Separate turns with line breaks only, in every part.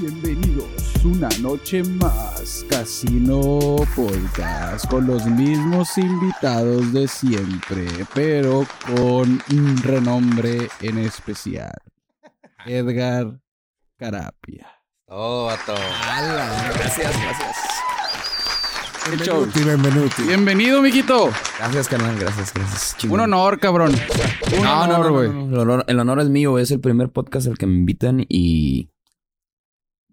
Bienvenidos una noche más, Casino Podcast, con los mismos invitados de siempre, pero con un renombre en especial. Edgar Carapia.
Oh, vato.
Gracias, gracias. El show.
Benvenuti, benvenuti.
Bienvenido, miquito.
Gracias, carnal. Gracias, gracias. Chingón.
Un honor, cabrón. Un
No, no,
honor,
no,
güey.
no, no. El honor, el honor es mío. Es el primer podcast al que me invitan y.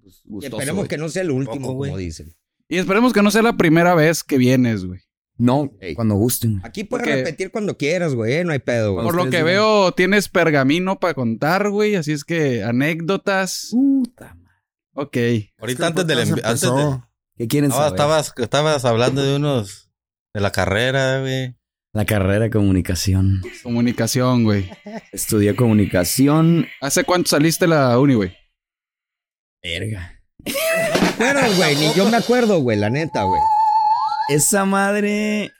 Pues,
Y
gustoso,
esperemos
güey.
que no sea el último,
Poco,
güey.
como dicen.
Y esperemos que no sea la primera vez que vienes, güey.
No,
Ey.
cuando gusten.
Aquí puedes
Porque-
repetir cuando quieras, güey. eh, No hay pedo, güey.
Cuando
Por lo que
ustedes digan.
veo, tienes pergamino para contar, güey. Así es que anécdotas.
Puta madre.
Ok.
Ahorita antes del envi- antes de-
empezó.
¿Qué quieren
No,
saber?
estabas, estabas hablando de unos de la carrera, güey.
La carrera de comunicación.
Comunicación, güey.
Estudié comunicación.
¿Hace cuánto saliste de la uni, güey?
Verga.
No me acuerdo, güey. Ni yo me acuerdo, güey. La neta, güey.
Esa madre.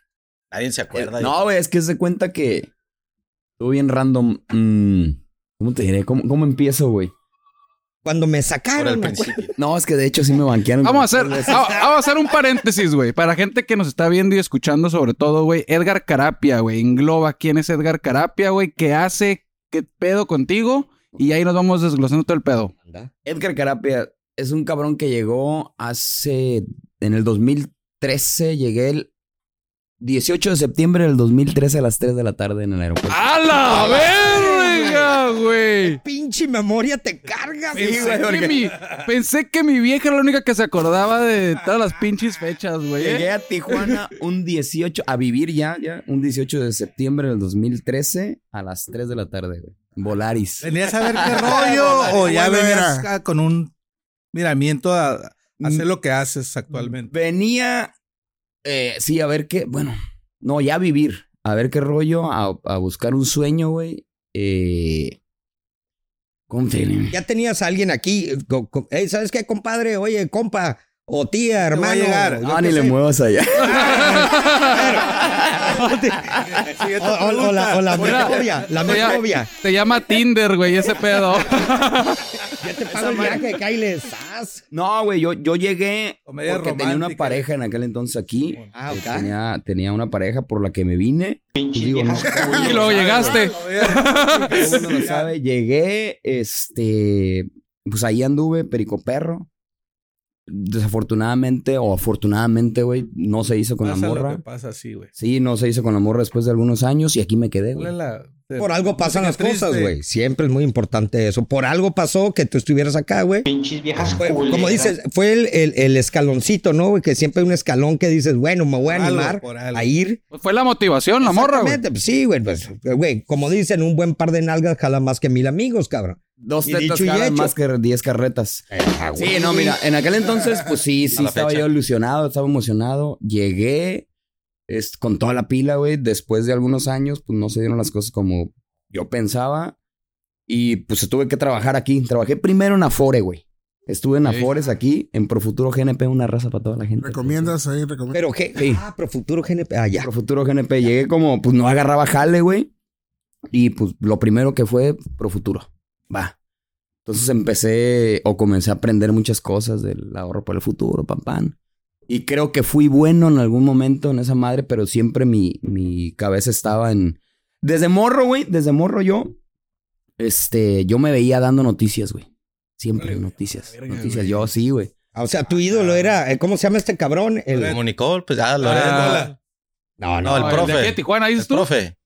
Nadie se
Eh,
acuerda.
no, güey, es que se cuenta que. Estuvo bien random. Mm, ¿Cómo te diré? ¿Cómo, cómo empiezo, güey?
Cuando me
Por
sacaron,
el
me acuerdo.
principio.
No, es que de hecho sí me banquearon.
Vamos a hacer, va- vamos a hacer un paréntesis, güey. Para gente que nos está viendo y escuchando, sobre todo, güey. Edgar Carapia, güey. Engloba quién es Edgar Carapia, güey. ¿Qué hace? ¿Qué pedo contigo? Y ahí nos vamos desglosando todo el pedo.
Anda.
Edgar Carapia es un cabrón que llegó hace. En el 2013, llegué el 18 de septiembre del 2013 a las 3 de la tarde en el aeropuerto.
¡A la verga, güey!
Pinche memoria te carga, güey.
Pensé, que mi, pensé que mi vieja era la única que se acordaba de todas las pinches fechas, güey. ¿Eh?
Llegué a Tijuana un 18, a vivir ya, ya, un 18 de septiembre del 2013 a las 3 de la tarde, güey. Volaris.
¿Venías a ver qué rollo o ya
Bueno,
venías
era. Mm.
ah, con un miramiento a, a hacer lo que haces actualmente?
Venía, eh, sí, a ver qué, bueno, no, ya a vivir, a ver qué rollo, a, a buscar un sueño, güey. Eh, ¿Cómo te diré?
Ya tenías a alguien aquí. eh, co- co- Ey, ¿sabes qué, compadre? Oye, compa. O tía,
voy a
hermano.
llegar.
yo
Ah,
qué
ni le
sé.
muevas allá.
O, o- o la, o la
Hola.
mecovia, La
Hola.
mecovia.
Te llama Tinder, güey, ese pedo.
Ya te pago el viaje, Kyle. sas.
No, güey, yo, yo llegué porque
Comedia
tenía una
romántica.
pareja en aquel entonces aquí.
Ah,
Eh,
ok.
Tenía, tenía una pareja por la que me vine. Pinche digo, no,
Y luego llegaste.
todo el mundo lo sabe. Llegué, este, pues ahí anduve, perico perro. Desafortunadamente o afortunadamente, güey, no se hizo con
Pasa
la
lo
morra.
que pasa así, güey.
Sí, no se hizo con la morra después de algunos años y aquí me quedé,
¿Cuál es
güey.
la-
Por algo pasan las
Triste.
cosas, güey. Siempre es muy importante eso. Por algo pasó que tú estuvieras acá, güey.
Pinches viejas
Fue- Como
culeras.
dices, fue el, el- el escaloncito, ¿no? güey? Que siempre hay un escalón que dices, bueno, me voy a
Por algo,
animar
por algo.
a ir.
Pues fue la motivación, la morra, güey.
Exactamente, pues sí, güey. pues, güey, como dicen, un buen par de nalgas jala más que mil amigos, cabrón.
Dos
Y
tetas
dicho y
caras
hecho.
más que 10 carretas. Sí, no, mira, en aquel entonces, pues sí, sí,
la
estaba
fecha.
yo ilusionado, estaba emocionado. Llegué es, con toda la pila, güey. Después de algunos años, pues no se dieron las cosas como yo pensaba. Y pues tuve que trabajar aquí. Trabajé primero en Afore, güey. Estuve en
Ok.
Afores aquí, en Profuturo GNP, una raza para toda la gente.
¿Recomiendas ahí? ¿Recomiendas?
Pero, ¿qué?
Sí.
Ah, pero futuro GNP. Ah, ya.
Profuturo GNP. Llegué como, pues no agarraba jale, güey. Y pues lo primero que fue Profuturo. Va. Entonces empecé o comencé a aprender muchas cosas del ahorro por el futuro, pam, pam. Y creo que fui bueno en algún momento en esa madre, pero siempre mi, mi cabeza estaba en... Desde morro, güey, desde morro yo, este, yo me veía dando noticias, güey. Siempre noticias, noticias. Yo sí, güey.
Ah, O sea, tu ídolo era, eh, ¿cómo se llama este cabrón? El-
Comunicó, pues, ah, Lorenzo.
Ah,
no,
no,
no,
el
No,
profe.
de aquí de Tijuana,
el
dices tú?
profe.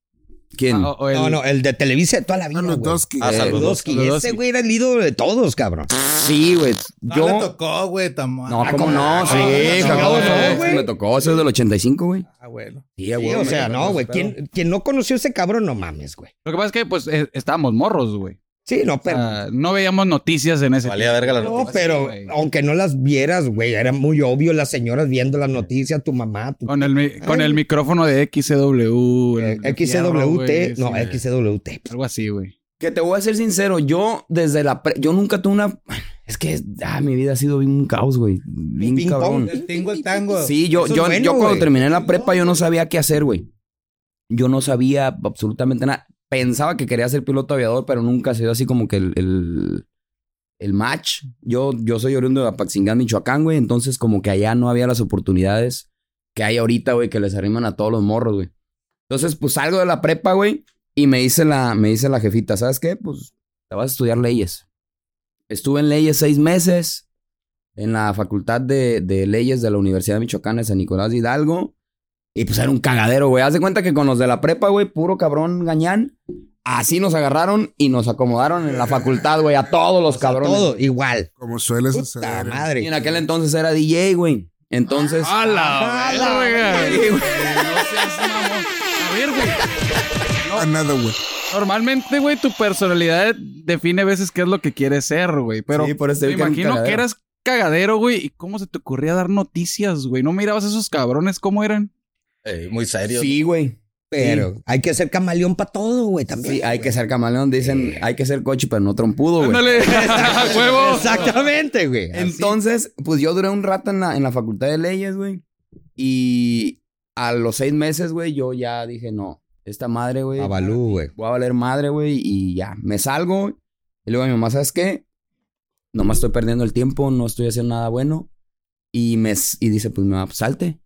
¿Quién?
Ah, o- o el-
no, no, el de Televisa de toda la vida.
Ah, los
güey.
dos que-
Ah,
Eh,
saludos.
Ludowski.
Ludowski.
Ese güey era el ídolo de todos, cabrón.
Sí, güey.
No
Yo...
Ah, le tocó, güey, tan mal.
No,
Ah,
¿cómo
¿cómo
no?
no?
Sí,
No,
claro,
no,
claro,
no,
güey. me tocó. Eso es del 85, güey.
Ah, bueno.
Sí,
Sí,
güey.
o sea, no, güey. Quien, quien no conoció a ese cabrón, no mames, güey.
Lo que pasa es que, pues, eh, estábamos morros, güey.
Sí, no,
O sea,
pero.
no veíamos noticias en ese
Valía verga la
No,
noticia.
pero
Ah, güey.
aunque no las vieras, güey, era muy obvio las señoras viendo las noticias, tu mamá, tu
Con el, mi- con
Ay.
el micrófono de XW.
eh,
Ah, el de fierro, güey,
XWT, no,
sí.
XWT.
Algo así, güey.
Que te voy a ser sincero, yo desde la... pre- Yo nunca tuve una... Es que ah, mi vida ha sido bien un caos, güey. Bien
Ping pong.
cabrón.
El tingo, el tango.
Sí, yo,
Eso es
yo,
bueno,
yo cuando
güey.
terminé la prepa yo no sabía qué hacer, güey. Yo no sabía absolutamente nada. Pensaba que quería ser piloto aviador, pero nunca se dio así como que el, el, el match. Yo, yo soy oriundo de Apaxingán, Michoacán, güey. Entonces, como que allá no había las oportunidades que hay ahorita, güey, que les arriman a todos los morros, güey. Entonces, pues salgo de la prepa, güey, y me dice la, me dice la jefita, ¿sabes qué? Pues te vas a estudiar leyes. Estuve en leyes seis meses en la Facultad de, de Leyes de la Universidad de Michoacán de San Nicolás de Hidalgo. Y pues era un cagadero, güey. Haz de cuenta que con los de la prepa, güey, puro cabrón gañán. Así nos agarraron y nos acomodaron en la facultad, güey, a todos los cabrones.
Todo igual.
Como suele
Puta
suceder.
madre.
Y en aquel entonces era DJ, güey. Entonces.
¡Hala!
la
güey! No seas mamón. A ver, güey.
Another way.
Normalmente, güey, tu personalidad define a veces qué es lo que quieres ser, güey. Pero
Sí, por eso
me
digo que era un
imagino que
cagadero.
eras cagadero, güey. ¿Y cómo se te ocurría dar noticias, güey? ¿No mirabas a esos cabrones cómo eran?
Ey, Eh, muy serio.
Sí, güey.
Pero hay que ser camaleón para todo, güey, también.
Sí, hay que ser camaleón. Dicen, hay que ser coche, pero no trompudo, güey.
¡Ándale! ¡A huevo!
Exactamente, güey. Ah, Así.
Entonces, pues yo duré un rato en la, en la facultad de leyes, güey. Y a los seis meses, güey, yo ya dije, no, esta madre, güey.
Avalú, güey.
Voy a valer madre, güey, y ya. Me salgo. Y luego mi mamá, ¿sabes qué? Nomás estoy perdiendo el tiempo, no estoy haciendo nada bueno. Y, me, s- y dice, pues, mi mamá, pues, salte.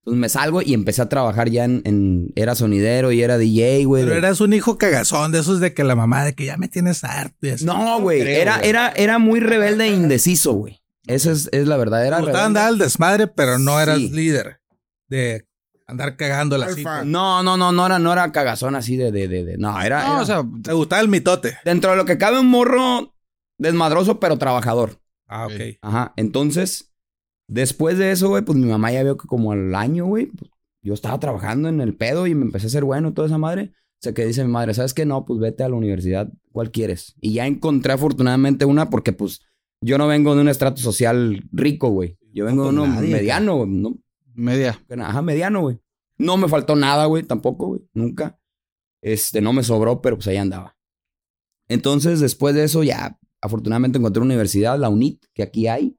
Entonces me salgo y empecé a trabajar ya en... en- era sonidero y era DJ, güey.
Pero
de-
eras un hijo cagazón de esos de que la mamá de que ya me tienes harto. y así.
No, güey.
creo,
Era,
güey.
era, era muy rebelde e indeciso, güey. Esa es, es la verdad. Era
Te gustaba
rebelde.
andar al desmadre, pero no eras
Sí.
líder de andar cagando la
Alfa.
Ah.
cita.
No, no, no, no era, no era cagazón así de, de, de, de- No, era,
No,
era-
o sea,
pues. Te gustaba el mitote.
dentro de lo que cabe un morro desmadroso, pero trabajador.
Ah, ok.
Ajá. Entonces, después de eso, güey, pues mi mamá ya vio que como al año, güey, pues, yo estaba trabajando en el pedo y me empecé a ser bueno, toda esa madre. O sea, que dice mi madre, ¿sabes qué? No, pues vete a la universidad, ¿cuál quieres? Y ya encontré afortunadamente una porque, pues, yo no vengo de un estrato social rico, güey. Yo vengo de
pues,
uno
nadie,
mediano, güey. No,
media.
que nada, Ajá, mediano, güey. No me faltó nada, güey, tampoco, güey. Nunca. Este, no me sobró, pero pues ahí andaba. Entonces, después de eso, ya afortunadamente encontré una universidad, la UNIT, que aquí hay.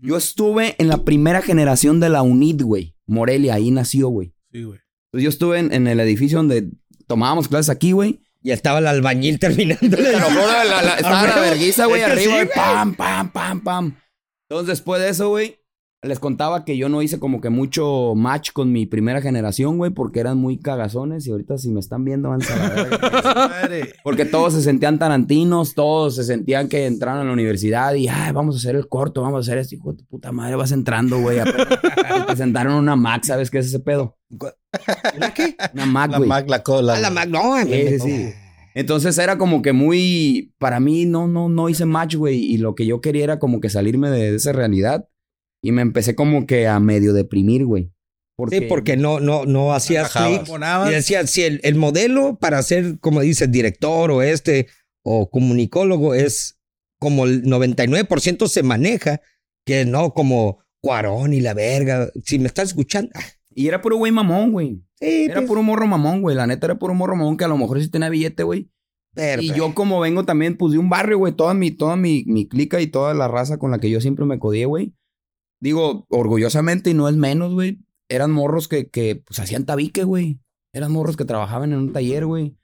Yo estuve en la primera generación de la UNIT, güey. Morelia, ahí nació, güey.
Sí, güey.
Entonces, yo estuve en, en el edificio donde tomábamos clases aquí, güey.
Y estaba el albañil terminando.
Te lo juro, la- la- estaba la vergüenza, güey,
Es que sí,
arriba. y
güey.
pam, pam, pam, pam. Entonces, después de eso, güey, les contaba que yo no hice como que mucho match con mi primera generación, güey, porque eran muy cagazones y ahorita si me están viendo van a la verga. Porque todos se sentían tarantinos, todos se sentían que entraron a la universidad y, ay, vamos a hacer el corto, vamos a hacer esto. Hijo de tu puta madre, vas entrando, güey. apenas. Te presentaron una Mac, ¿sabes qué es ese pedo?
¿Una qué?
Una Mac,
La
güey.
Mac, la cola.
A la Mac, no,
Sí, sí, sí. Entonces era como que muy. Para mí no, no, no hice match, güey. Y lo que yo quería era como que salirme de, de esa realidad. Y me empecé como que a medio deprimir, güey. Porque,
Sí, porque no, no, no hacías
Encajabas.
clic. Y decía, si el, el modelo para ser, como dices, director o este, o comunicólogo, es como el 99% se maneja, que no como Cuarón y la verga. Si me estás escuchando, ah,
Y era puro güey mamón, güey.
sí,
Era
pues,
puro morro mamón, güey. La neta era puro morro mamón que a lo mejor sí tenía billete, güey.
pero-
Y yo como vengo también, pues de un barrio, güey. Toda mi, toda mi, mi clica y toda la raza con la que yo siempre me codié, güey. Digo, orgullosamente y no es menos, güey. Eran morros que, que pues hacían tabique, güey. Eran morros que trabajaban en un taller, güey.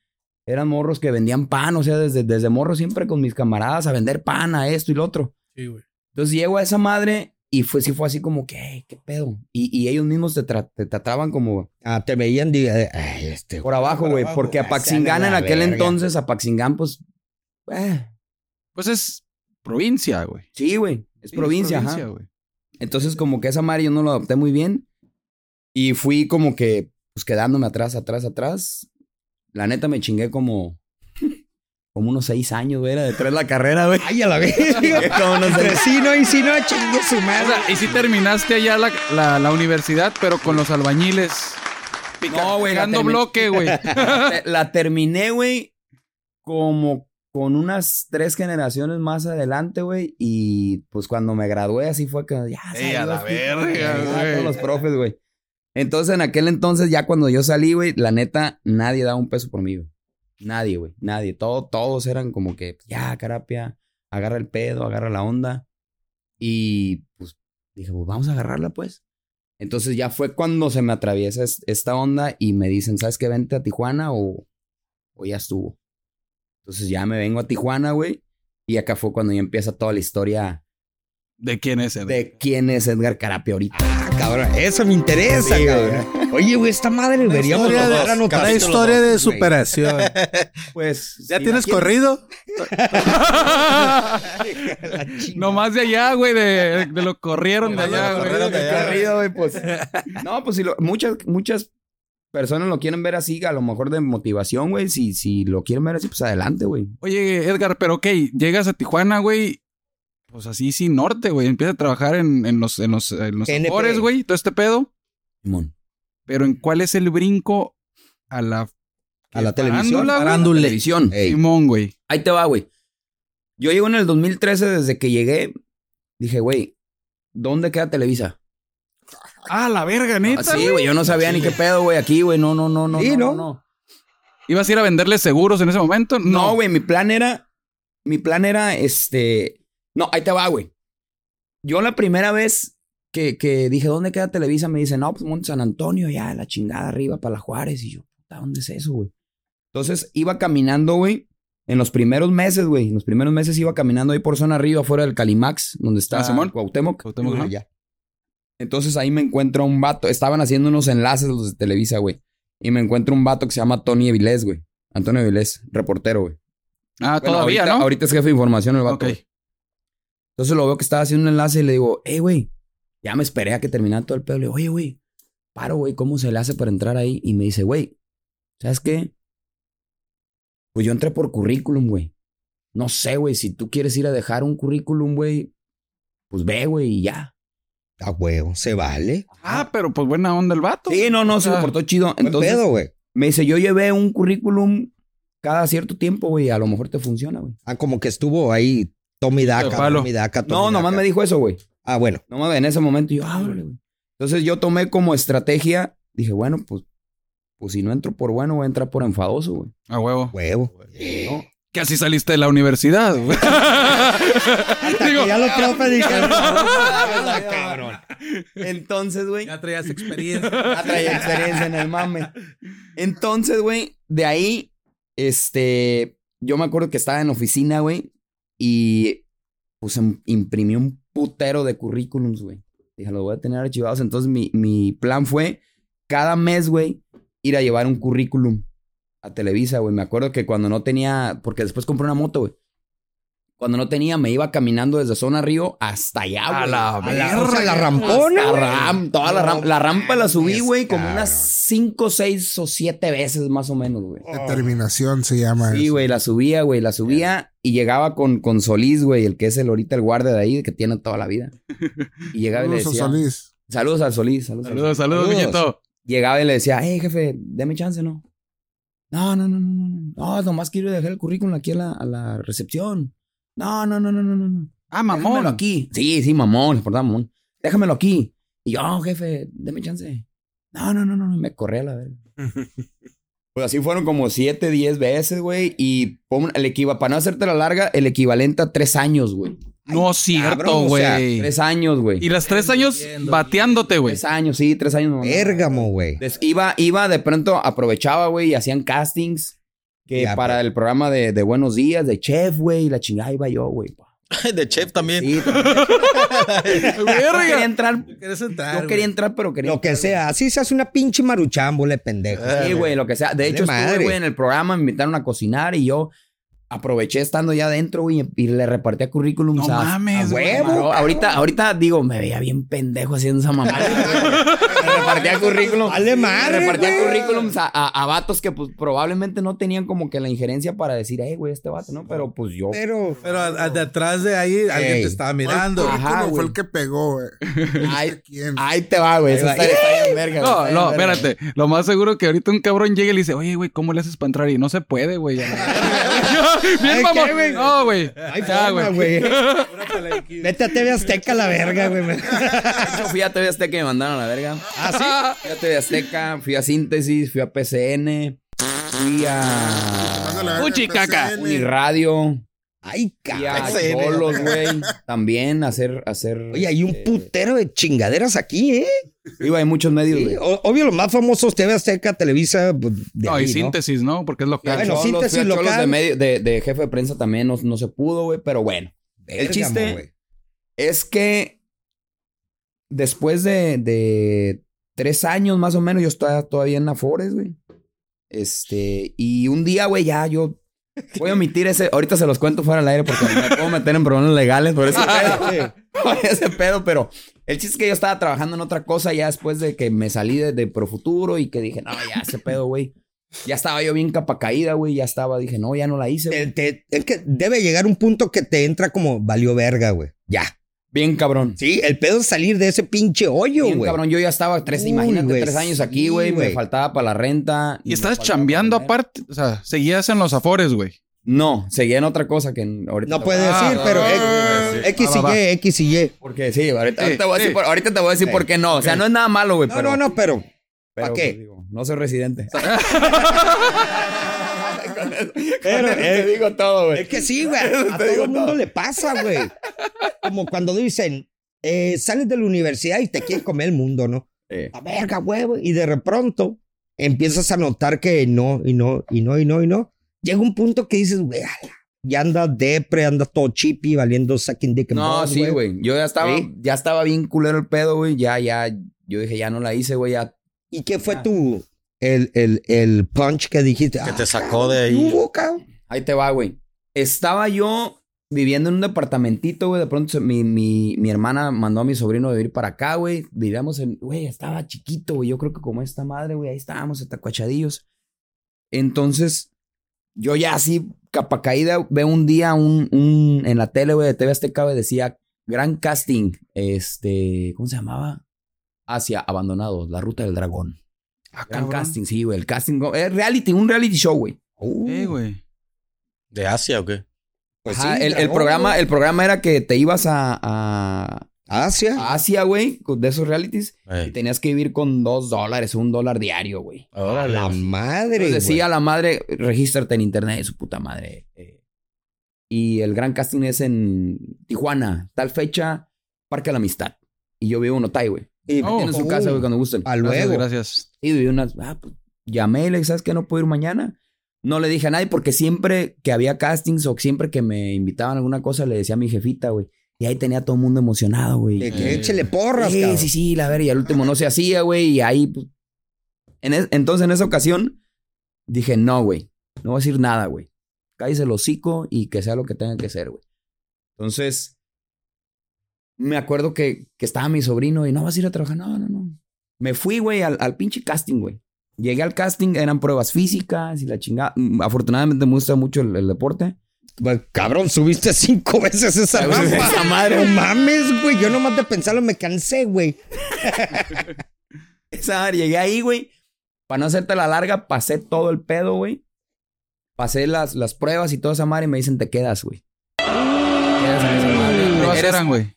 Eran morros que vendían pan, o sea, desde, desde morro siempre con mis camaradas a vender pan, a esto y lo otro.
Sí, güey.
Entonces llego a esa madre y fue, sí fue así como que, "Ey, ¿qué pedo? Y, y ellos mismos te, tra- te trataban como,
Ah, te veían, diga, ay, este.
por abajo,
Por
güey.
abajo.
Porque
Ah,
a Paxingán
sean a
en
la
aquel
verga.
entonces, a Paxingán, pues. eh,
Pues es provincia, güey.
sí, güey. Es
Sí,
provincia,
es
ajá.
güey.
Entonces, como que esa madre yo no lo adopté muy bien. Y fui como que, pues quedándome atrás, atrás, atrás. La neta me chingué como. Como unos seis años, güey. Era detrás de la carrera, güey.
Ay, a la vez.
Como unos seis-
Entre sí, no, y si no, chingue su
O
madre.
sea, y si terminaste allá la, la- la universidad, pero con los albañiles. Pica-
No, güey, la
Picando
termi-
bloque, güey.
Te- la terminé, güey, como con unas tres generaciones más adelante, güey. Y pues cuando me gradué, así fue que ya
Ey, a la
adiós, tipo,
verga,
adiós a
güey.
todos los profes, güey. Entonces, en aquel entonces, ya cuando yo salí, güey, la neta, nadie daba un peso por mí, güey. Nadie, güey, nadie. Todo, todos eran como que, pues, ya, carapia, agarra el pedo, agarra la onda. Y pues dije, pues vamos a agarrarla, pues. Entonces ya fue cuando se me atraviesa es- esta onda y me dicen, ¿sabes qué? Vente a Tijuana o, o ya estuvo. Entonces ya me vengo a Tijuana, güey. Y acá fue cuando ya empieza toda la historia
¿De quién es Edgar?
de quién es Edgar Carapia ahorita.
Ah, cabrón, eso me interesa,
Sí,
cabrón. Oye, güey, esta madre deberíamos
historia
tomar
de-
anotación.
La
Capítulo
historia
dos,
de
güey.
superación.
Pues.
¿Ya tienes corrido?
Nomás de allá, güey, de, de lo corrieron de
Nomás de lo
allá, güey.
corrieron de allá.
corrido, güey, pues. No, pues si lo- muchas, muchas personas lo quieren ver así, a lo mejor de motivación, güey. Si, si lo quieren ver así, pues adelante, güey.
Oye, Edgar, pero ok, llegas a Tijuana, güey. Pues así sin norte, güey. Empieza a trabajar en, en los, en los, en los
NP.
Afores, güey, todo este pedo.
Simón.
Pero ¿en cuál es el brinco a la,
A la televisión.
Parándula, güey.
Televisión.
Ey.
Simón, güey?
Ahí te va, güey. Yo llego en el 2013, desde que llegué, dije, güey, ¿dónde queda Televisa?
Ah, la verga, neta,
Así,
güey.
güey, yo no sabía ni qué pedo, güey, aquí, güey, no, no, no, no,
Sí,
no,
¿no?
no.
¿Ibas a ir a venderle seguros en ese momento?
No, güey, mi plan era, mi plan era, este, no, ahí te va, güey. Yo la primera vez que, que dije, ¿dónde queda Televisa? Me dicen, no, pues Monte San Antonio, ya, la chingada arriba para la Juárez. Y yo, puta, ¿dónde es eso, güey? Entonces iba caminando, güey, en los primeros meses, güey, en los primeros meses iba caminando ahí por zona arriba, afuera del Calimax, donde está
Ah,
Simón Cuauhtémoc.
Cuauhtémoc, ajá.
allá. Entonces ahí me encuentro un vato, estaban haciendo unos enlaces los de Televisa, güey. Y me encuentro un vato que se llama Tony Evilés, güey. Antonio Vilés, reportero, güey.
Ah,
Bueno,
todavía,
ahorita,
¿no?
Ahorita es jefe de información el vato.
Ok.
güey. Entonces lo veo que estaba haciendo un enlace y le digo, hey, güey, ya me esperé a que terminara todo el pedo. Le digo, oye, güey, paro, güey, ¿cómo se le hace para entrar ahí? Y me dice, güey, ¿sabes qué? Pues yo entré por currículum, güey. No sé, güey, si tú quieres ir a dejar un currículum, güey, pues ve, güey, y ya.
A huevo, se vale.
Ah, pero pues buena onda el vato.
Sí, no, no, se
Ah.
lo portó chido.
Buen
Entonces
pedo, güey.
me dice, yo llevé un currículum cada cierto tiempo, güey, a lo mejor te funciona, güey.
Ah, como que estuvo ahí Tommy
De
Daca,
palo.
Tommy Daca, Tommy
No, nomás
Daca.
me dijo eso, güey.
Ah, bueno.
Nomás en ese momento yo, ah, órale, güey. Entonces yo tomé como estrategia, dije, bueno, pues, pues si no entro por bueno, voy a entrar por enfadoso, güey.
A huevo.
Huevo.
Que así saliste de la universidad, güey. Digo,
ya los profes dijeron. "Ah, cabrón.
Entonces, güey,
Ya traías experiencia.
ya traía experiencia en el mame. Entonces, güey, de ahí, este, yo me acuerdo que estaba en oficina, güey, y pues em- imprimí un putero de currículums, güey. Dije, los voy a tener archivados. Entonces mi, mi plan fue cada mes, güey, ir a llevar un currículum a Televisa, güey. Me acuerdo que cuando no tenía, porque después compré una moto, güey. Cuando no tenía, me iba caminando desde Zona Río hasta allá, güey.
A la
A la, o
verga.
sea, la rampona.
Hasta
güey.
ram- toda la,
No
ram- la rampa la subí,
mames,
güey, como
cabrón.
unas 5, 6 o 7 veces más o menos, güey.
Determinación se llama.
Sí,
eso.
güey, la subía, güey, la subía y llegaba con, con Solís, güey, el que es el ahorita el guardia de ahí, que tiene toda la vida. Y llegaba y le
Saludos
decía,
a Solís.
saludos al Solís, saludos, al
Saludos,
Solís.
saludos, Guillito.
Llegaba y le decía, hey, jefe, dame chance, ¿no? No, no, no, no, no, no, no, nomás quiero dejar el currículum aquí a la, a la recepción. No, no, no, no, no, no, no.
Ah,
Déjamelo
mamón.
aquí. Sí, sí, mamón, se portaba mamón. Déjamelo aquí. Y yo, "Oh, jefe, deme chance. No, no, no, no, no, me corrí a la verga. pues así fueron como siete, diez veces, güey. Y pon- el equiva, para no hacerte la larga, el equivalente a tres años, güey.
No es cierto,
cabrón, o sea,
güey.
Tres años,
y
güey.
las tres años
Entiendo.
bateándote, güey.
Tres años, sí, tres años. mamá.
Pérgamo, güey.
Des- iba, iba, de pronto aprovechaba, güey, y hacían castings. Que
Ya,
para
pero-
el programa de, de Buenos Días, de Chef, güey, y la chingada iba yo, güey.
De chef también.
Sí, también. Yo quería
Verga.
entrar,
¿Quieres entrar?
yo
Ah, güey?
quería entrar, pero quería
Lo que
entrar, güey.
sea. Así se hace una pinche maruchámbola, pendejo.
Sí, güey, lo que sea. De
Vale
hecho, estuve,
madre.
güey, en el programa, me invitaron a cocinar y yo aproveché estando ya adentro, güey, y le repartía currículums
No
a-
mames,
a
güey.
huevo. ahorita, ahorita digo, me veía bien pendejo haciendo esa mamada. Le repartía currículum.
Vale madre,
Le repartía
güey.
currículums a, a- a vatos que pues probablemente no tenían como que la injerencia para decir, hey, güey, este vato, ¿no? Pero pues yo.
Pero.
Pero a- a- detrás de ahí alguien
Ey.
te estaba
Fue el
mirando.
Ajá,
currículum,
güey.
fue el que pegó, güey.
Ahí,
¿Quién?
ahí te va, güey. Eso
Ahí va.
está, está bien verga, güey,
No,
está
no,
bien verga.
espérate. Lo más seguro que ahorita un cabrón llegue y le dice, oye, güey, ¿cómo le haces para entrar? Y no se puede, güey. a la verga. Bien,
Ay,
mamón.
¿qué, güey?
No, güey.
Ay,
Ya,
forma, güey. Vete a TV Azteca a la verga, güey.
De hecho, fui a TV Azteca y me mandaron a la verga. ¿Ah, sí? Fui a TV Azteca, fui a Síntesis, fui a PCN, fui a
Mándale a ver
Ah,
Uchi,
el
caca.
PCN.
Uniradio,
Ay,
Y a
cabrón.
Ese-
cholos, güey. También hacer, hacer.
Oye, hay un
este,
putero de chingaderas aquí, ¿eh?
Digo, hay muchos medios,
Sí,
güey.
o- obvio, los más famosos TV Azteca, Televisa. pues, De
No, y
ahí, ¿no?
síntesis, ¿no? Porque es local.
Bueno,
Cholos,
síntesis
fui a Cholos
local.
De, medio- de, de jefe de prensa también no, no se pudo, güey, pero bueno.
Verga,
chiste-
mo, güey.
Es que después de, de tres años más o menos, yo estaba todavía en Afores, güey. Este, y un día, güey, ya yo voy a omitir ese. Ahorita se los cuento fuera del aire porque me puedo meter en problemas legales por ese pedo. por ese pedo, pero el chiste es que yo estaba trabajando en otra cosa ya después de que me salí de, de Profuturo y que dije, no, ya ese pedo, güey. Ya estaba yo bien capa caída, güey. Ya estaba, dije, no, ya no la hice, güey.
Te- te- es que debe llegar un punto que te entra como valió verga, güey. Ya.
Bien cabrón.
Sí, el pedo es salir de ese pinche hoyo,
Bien,
güey.
cabrón, yo ya estaba tres,
Uy,
imagínate,
güey,
tres años aquí,
sí,
güey. me
güey.
faltaba para la renta.
Y
me
estabas
faltaba
chambeando
para
aparte.
comer.
O sea, seguías en los afores, güey.
No, seguía en otra cosa que ahorita.
No
te-
Ah,
puede decir,
ah,
pero
ah,
eh,
sí.
X
Va, va, va.
y Y, X y Y.
Porque sí, ahorita,
Sí,
ahorita te voy a decir,
sí.
por, ahorita te voy a decir
Sí,
por qué no. O sea,
ok.
no es nada malo, güey.
No,
pero-
no, no, pero.
pero,
¿pa' qué?
pues, digo, no soy residente. Con eso- con
Pero,
eso te
eh,
digo todo, güey.
Es que sí, güey. A
Te digo
todo el mundo
todo.
le pasa, güey. Como cuando dicen, eh, sales de la universidad y te quieres comer el mundo, ¿no?
Eh,
La verga, huevo. Y de pronto empiezas a notar que no, y no, y no, y no, y no. Llega un punto que dices, güey, ala, ya andas depre, andas todo chippy, valiendo sucking dick and
No,
balls,
sí, güey. Yo ya estaba,
Sí.
ya estaba bien culero el pedo, güey. Ya, ya. Yo dije, ya no la hice, güey. Ya.
¿Y qué
Ah.
fue tu, el, el, el punch que dijiste?
Que
Ah,
te sacó de
¿qué
ahí.
hubo, cabrón?
Ahí te va, güey. Estaba yo viviendo en un departamentito, güey. De pronto se- mi, mi, mi hermana mandó a mi sobrino a vivir para acá, güey. Vivíamos en... Güey, estaba chiquito, güey. Yo creo que como esta madre, güey. Ahí estábamos, atacuachadillos. Entonces, yo ya así, capa caída, veo un día un, un, en la tele, güey, de TV Azteca, güey, decía... Gran casting, este... ¿Cómo se llamaba? Hacia Abandonados, La Ruta del Dragón.
Ah,
Gran
cabrón.
casting, sí, güey. El casting... Es reality, un reality show, güey. Uh.
Eh, güey.
¿De Asia o qué?
Pues
Ajá,
sí,
el, el
dragón,
programa,
güey.
el programa era que te ibas a, a-
Asia.
a Asia, güey, con- de esos realities, y
Eh,
tenías que vivir con dos dólares, un dólar diario, güey.
A
Órale.
la madre.
Entonces
güey.
pues, decía la madre, regístrate en internet, y su puta madre. eh, y el gran casting es en Tijuana, tal fecha, Parque de la Amistad. Y yo vivo en Otay, güey. Y me
Oh.
tienen en su casa, güey, cuando gusten.
A
Gracias,
luego.
gracias.
Y viví unas. Ah, pues, llamé y le dije, ¿sabes qué? No puedo ir mañana. No le dije a nadie porque siempre que había castings o siempre que me invitaban a alguna cosa le decía a mi jefita, güey. Y ahí tenía todo el mundo emocionado, güey.
De que
Eh,
échele porras,
Sí,
cabrón.
sí, sí, la ver, y al último no se hacía, güey. Y ahí. pues, en es- entonces, en esa ocasión, dije, no, güey. No voy a decir nada, güey. Cállese el hocico y que sea lo que tenga que ser, güey. Entonces, me acuerdo que, que estaba mi sobrino y no vas a ir a trabajar. No, no, no. Me fui, güey, al, al pinche casting, güey. Llegué al casting, eran pruebas físicas y la chingada. Mm, Afortunadamente me gusta mucho el, el deporte.
Bueno, Cabrón, subiste cinco veces esa
Cinco veces
rampa.
esa
madre. No mames, güey. Yo nomás de pensarlo me cansé, güey.
Esa área. Llegué ahí, güey. Para no hacerte la larga, pasé todo el pedo, güey. Pasé las, las pruebas y toda esa madre y me dicen, te quedas, güey. Te quedas en esa
Mm,
madre.
¿Qué pruebas
Eres-
eran, güey?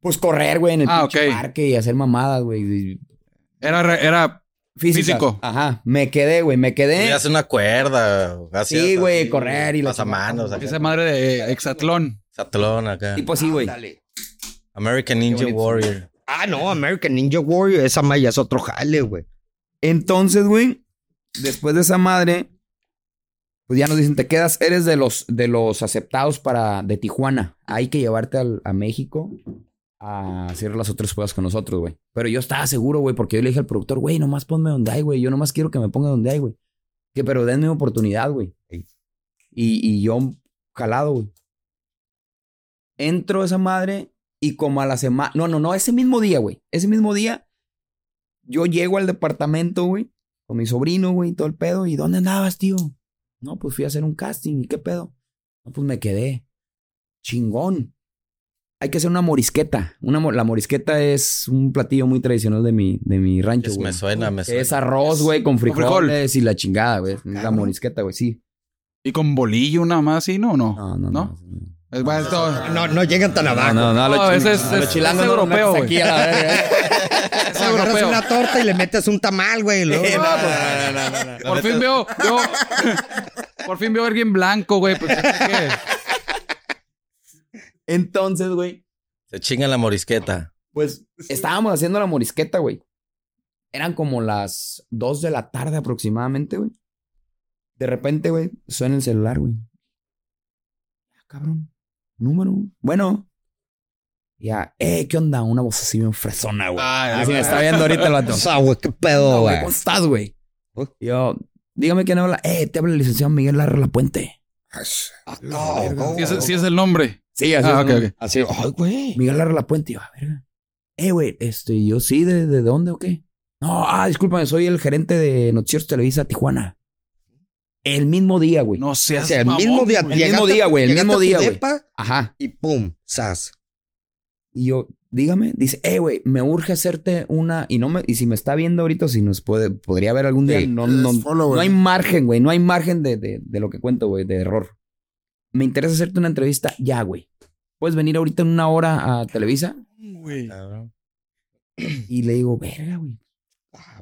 Pues correr, güey, en el
Ah,
pinche
ok.
parque y hacer mamadas, güey.
Era, re- era
Físico.
Físico.
Ajá. Me quedé, güey. Me quedé.
Hace una cuerda. hacia-
Sí, güey,
así,
correr y la
Pasamanos.
chingada.
acá.
esa madre de eh, hexatlón.
Satlón acá.
Tipo así, güey.
American Ninja
pues, bonito.
Warrior.
Ah, no, American Ninja Warrior. Esa malla es otro jale, güey.
Entonces, güey, después de esa madre, pues ya nos dicen, te quedas, eres de los, de los aceptados para, de Tijuana. Hay que llevarte al- a México a hacer las otras pruebas con nosotros, güey. Pero yo estaba seguro, güey, porque yo le dije al productor, güey, nomás ponme donde hay, güey. Yo nomás quiero que me ponga donde hay, güey. Que, pero denme oportunidad, güey. Y, y yo calado, güey. Entro a esa madre y como a la semana... No, no, no, ese mismo día, güey. Ese mismo día yo llego al departamento, güey, con mi sobrino, güey, y todo el pedo. ¿Y dónde andabas, tío? No, pues fui a hacer un casting. ¿Y qué pedo? No, pues me quedé. Chingón. Hay que hacer una morisqueta. Una, mo- la morisqueta es un platillo muy tradicional de mi, de mi rancho,
Es-
güey.
me suena, me
Que
suena.
Es arroz, güey, con
frijol.
frijoles y la chingada, güey. La
Cabrón.
morisqueta, güey, sí.
¿Y con bolillo nada más, sí, no? No.
No, no, no.
¿No?
no.
Es, va, es todo-
Ah, No, no llegan tan abajo.
No, no,
No,
lo
a
chi-
veces
no, lo
es-
chilango
es
no lo
europeo,
metes aquí a la verga.
es
¿eh? Agarras
europeo.
una torta y le metes un tamal, güey. y luego-
Sí, no,
Ah,
Por fin veo, veo- Por fin veo a alguien blanco, güey. pues, es que-
Entonces, güey,
Se chinga la morisqueta.
pues estábamos haciendo la morisqueta, güey. Eran como las 2 de la tarde aproximadamente, güey. De repente, güey, suena el celular, güey. Ah, cabrón. Número. Bueno. Ya, eh, ¿qué onda? Una voz así bien fresona, güey.
Ah,
Así me está viendo ahorita el vato.
O sea, Ah, güey, qué pedo,
No,
güey.
güey, ¿Cómo estás, güey? Yo, dígame quién habla. Eh, te habla el licenciado Miguel Larra La Puente.
Ash.
Ah, no, no.
Si es, sí es el nombre.
Sí, así
Ah,
es,
ok,
¿no?
ok.
Así, ay, güey.
Miguel Larra La Puente. Yo, a ver. Eh, güey, este, yo sí, ¿de, de dónde o qué? No, ah, discúlpame, soy el gerente de Noticieros Televisa Tijuana. El mismo día, güey.
No seas.
O sea, el
mamón,
mismo día.
güey.
El mismo
llegaste-
día, güey, el
llegaste
mismo
a tu
día, güey.
depa
Ajá.
Y pum, sas.
Y yo, dígame, dice, eh, güey, me urge hacerte una. Y no me, y si me está viendo ahorita, si nos puede, podría ver algún día.
Sí,
no, no,
es follower.
no hay margen, güey. No hay margen de, de- de lo que cuento, güey, de error. Me interesa hacerte una entrevista ya, güey. Puedes venir ahorita en una hora a Televisa.
Güey.
Cabrón.
Y le digo, verga, güey.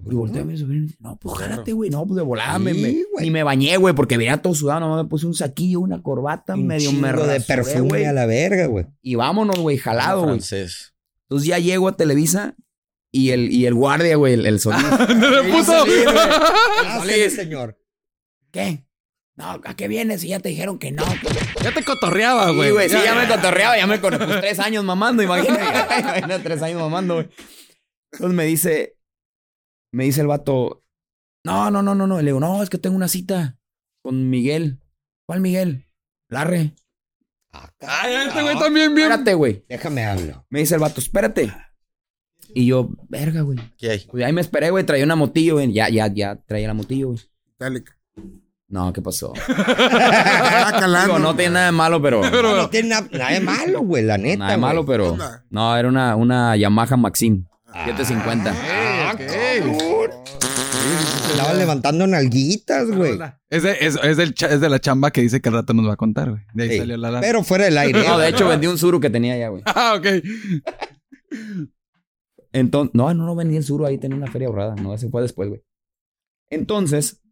Y volteo a mi sobrino y dice, no, pues jálate, güey. No, pues de volada. me-
Sí,
me-
güey.
y me bañé, güey, porque venía todo sudado. Nomás me puse un saquillo, una corbata,
Un
medio me
chingo de
rasuré,
perfume
güey.
a la verga, güey.
Y vámonos, güey, jalado, güey.
Francés.
Entonces ya llego a Televisa y el, y el guardia, güey, el, el sonido.
¡Me puso!
Sí, güey.
Gracias, Ah, señor.
¿Qué? No, ¿a qué vienes? Y ya te dijeron que no. pues.
Ya te cotorreaba, güey.
Sí, güey, sí, ya me cotorreaba, ya me con pues, tres años mamando, imagínate. Imagínate, tres años mamando, güey. Entonces me dice, me dice el vato, no, no, no, no, no. Y le digo, no, es que tengo una cita con Miguel. ¿Cuál Miguel? Larre.
Ah,
Ay, este güey también bien.
Espérate, güey.
Déjame hablo.
Me dice el vato, espérate. Y yo, verga, güey.
Aquí hay.
Pues ahí me esperé, güey, traía una motillo, güey. Ya, ya, ya, traía la motillo, güey.
Metallica.
No, ¿qué pasó?
Estaba calando.
Digo, no tiene nada de malo, pero...
Pero-
No tiene na- nada de malo, güey, la neta.
nada de malo,
güey.
pero...
Onda.
No, era una, una Yamaha Maxim. 750.
Ah, cabrón. Estaba levantando nalguitas, güey.
Es, de, es, es del cha- es de la chamba que dice que al rato nos va a contar, güey. De ahí
Sí,
salió la lana.
Pero fuera del aire.
No, de hecho, vendí un Zuru que tenía allá, güey.
Ah, ok.
Entonces... No, no, no vendí el Zuru, ahí tenía una feria ahorrada. No, ese fue después, güey. Entonces...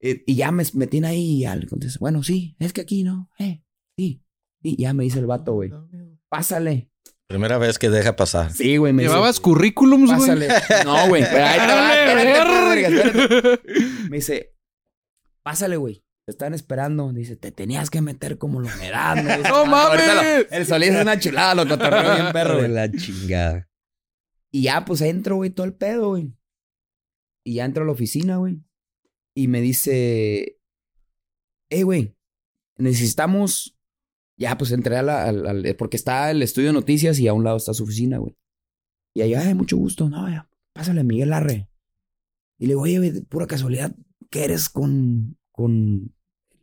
eh, y ya me, me tiene ahí y ya le contesto, Bueno, sí, es que aquí, ¿no? Eh, sí. Y ya me dice el vato, güey. Pásale.
Primera vez que deja pasar.
Sí, güey, me dice...
¿Llevabas currículums, güey?
Pásale. No, güey. pero ahí te va, espérate, verga, espérate. Me dice, pásale, güey. Te están esperando. Dice, te tenías que meter como la humedad. me dice.
¡No
Ahorita lo-
mames!
el solís es una chulada, lo cotorreo bien perro,
de
güey.
la chingada.
Y ya, pues entro, güey, todo el pedo, güey. Y ya entro a la oficina, güey. Y me dice, hey, güey, necesitamos. Ya, pues entré a la- al, al- Porque está el estudio de noticias y a un lado está su oficina, güey. Y ahí, ay, mucho gusto, no, ya, pásale a Miguel Arre. Y le digo, oye, güey, de pura casualidad, ¿qué eres con. con.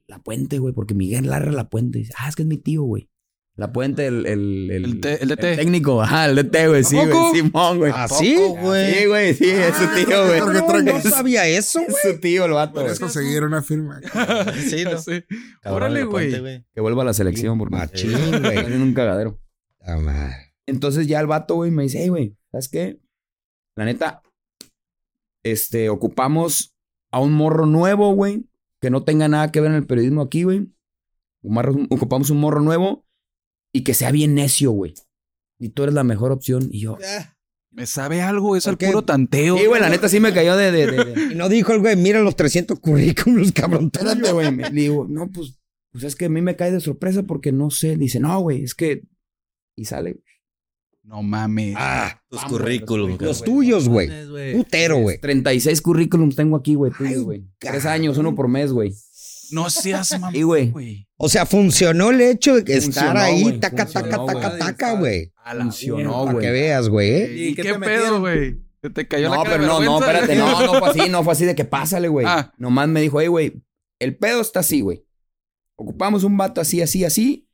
La Puente, güey? Porque Miguel Larre La Puente. Dice, ah, es que es mi tío, güey. La Puente, el. El, el,
El te- el DT.
técnico, ajá, el DT, güey, sí,
poco? Ah,
güey. Simón, güey.
¿Ah, sí?
Sí, güey, sí, es su tío, güey.
Porque
No, no
tragas.
sabía eso,
Es
güey.
su tío el vato.
Puedes
güey.
conseguir una firma.
Sí, ¿no?
Sí.
Cabrón,
Órale,
le ponte,
güey.
Que vuelva a la selección, por más.
Machín, güey.
en un cagadero.
Ah, madre.
Entonces ya el vato, güey, me dice, hey, güey, ¿sabes qué? La neta, este, ocupamos a un morro nuevo, güey, que no tenga nada que ver en el periodismo aquí, güey. Un marro- Ocupamos un morro nuevo y que sea bien necio, güey. Y tú eres la mejor opción. Y yo.
Me sabe algo, es
¿Por
el
qué?
puro tanteo.
Sí, güey, la neta sí me cayó de- de- de, de,
Y no dijo el güey, mira los 300 currículums, cabrón.
Espérate, güey. Me- Le digo, no, pues, pues es que a mí me cae de sorpresa porque no sé. Dice, no, güey, es que. Y sale.
No mames.
Ah,
Tus
Vamos,
currículum.
los
los tuyos, pues, güey. Putero, güey.
Este- 36 currículums tengo aquí, güey. tuyos,
Ay,
güey. Tres
cabrón.
años, uno por mes, güey.
No seas mamón.
Y, güey.
O sea, funcionó el hecho de que estar
Funcionó,
ahí,
güey,
taca, taca,
funcionó,
taca,
güey.
taca, güey.
Funcionó,
Para que
güey.
veas, güey. ¿eh?
¿Y,
¿Y
qué,
qué te
pedo,
metieron?
güey? ¿Se ¿Te cayó la
No,
cara
pero
de
no, no,
vergüenza?
espérate. No, no fue así, no fue así de que pásale, güey.
Ah.
Nomás me dijo, hey, güey, el pedo está así, güey. Ocupamos un vato así, así, así.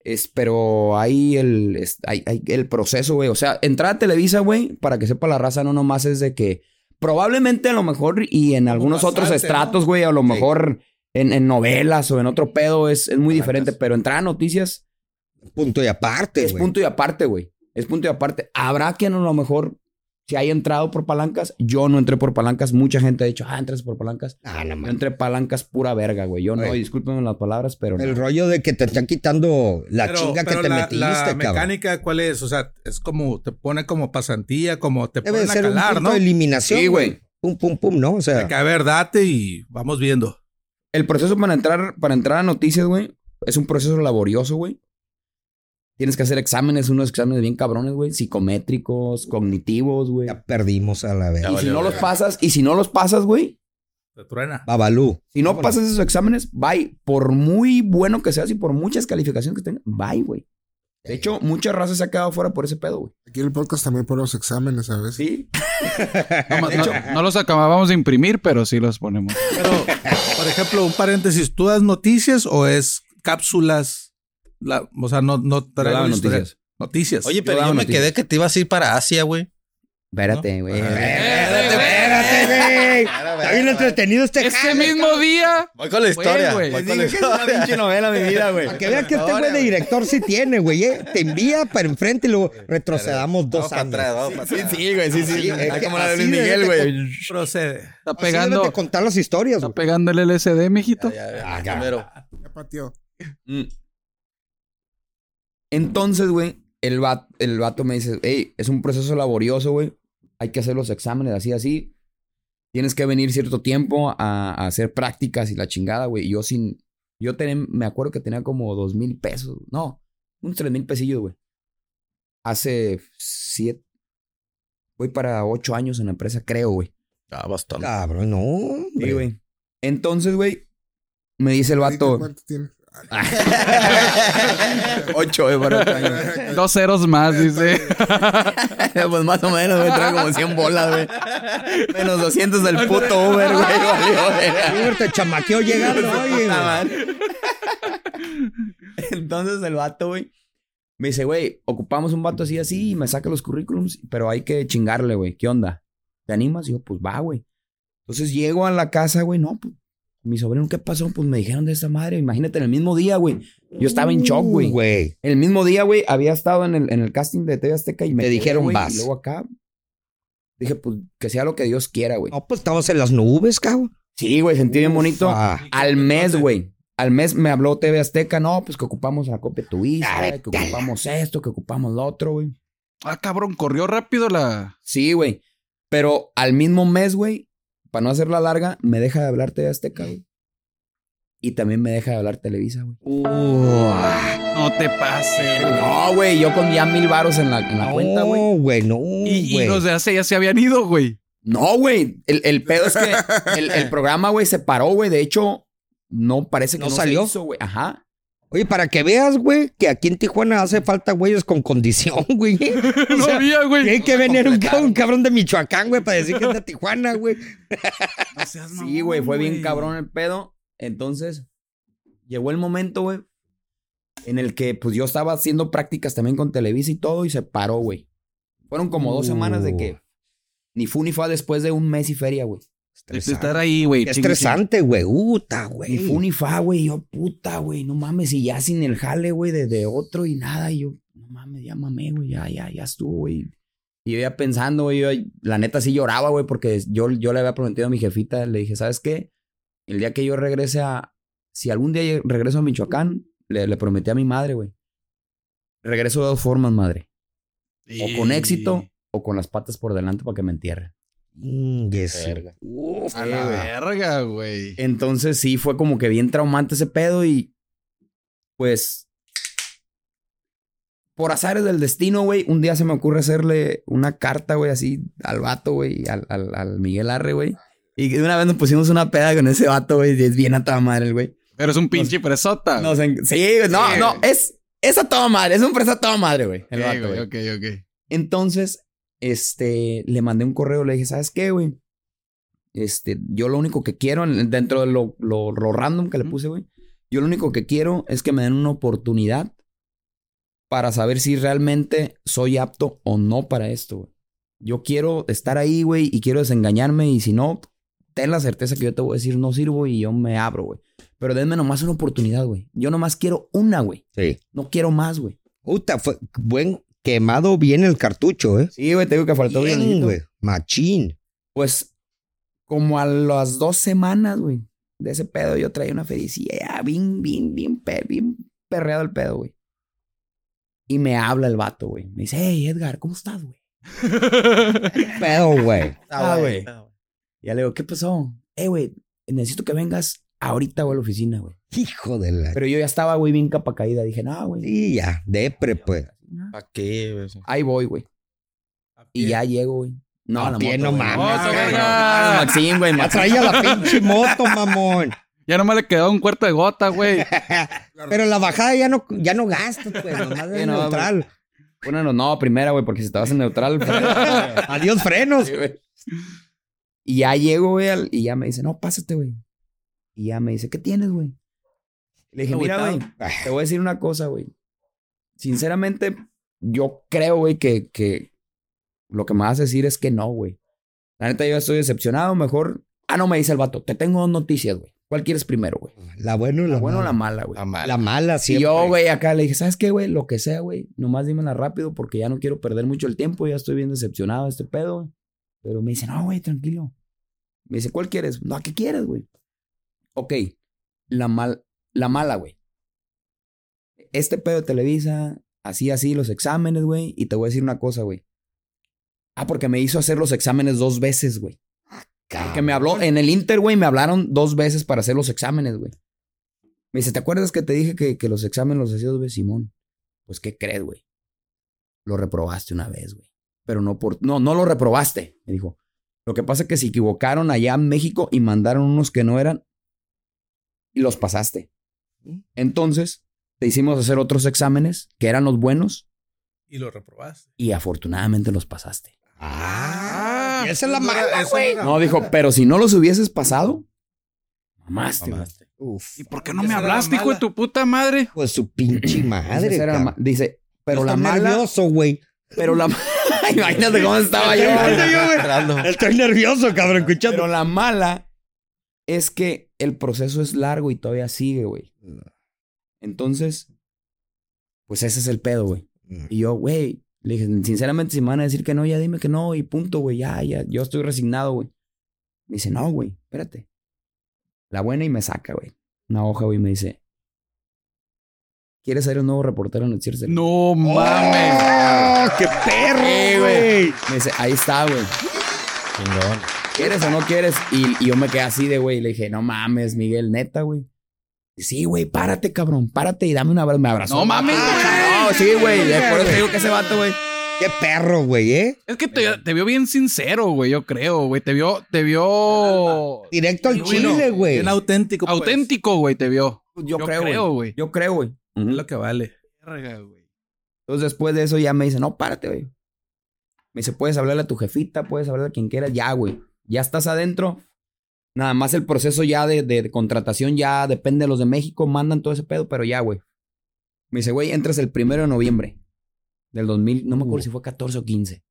Es, pero ahí el, es- hay- hay el proceso, güey. O sea, entrar a Televisa, güey, para que sepa la raza, no nomás es de que probablemente a lo mejor y en algunos otros
pasarte,
estratos, güey, a lo mejor en, en novelas o en otro pedo es, es muy diferente. Pero entrar a noticias
Punto y aparte,
es
Este, güey.
punto y aparte, güey. Es punto y aparte. Habrá quien a lo mejor si hay entrado por palancas, yo no entré por palancas. Mucha gente ha dicho, ah, entras por palancas.
Ah, no
Yo
mames.
entré palancas pura verga, güey. Yo no,
Oye.
discúlpenme las palabras, pero. no.
El rollo de que te están quitando la
Pero-
chinga
pero
que te
la,
metiste,
la
cabrón.
mecánica, ¿cuál es? O sea, es como te pone como pasantía, como te
Debe de
ponen a
ser un
calar,
punto
¿no?
de eliminación.
Sí, güey.
Pum, pum, pum, ¿no? O sea,
De que, a ver, date y vamos viendo.
El proceso para entrar, para entrar a noticias, güey, es un proceso laborioso, güey. Tienes que hacer exámenes, unos exámenes bien cabrones, güey, psicométricos, cognitivos, güey.
ya perdimos a la
Ya
Y
verga.
si
valió
no los
verga.
pasas, y si no los pasas, güey,
Te truena.
Babalú.
si no
Vámonos.
pasas esos exámenes, bye. Por muy bueno que seas y por muchas calificaciones que tengas, bye, güey. De hecho, muchas razas se ha quedado fuera por ese pedo, güey.
Aquí en el podcast también por los exámenes a veces.
Sí.
No, no- no los acabamos de imprimir, pero sí los ponemos.
Pero, por ejemplo, un paréntesis, ¿tú das noticias o es cápsulas? La- o sea, no, no trae
daba
un historial.
noticias.
Noticias.
Oye, pero
daba
yo me
noticias.
quedé que te ibas a ir para Asia, güey.
Espérate, güey.
Espérate, espérate, güey. Está bien entretenido este
Este
jale,
mismo día.
Voy con la historia.
güey.
voy con la historia.
pinche novela mi vida, güey.
Para que veas que este güey de director sí tiene, güey. ¿eh? Te envía para enfrente y luego retrocedamos dos
Vamos para atrás,
años.
vamos para atrás.
güey, sí,
Así, es que así
Luis
debe de
güey.
procede.
Está
Así debes
pegando,
de contar las historias,
está
güey.
pegando el LSD, mijito.
Ya, ya, ya, mero.
Ya pateó.
Mm. Entonces, güey, el, va- el vato me dice, hey, es un proceso laborioso, güey. Hay que hacer los exámenes así, así. Tienes que venir cierto tiempo a, a hacer prácticas y la chingada, güey. Y Yo sin... Yo tenem- me acuerdo que tenía como dos mil pesos. No, unos tres mil pesillos, güey. Hace siete... Voy para ocho años en la empresa, creo, güey.
Ah, bastante.
Cabrón, no. hombre.
Sí, güey. Entonces, güey, me dice el
Ahorita,
vato...
¿Cuánto tienes?
Ocho, güey, para ocho años.
Dos ceros más, dice.
pues más o menos, güey. Trae como 100 bolas, güey. Menos 200 del puto Uber, güey. Valió, güey.
Uber te chamaqueó llegando, oye, güey.
Puta madre. Entonces el vato, güey, me dice, güey, ocupamos un vato así, así, y me saca los currículums, pero hay que chingarle, güey. ¿Qué onda? ¿Te animas? Y yo, pues va, güey. Entonces llego a la casa, güey, no, pues. Mi sobrino, ¿qué pasó? Pues me dijeron de esta madre. Imagínate, en el mismo día, güey. Yo estaba en shock, güey.
Güey.
El mismo día, güey, había estado en el, en el casting de TV Azteca y me
Te
quedé,
dijeron,
güey,
vas.
Y luego acá dije, pues que sea lo que Dios quiera, güey.
No, pues estabas en las nubes, cabrón.
Sí, güey, sentí bien bonito.
Ah.
Al mes, güey. Al mes me habló TV Azteca, no, pues que ocupamos la copia
Ah,
tuista,
vete
que
a la-
ocupamos esto, que ocupamos lo otro, güey.
Ah, cabrón, corrió rápido la.
Sí, güey. Pero al mismo mes, güey, para no hacerla larga, me deja de hablar TV Azteca, güey. Y también me deja de hablar Televisa, güey.
No te pases.
No, güey, yo con ya mil varos en la, en la cuenta, güey.
No, güey, no,
Y, y
güey.
los de Asia ya se habían ido, güey.
No, güey. El, el pedo es que el, el programa, güey, se paró, güey. De hecho, no parece que
¿No
no,
salió?
Se hizo, güey. Ajá.
Oye, para que veas, güey, que aquí en Tijuana hace falta güeyes con condición, güey. O
No
sea,
había, güey.
Tiene que venir un, ca- un cabrón de Michoacán, güey, para decir que es de Tijuana, güey.
Sí, güey. Fue bien cabrón el pedo. Entonces, llegó el momento, güey, en el que, pues, yo estaba haciendo prácticas también con Televisa y todo y se paró, güey. Fueron como dos
Uh.
semanas de que ni fu ni fue después de un mes y feria, güey.
De estar ahí, güey.
Qué
ching, ching.
estresante, güey. Uta,
Ni fu
güey.
ni fa, güey. Yo, puta, güey. No mames. Y ya sin el jale, güey, de, de otro y nada. Y yo, no mames, ya mamé, güey. Ya, ya, ya estuvo, güey. Y yo ya pensando, güey. yo, La neta sí lloraba, güey, porque yo, yo le había prometido a mi jefita. Le dije, ¿sabes qué? El día que yo regrese a. Si algún día yo regreso a Michoacán, le, le prometí a mi madre, güey. Regreso de dos formas, madre. O con éxito o con las patas por delante para que me entierren.
Ingue su-
Verga.
Uf,
A la verga, güey.
Entonces sí fue como que bien traumante ese pedo y pues por azares del destino, güey, un día se me ocurre hacerle una carta, güey, así al vato, güey, al, al- al Miguel Arre, güey. Y de una vez nos pusimos una peda con ese vato, güey, y es bien a toda madre el güey.
Pero es un pinche presota.
Nos en- Sí, no,
Ah, Sí,
no,
güey.
es, es a toda madre, es un presa a toda madre, güey. El
Ok,
vato,
güey,
güey.
ok, ok.
Entonces, este, le mandé un correo, le dije, ¿sabes qué, güey? Este, yo lo único que quiero, en- dentro de lo, lo, lo random que le puse, güey, yo lo único que quiero es que me den una oportunidad para saber si realmente soy apto o no para esto, güey. Yo quiero estar ahí, güey, y quiero desengañarme, y si no, ten la certeza que yo te voy a decir no sirvo y yo me abro, güey. Pero denme nomás una oportunidad, güey. Yo nomás quiero una, güey.
Sí.
No quiero más, güey.
Uta, fue buen quemado bien el cartucho, ¿eh?
Sí, güey, te digo que faltó
Bien,
violín.
güey. Machín.
Pues como a las dos semanas, güey, de ese pedo, yo traía una felicía, ya, bien, bien, bien, per- bien perreado el pedo, güey. Y me habla el vato, güey. Me dice, hey, Edgar, ¿cómo estás, güey?
Pedo, güey.
Ah, güey. Ya le digo, ¿qué pasó? Eh, güey, necesito que vengas ahorita, güey, a la oficina, güey.
Hijo de la.
Pero yo ya estaba, güey, bien capa caída. Dije, no, güey.
Sí, ya. Depre, pues.
¿Para qué, güey?
Ahí voy, güey. Y ya llego, güey. No,
A
la
pie,
moto,
no
güey.
mames,
No,
güey.
no, no, Maxim, güey.
Ya
Maxim.
traía la pinche moto, mamón.
Ya nomás le quedó un cuarto de gota, güey.
Pero la bajada ya no, ya no gastas, pues. Nomás
Sí,
es
no,
neutral.
Bueno, no, no, primera, güey, porque si estabas en neutral. pues,
Adiós, frenos.
sí, güey. y ya llego, güey, al- y ya me dice, no, pásate, güey. Y ya me dice, ¿qué tienes, güey? Le dije, mira, güey, te voy a decir una cosa, güey. Sinceramente, yo creo, güey, que, que lo que me vas a decir es que no, güey. La neta, yo estoy decepcionado, mejor. Ah, no, me dice el vato, te tengo dos noticias, güey. ¿Cuál quieres primero, güey?
La buena o
La
la
buena o la
mala.
mala, güey.
La mala,
Y
sí.
yo, güey, acá le dije, ¿sabes qué, güey? Lo que sea, güey. Nomás dímela rápido porque ya no quiero perder mucho el tiempo. Ya estoy bien decepcionado de este pedo, güey. Pero me dice, no, güey, tranquilo. Me dice, ¿cuál quieres? No, ¿a qué quieres, güey? Ok, la, mal, la mala, güey. Este pedo de Televisa, así, así, los exámenes, güey. Y te voy a decir una cosa, güey. Ah, porque me hizo hacer los exámenes dos veces, güey. Que me habló, en el Inter, güey, me hablaron dos veces para hacer los exámenes, güey. Me dice, ¿te acuerdas que te dije que, que los exámenes los hacía dos veces, Simón? Pues, ¿qué crees, güey? Lo reprobaste una vez, güey. Pero no por... No, no lo reprobaste, me dijo. Lo que pasa es que se equivocaron allá en México y mandaron unos que no eran y los pasaste. Entonces, te hicimos hacer otros exámenes que eran los buenos
Y lo reprobaste.
y afortunadamente los pasaste.
Ah, y esa es la
No,
mala,
eso
güey.
no
No, dijo, pero si no los hubieses pasado, mamaste, güey.
Uf.
¿Y por qué no
Esa
me
era la
hablaste, hijo de
mala.
tu puta madre?
Pues su pinche
Dice,
madre.
"Era la
cabrón.
ma- dice, pero
Yo
la
estoy
mala,
nervioso, güey.
pero la imagínate cómo estaba yo. güey.
Estoy nervioso, cabrón, escuchando.
Pero la mala es que el proceso es largo y todavía sigue, güey. Entonces, pues ese es el pedo, güey. Y yo, güey, le dije, sinceramente, si me van a decir que no, ya dime que no y punto, güey, ya, ya, yo estoy resignado, güey. Me dice, no, güey, espérate. La buena y me saca, güey. Una hoja, güey, y me dice, ¿quieres ser el nuevo reportero en el Cierce?
No mames.
¡Oh, qué perro, güey!
Me dice, ahí está, güey.
Chingón.
¿Quieres o no quieres? Y, y yo me quedé así de, güey. Le dije, no mames, Miguel, neta, güey. Sí, güey, párate, cabrón, párate y dame un abrazo. Me abrazó.
No mames,
Ah,
güey.
No, sí, güey. eh, Por eso te digo que ese vato, güey.
¡Qué perro, güey, eh!
Es que te, te vio bien sincero, güey, yo creo, güey. Te vio, te vio
Directo al
Sí, güey,
chile,
no.
güey.
Bien auténtico. pues.
auténtico, güey, te vio.
Yo,
Yo
creo,
creo,
güey.
güey.
Yo creo, güey.
Es lo que vale.
Verga, güey.
Entonces, después de eso, ya me dice, no, párate, güey. Me dice, puedes hablarle a tu jefita, puedes hablarle a quien quieras. Ya, güey. Ya estás adentro. Nada más el proceso ya de, de- de contratación ya depende de los de México. Mandan todo ese pedo, pero ya, güey. Me dice, güey, entras el primero de noviembre del 2000. No me
Uh.
acuerdo si fue 14 o 15.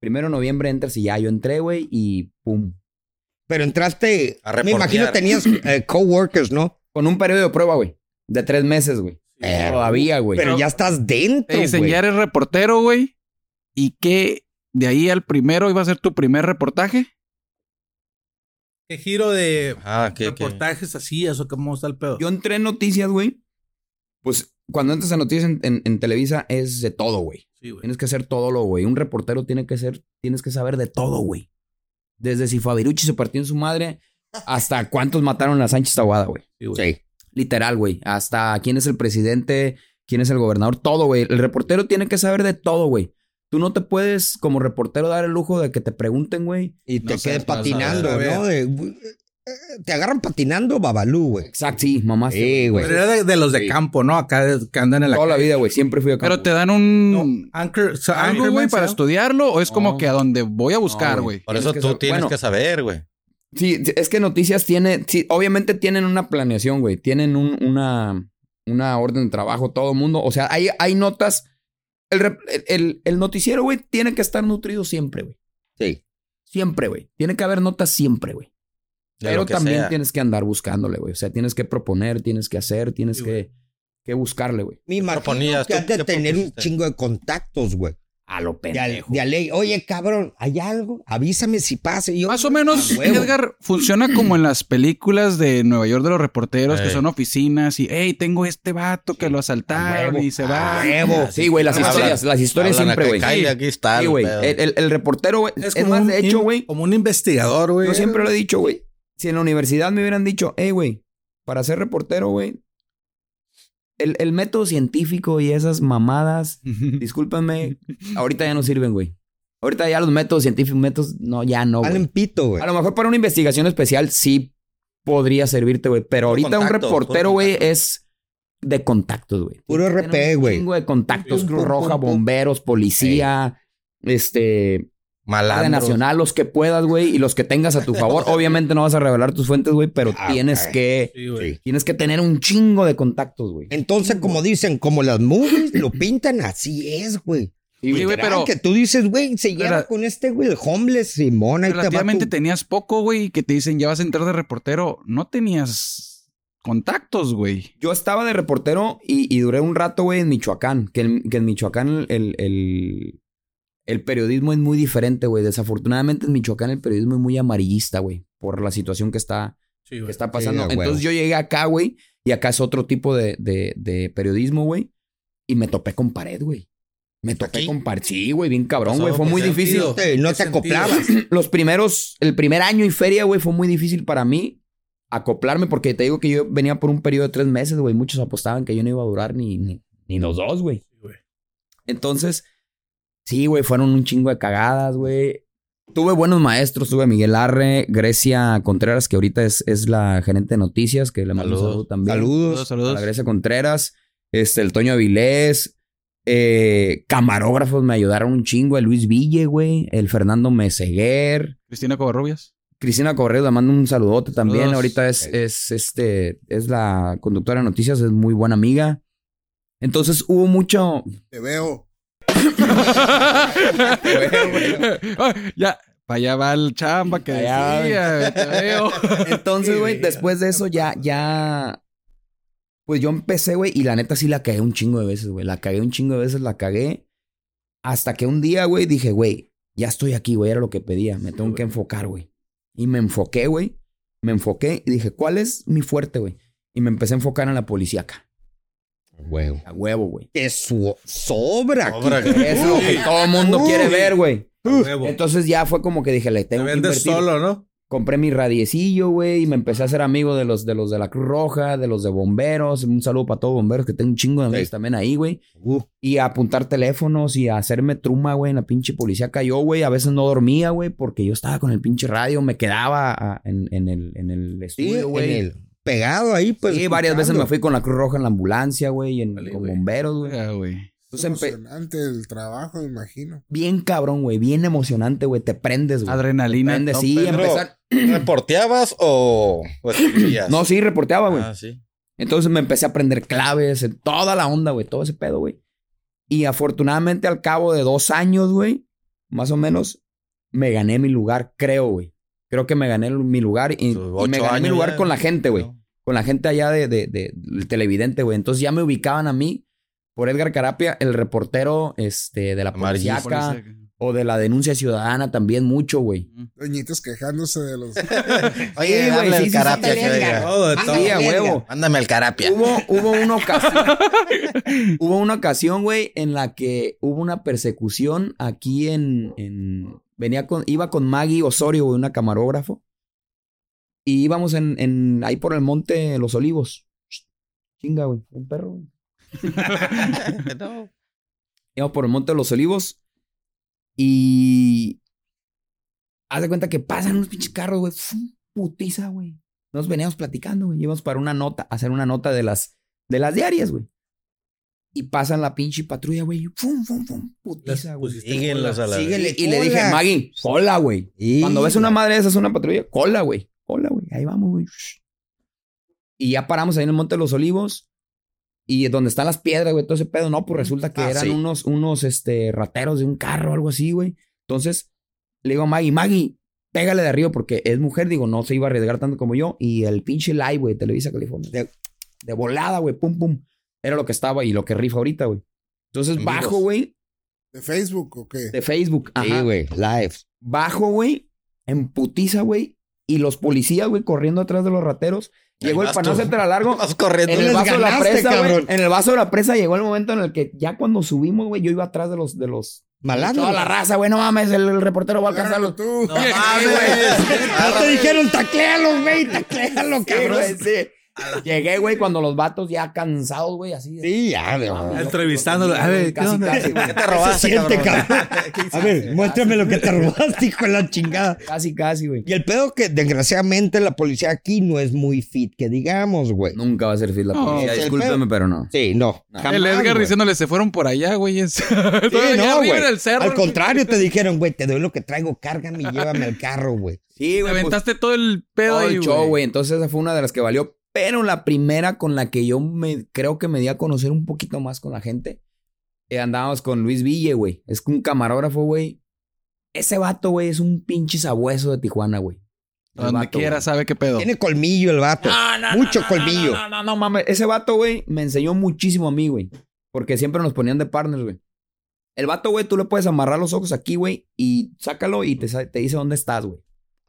Primero de noviembre entras y ya yo entré, güey, y pum.
Pero entraste,
A
me
reportear.
imagino tenías eh, coworkers, ¿no?
Con un periodo de prueba, güey. De tres meses, güey.
Eh,
Todavía, güey.
Pero, ya estás dentro,
Te
güey.
dicen, ya eres reportero, güey. ¿Y que De ahí al primero iba a ser tu primer reportaje.
¿Qué giro de
Ah, qué, qué.
reportajes así? ¿Eso cómo está el pedo?
Yo entré en noticias, güey. Pues cuando entras a noticias en, en- en Televisa es de todo, güey.
sí, güey.
Tienes que ser todo lo, güey. Un reportero tiene que ser, tienes que saber de todo, güey. Desde si Fabirucci se partió en su madre hasta cuántos mataron a Sánchez Tahuada, güey.
Sí, güey.
Sí.
Literal, güey. Hasta quién es el presidente, quién es el gobernador, todo, güey. El reportero tiene que saber de todo, güey. Tú no te puedes, como reportero, dar el lujo de que te pregunten, güey.
Y te
No sé,
quedes
no sabes,
patinando,
a ver.
¿no? De- eh, te agarran patinando, babalú, güey.
Exacto, sí, mamá.
Sí, güey.
Pero era de, de los de
Sí.
campo, ¿no? Acá de- que andan en la...
Toda la vida, güey. Siempre fui a campo.
Pero te dan un Ah,
No, Ah, Anchor, o sea,
algo, güey,
Anchorman,
para
¿sí?
estudiarlo o es
No.
como que a donde voy a buscar,
No,
güey.
Por
Tienes
eso
que
tú
sab-
tienes
bueno.
que saber, güey.
Sí, es que Noticias tiene, sí, obviamente tienen una planeación, güey. Tienen un- una, una orden de trabajo, todo el mundo. O sea, hay, hay notas. El, rep- el- el- el noticiero, güey, tiene que estar nutrido siempre, güey.
Sí.
Siempre, güey. Tiene que haber notas siempre, güey.
De
Pero
lo que
también
sea.
tienes que andar buscándole, güey. O sea, tienes que proponer, tienes que hacer, tienes
Sí,
que, que buscarle, güey.
Me imagino
proponías?
que
¿Tú
has de
qué
tener un
propusiste?
chingo de contactos, güey.
A lo
De, a-
pendejo.
de a ley. Oye, cabrón, ¿hay algo? Avísame si pasa. Y yo,
Más o menos,
a huevo.
Edgar funciona como en las películas de Nueva York de los reporteros, que
Ey.
son oficinas y, hey, tengo este vato que lo
A
asaltaron
huevo,
y se
a
va.
huevo.
Sí, güey, las
Hablan-
historias, las historias
hablan
siempre,
acá,
güey.
"Kyle, aquí está.
Sí,
el
güey.
pedo".
El, el- el reportero, güey. Es, más,
un-
de hecho, güey.
Como un investigador, güey.
Yo siempre lo he dicho, güey. Si en la universidad me hubieran dicho, hey, güey, para ser reportero, güey, el, el método científico y esas mamadas, discúlpenme, ahorita ya no sirven, güey. Ahorita ya los métodos científicos, métodos, no, ya no,
Valen
güey.
pito, güey.
A lo mejor para una investigación especial sí podría servirte, güey. Pero ahorita
contacto,
un reportero,
puro
güey, es de contactos, güey.
Puro
Tiene
RP,
un
güey.
Chingo de contactos,
Pum,
Cruz
pum,
Roja,
pum, pum.
bomberos, policía, este, Guardia
Malandro.
Nacional, los que puedas, güey, y los que tengas a tu favor. Obviamente no vas a revelar tus fuentes, güey, pero
Ah,
tienes
ok.
que
Sí, güey.
Sí.
tienes que tener un chingo de contactos, güey.
Entonces, como dicen, como las movies lo pintan, así es, güey.
Sí, güey,
Literal,
pero
que tú dices, güey, se
Pero-
lleva con este, güey, el homeless, Simón, ahí te va
relativamente
tu-
tenías poco, güey, y que te dicen, ya vas a entrar de reportero. No tenías contactos, güey.
Yo estaba de reportero y, y duré un rato, güey, en Michoacán. Que en, que en Michoacán el, el, el- el periodismo es muy diferente, güey. Desafortunadamente en Michoacán el periodismo es muy amarillista, güey. Por la situación que está,
Sí,
que
güey.
está pasando.
Sí, a huevo.
Entonces yo llegué acá, güey. Y acá es otro tipo de, de- de periodismo, güey. Y me topé con pared, güey. Me topé
¿Aquí?
con pared. Sí, güey, bien cabrón,
Pues,
Pasó
güey. Fue muy
por
difícil.
No te, no
¿Qué
te
sentido?
acoplabas.
Los primeros, el primer año y feria, güey, fue muy difícil para mí acoplarme porque te digo que yo venía por un periodo de tres meses, güey. Muchos apostaban que yo no iba a durar ni, ni, ni los dos, güey.
güey.
Entonces, sí, güey, fueron un chingo de cagadas, güey. Tuve buenos maestros, tuve a Miguel Arre, Grecia Contreras, que ahorita es, es la gerente de noticias, que le mando un
Saludos.
saludo también.
Saludos.
A la Grecia Contreras, este, el Toño Avilés, eh, camarógrafos me ayudaron un chingo, el Luis Ville, güey, el Fernando Meseguer,
Cristina Covarrubias.
Cristina Correo, le mando un saludote también.
Saludos.
Ahorita es, es, este, es la conductora de noticias, es muy buena amiga. Entonces hubo mucho.
Te veo.
Ah, ya, para allá va el chamba que
Allá va.
decía, güey, te veo.
Entonces,
Sí,
güey,
güey,
después de eso ya, ya. Pues yo empecé, güey, y la neta sí la cagué un chingo de veces, güey. La cagué un chingo de veces, la cagué. Hasta que un día, güey, dije, güey, ya estoy aquí, güey, era lo que pedía. Me tengo que enfocar, güey. Y me enfoqué, güey. Me enfoqué y dije, ¿cuál es mi fuerte, güey? Y me empecé a enfocar en la policíaca.
Güey.
A huevo, güey.
Que su- sobra. aquí.
Sobra, güey.
Es lo que todo el mundo
Uy.
quiere ver, güey.
Huevo.
Entonces ya fue como que dije, le
Te
tengo que
vendes
invertir
solo, ¿no?
compré mi radiecillo, güey, y me empecé a hacer amigo de los de los de la Cruz Roja, de los de bomberos, un saludo para todos bomberos que tengo un chingo de amigos
Sí.
también ahí, güey,
Uh,
y a apuntar teléfonos y a hacerme truma, güey, en la pinche policía cayó, güey, a veces no dormía, güey, porque yo estaba con el pinche radio, me quedaba ah, en, en el en el
sí,
estudio,
en
güey.
el- pegado ahí, pues.
sí, varias veces me
escuchando.
fui con la Cruz Roja en la ambulancia, güey, y en,
Dale,
con
güey.
bomberos, güey.
Ah, güey.
Es
Entonces, empe-
emocionante el trabajo, me imagino.
bien cabrón, güey, bien emocionante, güey, te prendes, güey. Te
Adrenalina.
prendes,
top,
sí,
Pedro.
empezar.
¿Reporteabas o, o escribías?
No, sí, reporteaba, güey.
Ah, sí.
Entonces me empecé a aprender claves, en toda la onda, güey, todo ese pedo, güey. Y afortunadamente al cabo de dos años, güey, más o menos, me gané mi lugar, creo, güey. Creo que me gané el- mi lugar
Tus
y, y
ocho
me gané mi
años
lugar
ya,
con la gente, güey.
¿no?
Con la gente allá de, de- de- del televidente, güey. Entonces ya me ubicaban a mí por Edgar Carapia, el reportero este, de la
Amarillista.
policía
policía.
o de la denuncia ciudadana también mucho, güey.
Doñitos quejándose de los.
Oye,
Sí, güey,
dale el
sí, sí, sí,
carapia.
sí,
que
sí,
diga.
Todo de
Ah,
todo.
Sí, a
verga.
huevo.
Mándame el carapia.
Hubo, hubo una ocasión. hubo una ocasión, güey, en la que hubo una persecución aquí en. en- venía con. Iba con Maggie Osorio, güey, una camarógrafo. Y íbamos en, en- ahí por el monte de los olivos. Chinga, güey. Un perro, güey.
No.
Íbamos por el monte de los olivos. Y. Haz de cuenta que pasan unos pinches carros, güey. ¡fum! Putiza, güey. Nos veníamos platicando, güey. Íbamos para una nota, a hacer una nota de las, de las diarias, güey. Y pasan la pinche patrulla, güey. ¡Fum, fum, fum! Putiza,
Les
güey.
pusiste
Síguenlos a la
Sigue
vez.
el-
Y, y le dije,
Hola.
Maggie, hola, güey.
Y-
Cuando ves una madre de esas, una patrulla, cola, güey. Cola, güey. Ahí vamos, güey. Shh. Y ya paramos ahí en el Monte de los Olivos. Y donde están las piedras, güey, todo ese pedo. No, pues resulta que
Ah,
eran
sí.
unos, unos este, rateros de un carro o algo así, güey. Entonces le digo a Maggie, Maggie, pégale de arriba porque es mujer. Digo, no se iba a arriesgar tanto como yo. Y el pinche live, güey, Televisa California. De, de volada, güey, pum, pum. Era lo que estaba y lo que rifa ahorita, güey. Entonces
Amigos.
bajo, güey,
¿De Facebook o qué?
de Facebook.
Sí,
Ajá.
güey, live.
Bajo, güey, en putiza, güey. Y los policías, güey, corriendo atrás de los rateros.
Ahí
Llegó el
vas
para no
tú.
hacértela largo.
Vas corriendo.
En el
les
vaso de la
ganaste,
presa, güey.
cabrón.
En el vaso de la presa llegó el momento en el que ya cuando subimos, güey, yo iba atrás de los, de los.
Malandro.
Toda la raza, güey, no mames, el, el reportero va a
Claro,
alcanzarlo.
tú.
No
ah,
mames, Ah, güey.
Ya te dijeron, tacléalo, güey, tacléalo,
Sí,
cabrón.
güey, sí. Llegué, güey, cuando los vatos ya cansados, güey, así. de-
Sí, ya, güey.
Entrevistándolo. A ver, ¿qué
Casi,
onda?
casi, güey.
¿Qué te robaste,
siente,
cabrón?
A ver, muéstrame lo que te robaste, hijo de la chingada.
Casi, casi, güey.
Y el pedo que desgraciadamente la policía aquí no es muy fit, que digamos, güey.
Nunca va a ser fit la
No,
policía.
es el
discúlpeme, pero no.
Sí, no. jamás,
el Edgar
güey.
diciéndole, se fueron por allá, güey. Es...
Sí,
Todavía
no,
arriba
güey.
en el cerro.
Al contrario, te dijeron, güey, te doy lo que traigo, cárgame y llévame al carro, güey.
Sí,
Te
pues,
aventaste todo el pedo
todo el
ahí,
show, güey. Entonces esa fue una de las que valió. Pero la primera con la que yo me creo que me di a conocer un poquito más con la gente. eh, andábamos con Luis Ville, güey. Es que un camarógrafo, güey. Ese vato, güey, es un pinche sabueso de Tijuana, güey. El
Donde
vato,
quiera
güey.
sabe qué pedo.
Tiene colmillo el vato.
No, no, no,
Mucho
no,
colmillo.
No, no, no, no, mames. Ese vato, güey, me enseñó muchísimo a mí, güey. Porque siempre nos ponían de partners, güey. El vato, güey, tú le puedes amarrar los ojos aquí, güey, y sácalo y te, sa- te dice dónde estás, güey.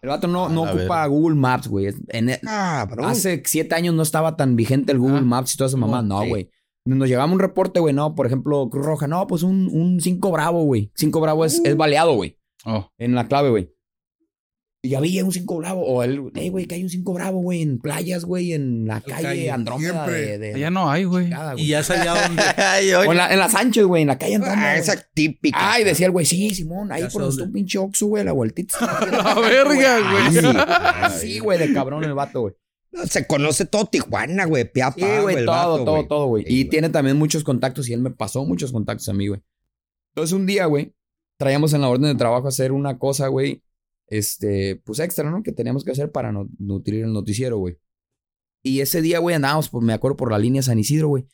El vato no,
A
no
la
ocupa
verga.
Google Maps, güey. Es- en e, el-
Cabrón.
Hace siete años no estaba tan vigente el Google
Ah.
Maps y toda esa mamá. No,
sí.
güey. Nos llegaba un reporte, güey, no, por ejemplo, Cruz Roja. No, pues un, un cinco bravo, güey. Cinco bravo es, es baleado, güey.
Oh.
En la clave, güey. Y ya vi un 5 bravo. O el, hey, güey, que hay un 5 bravo, güey, en playas, güey, en la calle,
calle,
Andrómeda
siempre.
de. de-
Allá no hay, güey.
chingada, güey.
Y ya es allá donde.
Ay, oye.
O en la, en la Sánchez, güey, en la calle Andrómeda.
Ah,
güey.
esa típica.
Ay, decía el güey, sí, Simón, ahí
Ya
por
sé
donde
dónde.
está un pinche Oxxo, güey, la vueltita.
La verga, güey.
Sí, sí, güey, de cabrón el vato, güey.
No, se conoce todo Tijuana, güey. Piapa,
Sí, güey,
el
todo, todo,
vato, güey.
todo, güey.
Sí,
Y
güey.
tiene también muchos contactos y él me pasó muchos contactos a mí, güey. Entonces un día, güey, traíamos en la orden de trabajo hacer una cosa, güey, este, pues extra, ¿no? Que teníamos que hacer para no- nutrir el noticiero, güey. Y ese día, güey, andábamos, por, me acuerdo, por la línea San Isidro, güey.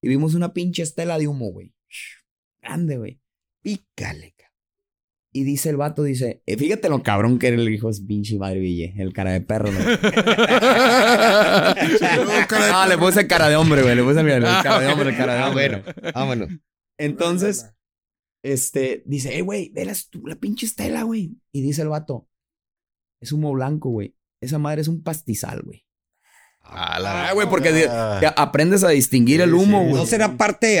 Y vimos una pinche estela de humo, güey. Grande, güey.
Pícale, cabrón.
Y dice el vato, dice, eh, fíjate lo cabrón que era el hijo es pinche madre Ville, el cara de perro, güey.
Luego, cara de
Ah, le
perro.
puse cara de hombre, güey. Le puse el, el
Ah,
cara de
ok.
hombre, el cara de
Ah,
hombre.
bueno. Vámonos.
Entonces, este, dice, eh, güey, ve la, estu- la pinche estela, güey. Y dice el vato, es humo blanco, güey. Esa madre es un pastizal, güey.
A la-
Ah, güey, porque de-
Ah.
Te aprendes a distinguir el
Sí,
humo,
sí.
güey.
No será parte de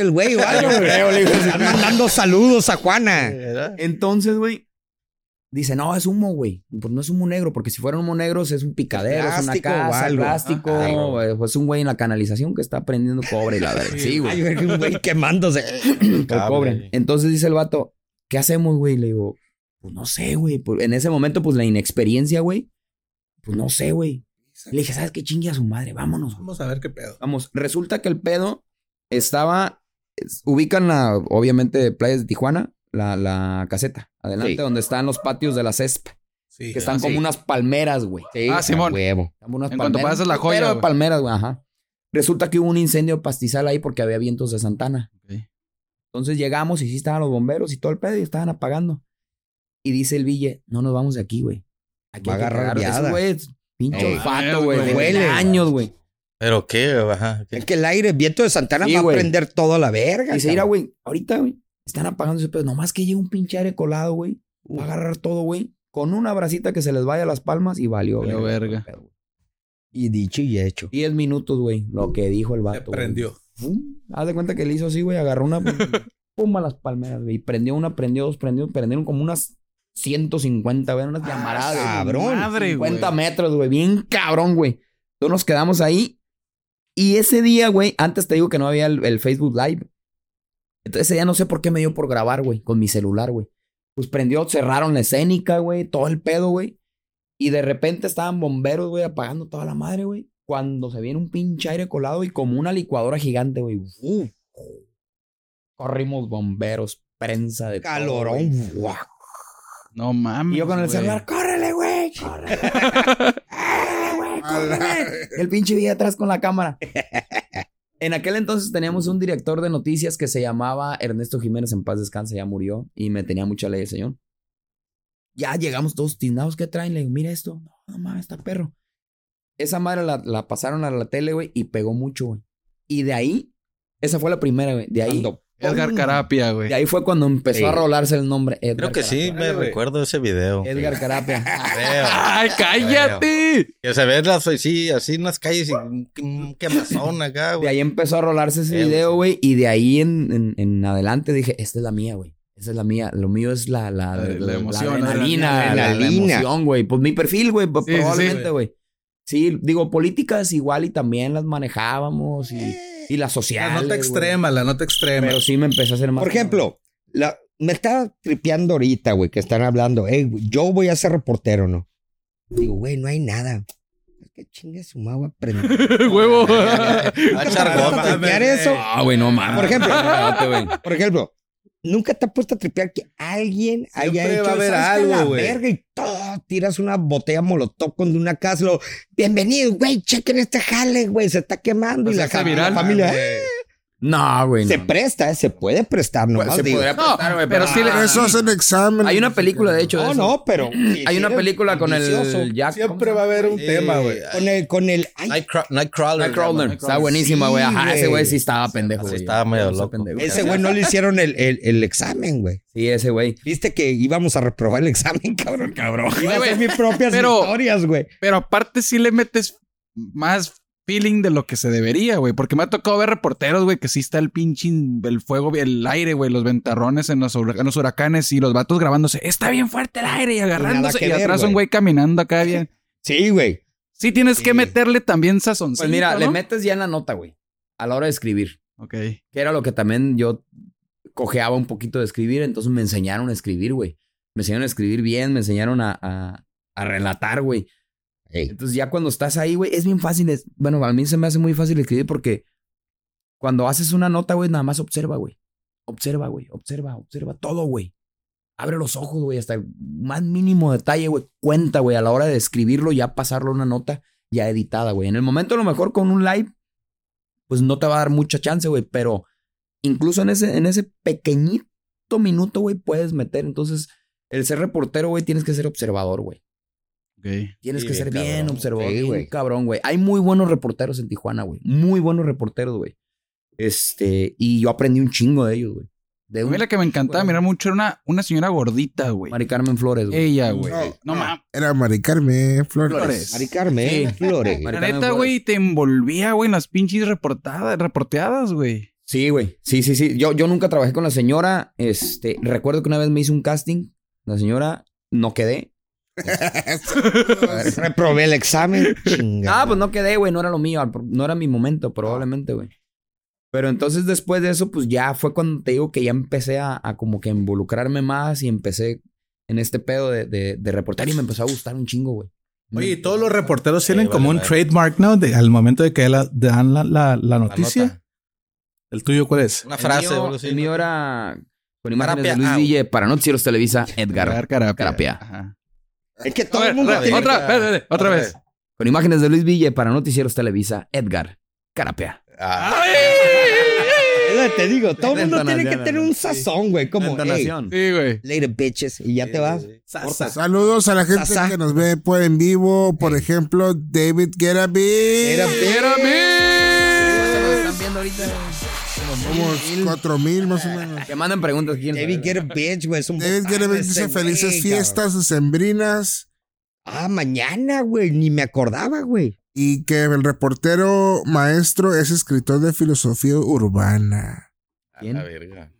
el güey, o algo, güey. Están mandando saludos a Juana.
¿Verdad?
Entonces, güey, dice, no, es humo, güey. Pues no es humo negro, porque si fuera humo negro es un picadero, es,
Plástico
una
o
casa,
algo.
plástico.
Ajá.
güey, pues es un güey en la canalización que está prendiendo cobre y la verga. Sí, güey.
Ay, güey, un güey quemándose.
el cobre. Entonces dice el vato, ¿qué hacemos, güey? Le digo, pues no sé, güey. Por- En ese momento, pues la inexperiencia, güey. Pues no sé, güey. Le dije, ¿sabes qué chingue a su madre? Vámonos, güey.
Vamos a ver qué pedo.
Vamos, resulta que el pedo estaba. es- ubican la, obviamente, playas de Tijuana, la, la caseta, adelante,
Sí.
donde están los patios de la CESP,
Sí.
que están
sí.
como unas palmeras, güey.
Ah, Simón.
a huevo.
Están unas
En cuanto
palmeras,
pasas la
un
joya,
putero de
güey.
palmeras, güey, ajá. Resulta que hubo un incendio pastizal ahí porque había vientos de Santana.
Ok.
Entonces llegamos y sí estaban los bomberos y todo el pedo y estaban apagando. Y dice el Ville, no nos vamos de aquí, güey. Aquí
Va
hay que
a agarrar
cagar". Esos,
viada.
güey, es pinche
No
olfato,
mames,
güey.
güey.
de
Huele.
años, güey.
¿Pero qué? Ajá. ¿Qué?
Es que el aire, el viento de Santana
Sí,
va
güey.
a prender todo a la verga.
Y se irá,
cabrón.
güey, ahorita, güey, están apagando ese pedo. Nomás que llega un pinche aire colado, güey. Va a agarrar todo, güey. Con una bracita que se les vaya a las palmas y valió,
Valió verga.
todo el pedo, güey.
Y dicho y hecho.
Diez minutos, güey. Lo que dijo el
Se
vato. güey.
prendió.
Pum. Haz de cuenta que le hizo así, güey. Agarró una. Pum a las palmeras, güey. Y Prendió una, prendió dos, prendió. Prendieron como unas 150, güey. Unas llamaradas. güey.
cabrón.
Madre, güey.
50 metros, güey. Bien cabrón, güey. Entonces nos quedamos ahí. Y ese día, güey, antes te digo que no había el, el Facebook Live. Entonces ese día no sé por qué me dio por grabar, güey, con mi celular, güey. Pues prendió, cerraron la escénica, güey, todo el pedo, güey. Y de repente estaban bomberos, güey, apagando toda la madre, güey. Cuando se viene un pinche aire colado y como una licuadora gigante, güey. ¡Uf! Corrimos bomberos, prensa de todo, güey.
Calorón. guau.
No mames.
Y yo con el
güey.
celular, córrele, güey. Córrele, Córrele, güey.
A la
Córrele. El pinche día atrás con la cámara. En aquel entonces teníamos un director de noticias que se llamaba Ernesto Jiménez, en paz descanse, ya murió y me tenía mucha ley el señor. Ya llegamos todos tiznados, ¿qué traen? Le digo, mira esto. No, no mames, está perro. Esa madre la, la pasaron a la tele, güey, y pegó mucho, güey. Y de ahí, esa fue la primera, güey. De ahí.
Cuando-
Edgar Carapia, güey.
De ahí fue cuando empezó
Sí.
a rolarse el nombre Edgar
Creo que sí,
Carapia.
me recuerdo ese video.
Edgar Carapia.
Creo.
¡Ay, cállate!
Que se ve las, sí, así en las calles y un- un quemazón acá,
De
güey.
ahí empezó a rolarse ese
Sí,
video, Eh, güey. Y de ahí en, en- en adelante dije, esta es la mía, güey. Esta es la mía. Lo mío es la, la,
La- la
la, la
emoción,
adrenalina, la, la
adrenalina.
emoción, güey. Pues mi perfil, güey, pues,
Sí, sí, sí.
probablemente, güey. Sí, digo, políticas igual y también las manejábamos y, y las sociales.
La nota
güey.
extrema, la nota extrema.
Pero sí me empecé a hacer más.
Por ejemplo, la, me estaba tripeando ahorita, güey, que están hablando, "Ey, güey, yo voy a ser reportero, ¿no? Digo, güey, no hay nada. ¿Qué chingue su madre voy a aprender?
¡Huevo!
A echar
¿Vas a
gota.
tripear eso?
Ah, güey, no mames.
Por ejemplo.
Espérate, güey.
Por ejemplo, nunca te has puesto a tripear que alguien haya
Siempre
hecho
va a haber
"Sabes que
algo,
la
güey".
verga y todo, tiras una botella molotov con una casa, lo, bienvenido, güey, chequen este jale, güey, se está quemando
O
y
sea,
la,
está
ja- la
viral.
familia "Eh",
No, güey.
se
no.
presta, eh, se puede prestar, no
se podría
No,
prestar, güey.
pero sí le-
Por eso hacen examen.
Ah, Hay una película, de hecho, de
No, Ah,
eso.
no, pero
Hay una película con el Jack.
Siempre va a haber un
Sí.
tema, güey.
con el con el ay,
Nightcra- Nightcrawler.
Nightcrawler. Está buenísima, güey. Ajá, ese güey sí estaba pendejo, güey.
estaba medio
Está
loco.
pendejo.
Ese güey no le hicieron el, el, el examen, güey.
Sí, ese güey.
Viste que íbamos a reprobar el examen, cabrón, cabrón. Iba a
Güey,
hacer mis propias
pero-
historias, güey.
Pero aparte sí le metes más feeling de lo que se debería, güey. Porque me ha tocado ver reporteros, güey, que sí está el pinche, el fuego, el aire, güey, los ventarrones en los, hurra- en los huracanes y los vatos grabándose. Está bien fuerte el aire y agarrándose.
que
Y,
ver,
atrás un
güey.
güey caminando acá bien.
Sí, güey.
Sí tienes que meterle también sazoncito,
Pues mira, le
¿no?
metes ya en la nota, güey. A la hora de escribir.
Ok.
Que era lo que también yo cojeaba un poquito de escribir. Entonces me enseñaron a escribir, güey. Me enseñaron a escribir bien. Me enseñaron a, a, a relatar, güey.
Ey.
Entonces ya cuando estás ahí, güey, es bien fácil. es- bueno, a mí se me hace muy fácil escribir porque cuando haces una nota, güey, nada más observa, güey. Observa, güey. Observa, observa todo, güey. Abre los ojos, güey, hasta el más mínimo detalle, güey. Cuenta, güey, a la hora de escribirlo, ya pasarlo a una nota ya editada, güey. En el momento, a lo mejor con un live, pues no te va a dar mucha chance, güey, pero incluso en ese, en ese pequeñito minuto, güey, puedes meter. Entonces, el ser reportero, güey, tienes que ser observador, güey.
Ok.
Tienes
Sí,
que
bien
ser bien
cabrón.
observador.
Sí,
bien
güey.
cabrón, güey. Hay muy buenos reporteros en Tijuana, güey. Muy buenos reporteros, güey. Este, y yo aprendí un chingo de ellos, güey. De
A
un
mí la que me encantaba
Bueno.
mirar mucho era una, una señora gordita, güey.
Mari Carmen Flores, güey.
Ella, güey.
No,
No mames.
Era Mari Carmen Flores.
Flores.
Mari Carmen
Sí.
Flores.
Mari-
La
Carmen
neta,
Flores.
güey, te envolvía, güey, en las pinches reportadas, reporteadas, güey.
Sí, güey. Sí, sí, sí. Yo, yo nunca trabajé con la señora. Este, recuerdo que una vez me hizo un casting. La señora no quedé.
Reprobé el examen.
Ah,
Chingada.
pues no quedé, güey. No era lo mío. al- No era mi momento, probablemente, güey. Pero entonces después de eso, pues ya fue cuando te digo que ya empecé a, a como que involucrarme más y empecé en este pedo de, de, de reportar y me empezó a gustar un chingo, güey.
Oye, y todos los reporteros tienen
vale,
como un
vale.
trademark, ¿no? De- al momento de que la- dan la, la- la
La
noticia.
nota.
¿El tuyo cuál es?
Una
El
frase,
mío-
boludo, sí,
El mío
¿no?
era con imágenes de
Carapia
Luis
out.
Ville para Noticieros Televisa, Edgar.
Carapia.
Carapia.
Ajá.
es que
A
todo
ver,
el mundo
otra,
tiene-
otra, espérate, espérate, otra vez.
Con imágenes de Luis Ville para Noticieros Televisa, Edgar. Carapea.
Ah,
Eh, Te digo, todo el
La
mundo tiene que
entonación,
tener
la-
un
sí.
sazón, güey. Como, hey,
Entonación.
Sí, güey.
later bitches. Y ya te vas.
Sasa.
Saludos a la gente
Sasa.
que nos ve por en vivo. Por ejemplo, David Gerabi.
Era
Están viendo ahorita.
Somos 4 mil más o menos.
Que mandan preguntas. ¿quién sabe?
David get a bitch, güey. Es un
David
botán
Gerabi
ese,
dice
güey,
felices
cabrón".
fiestas sembrinas.
Ah, mañana, güey. Ni me acordaba, güey.
Y que el reportero maestro es escritor de filosofía urbana.
¿Quién?
La verga.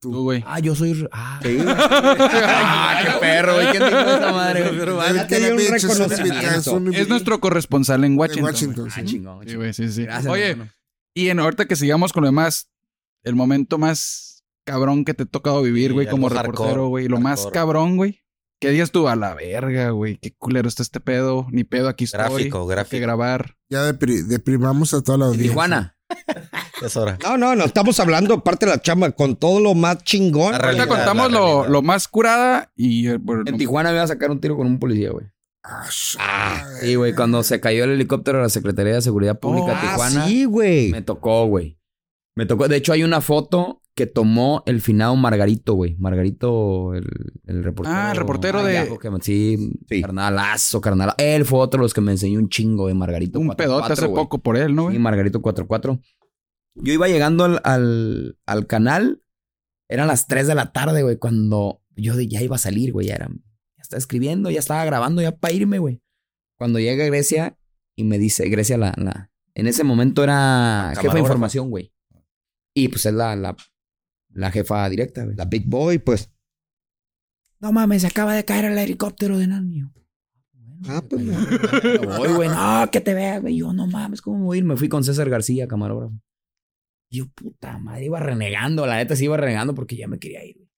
Tú, güey.
Ah, yo soy. Ah, Ah, qué perro, güey. ¿Quién dijo esa madre? güey?
David
te dio un
Gerabi es un
reconocimiento.
invitado-
Es nuestro corresponsal en
de
Washington.
Washington.
Ah,
sí.
chingón.
güey. Sí,
chingón.
güey, sí, sí.
Gracias,
Oye,
hermano.
y en ahorita que sigamos con lo demás, el momento más cabrón que te ha tocado vivir,
Sí,
güey, como
algo hardcore,
reportero, güey. Lo más
hardcore.
cabrón, güey. ¿Qué digas tú? A la verga, güey. Qué culero está este pedo. Ni pedo, aquí estoy.
Gráfico,
Tengo
gráfico.
Que grabar.
Ya depri- deprimamos a toda la
En
audiencia.
Tijuana.
Es hora.
No, no, no. Estamos hablando, aparte de la chamba, con todo lo más chingón.
La
Ahorita
realidad,
contamos
la
lo,
realidad.
lo más curada y... eh, bueno,
En Tijuana me iba a sacar un tiro con un policía, güey.
Ah,
Sí, güey. Cuando se cayó el helicóptero de la Secretaría de Seguridad Pública de
Ah,
Tijuana.
sí, güey.
Me tocó, güey. Me tocó. De hecho, hay una foto que tomó el finado Margarito, güey. Margarito, el, el reportero.
Ah, el reportero de-
Ayajo, que me- sí,
Sí.
carnalazo, carnal. Él fue otro de los que me enseñó un chingo de Margarito.
Un
44,
pedote hace
güey.
poco por él, ¿no,
Sí,
güey?
Margarito 44. Yo iba llegando al, al, al canal, eran las 3 de la tarde, güey, cuando yo de- ya iba a salir, güey, ya era, ya estaba escribiendo, ya estaba grabando, ya para irme, güey. Cuando llega Grecia y me dice, Grecia la, la en ese momento era jefa de
Camarógrafa.
información, güey. Y pues es la, la, la jefa directa, güey.
La Big Boy, pues.
No mames, se acaba de caer el helicóptero de Nanio.
Ah, pues, no.
Me voy, güey. No, que te veas, güey. Yo, no mames, ¿cómo me voy a ir? Me fui con César García, camarógrafo. Y yo, puta madre, iba renegando. La neta sí iba renegando porque ya me quería ir, güey.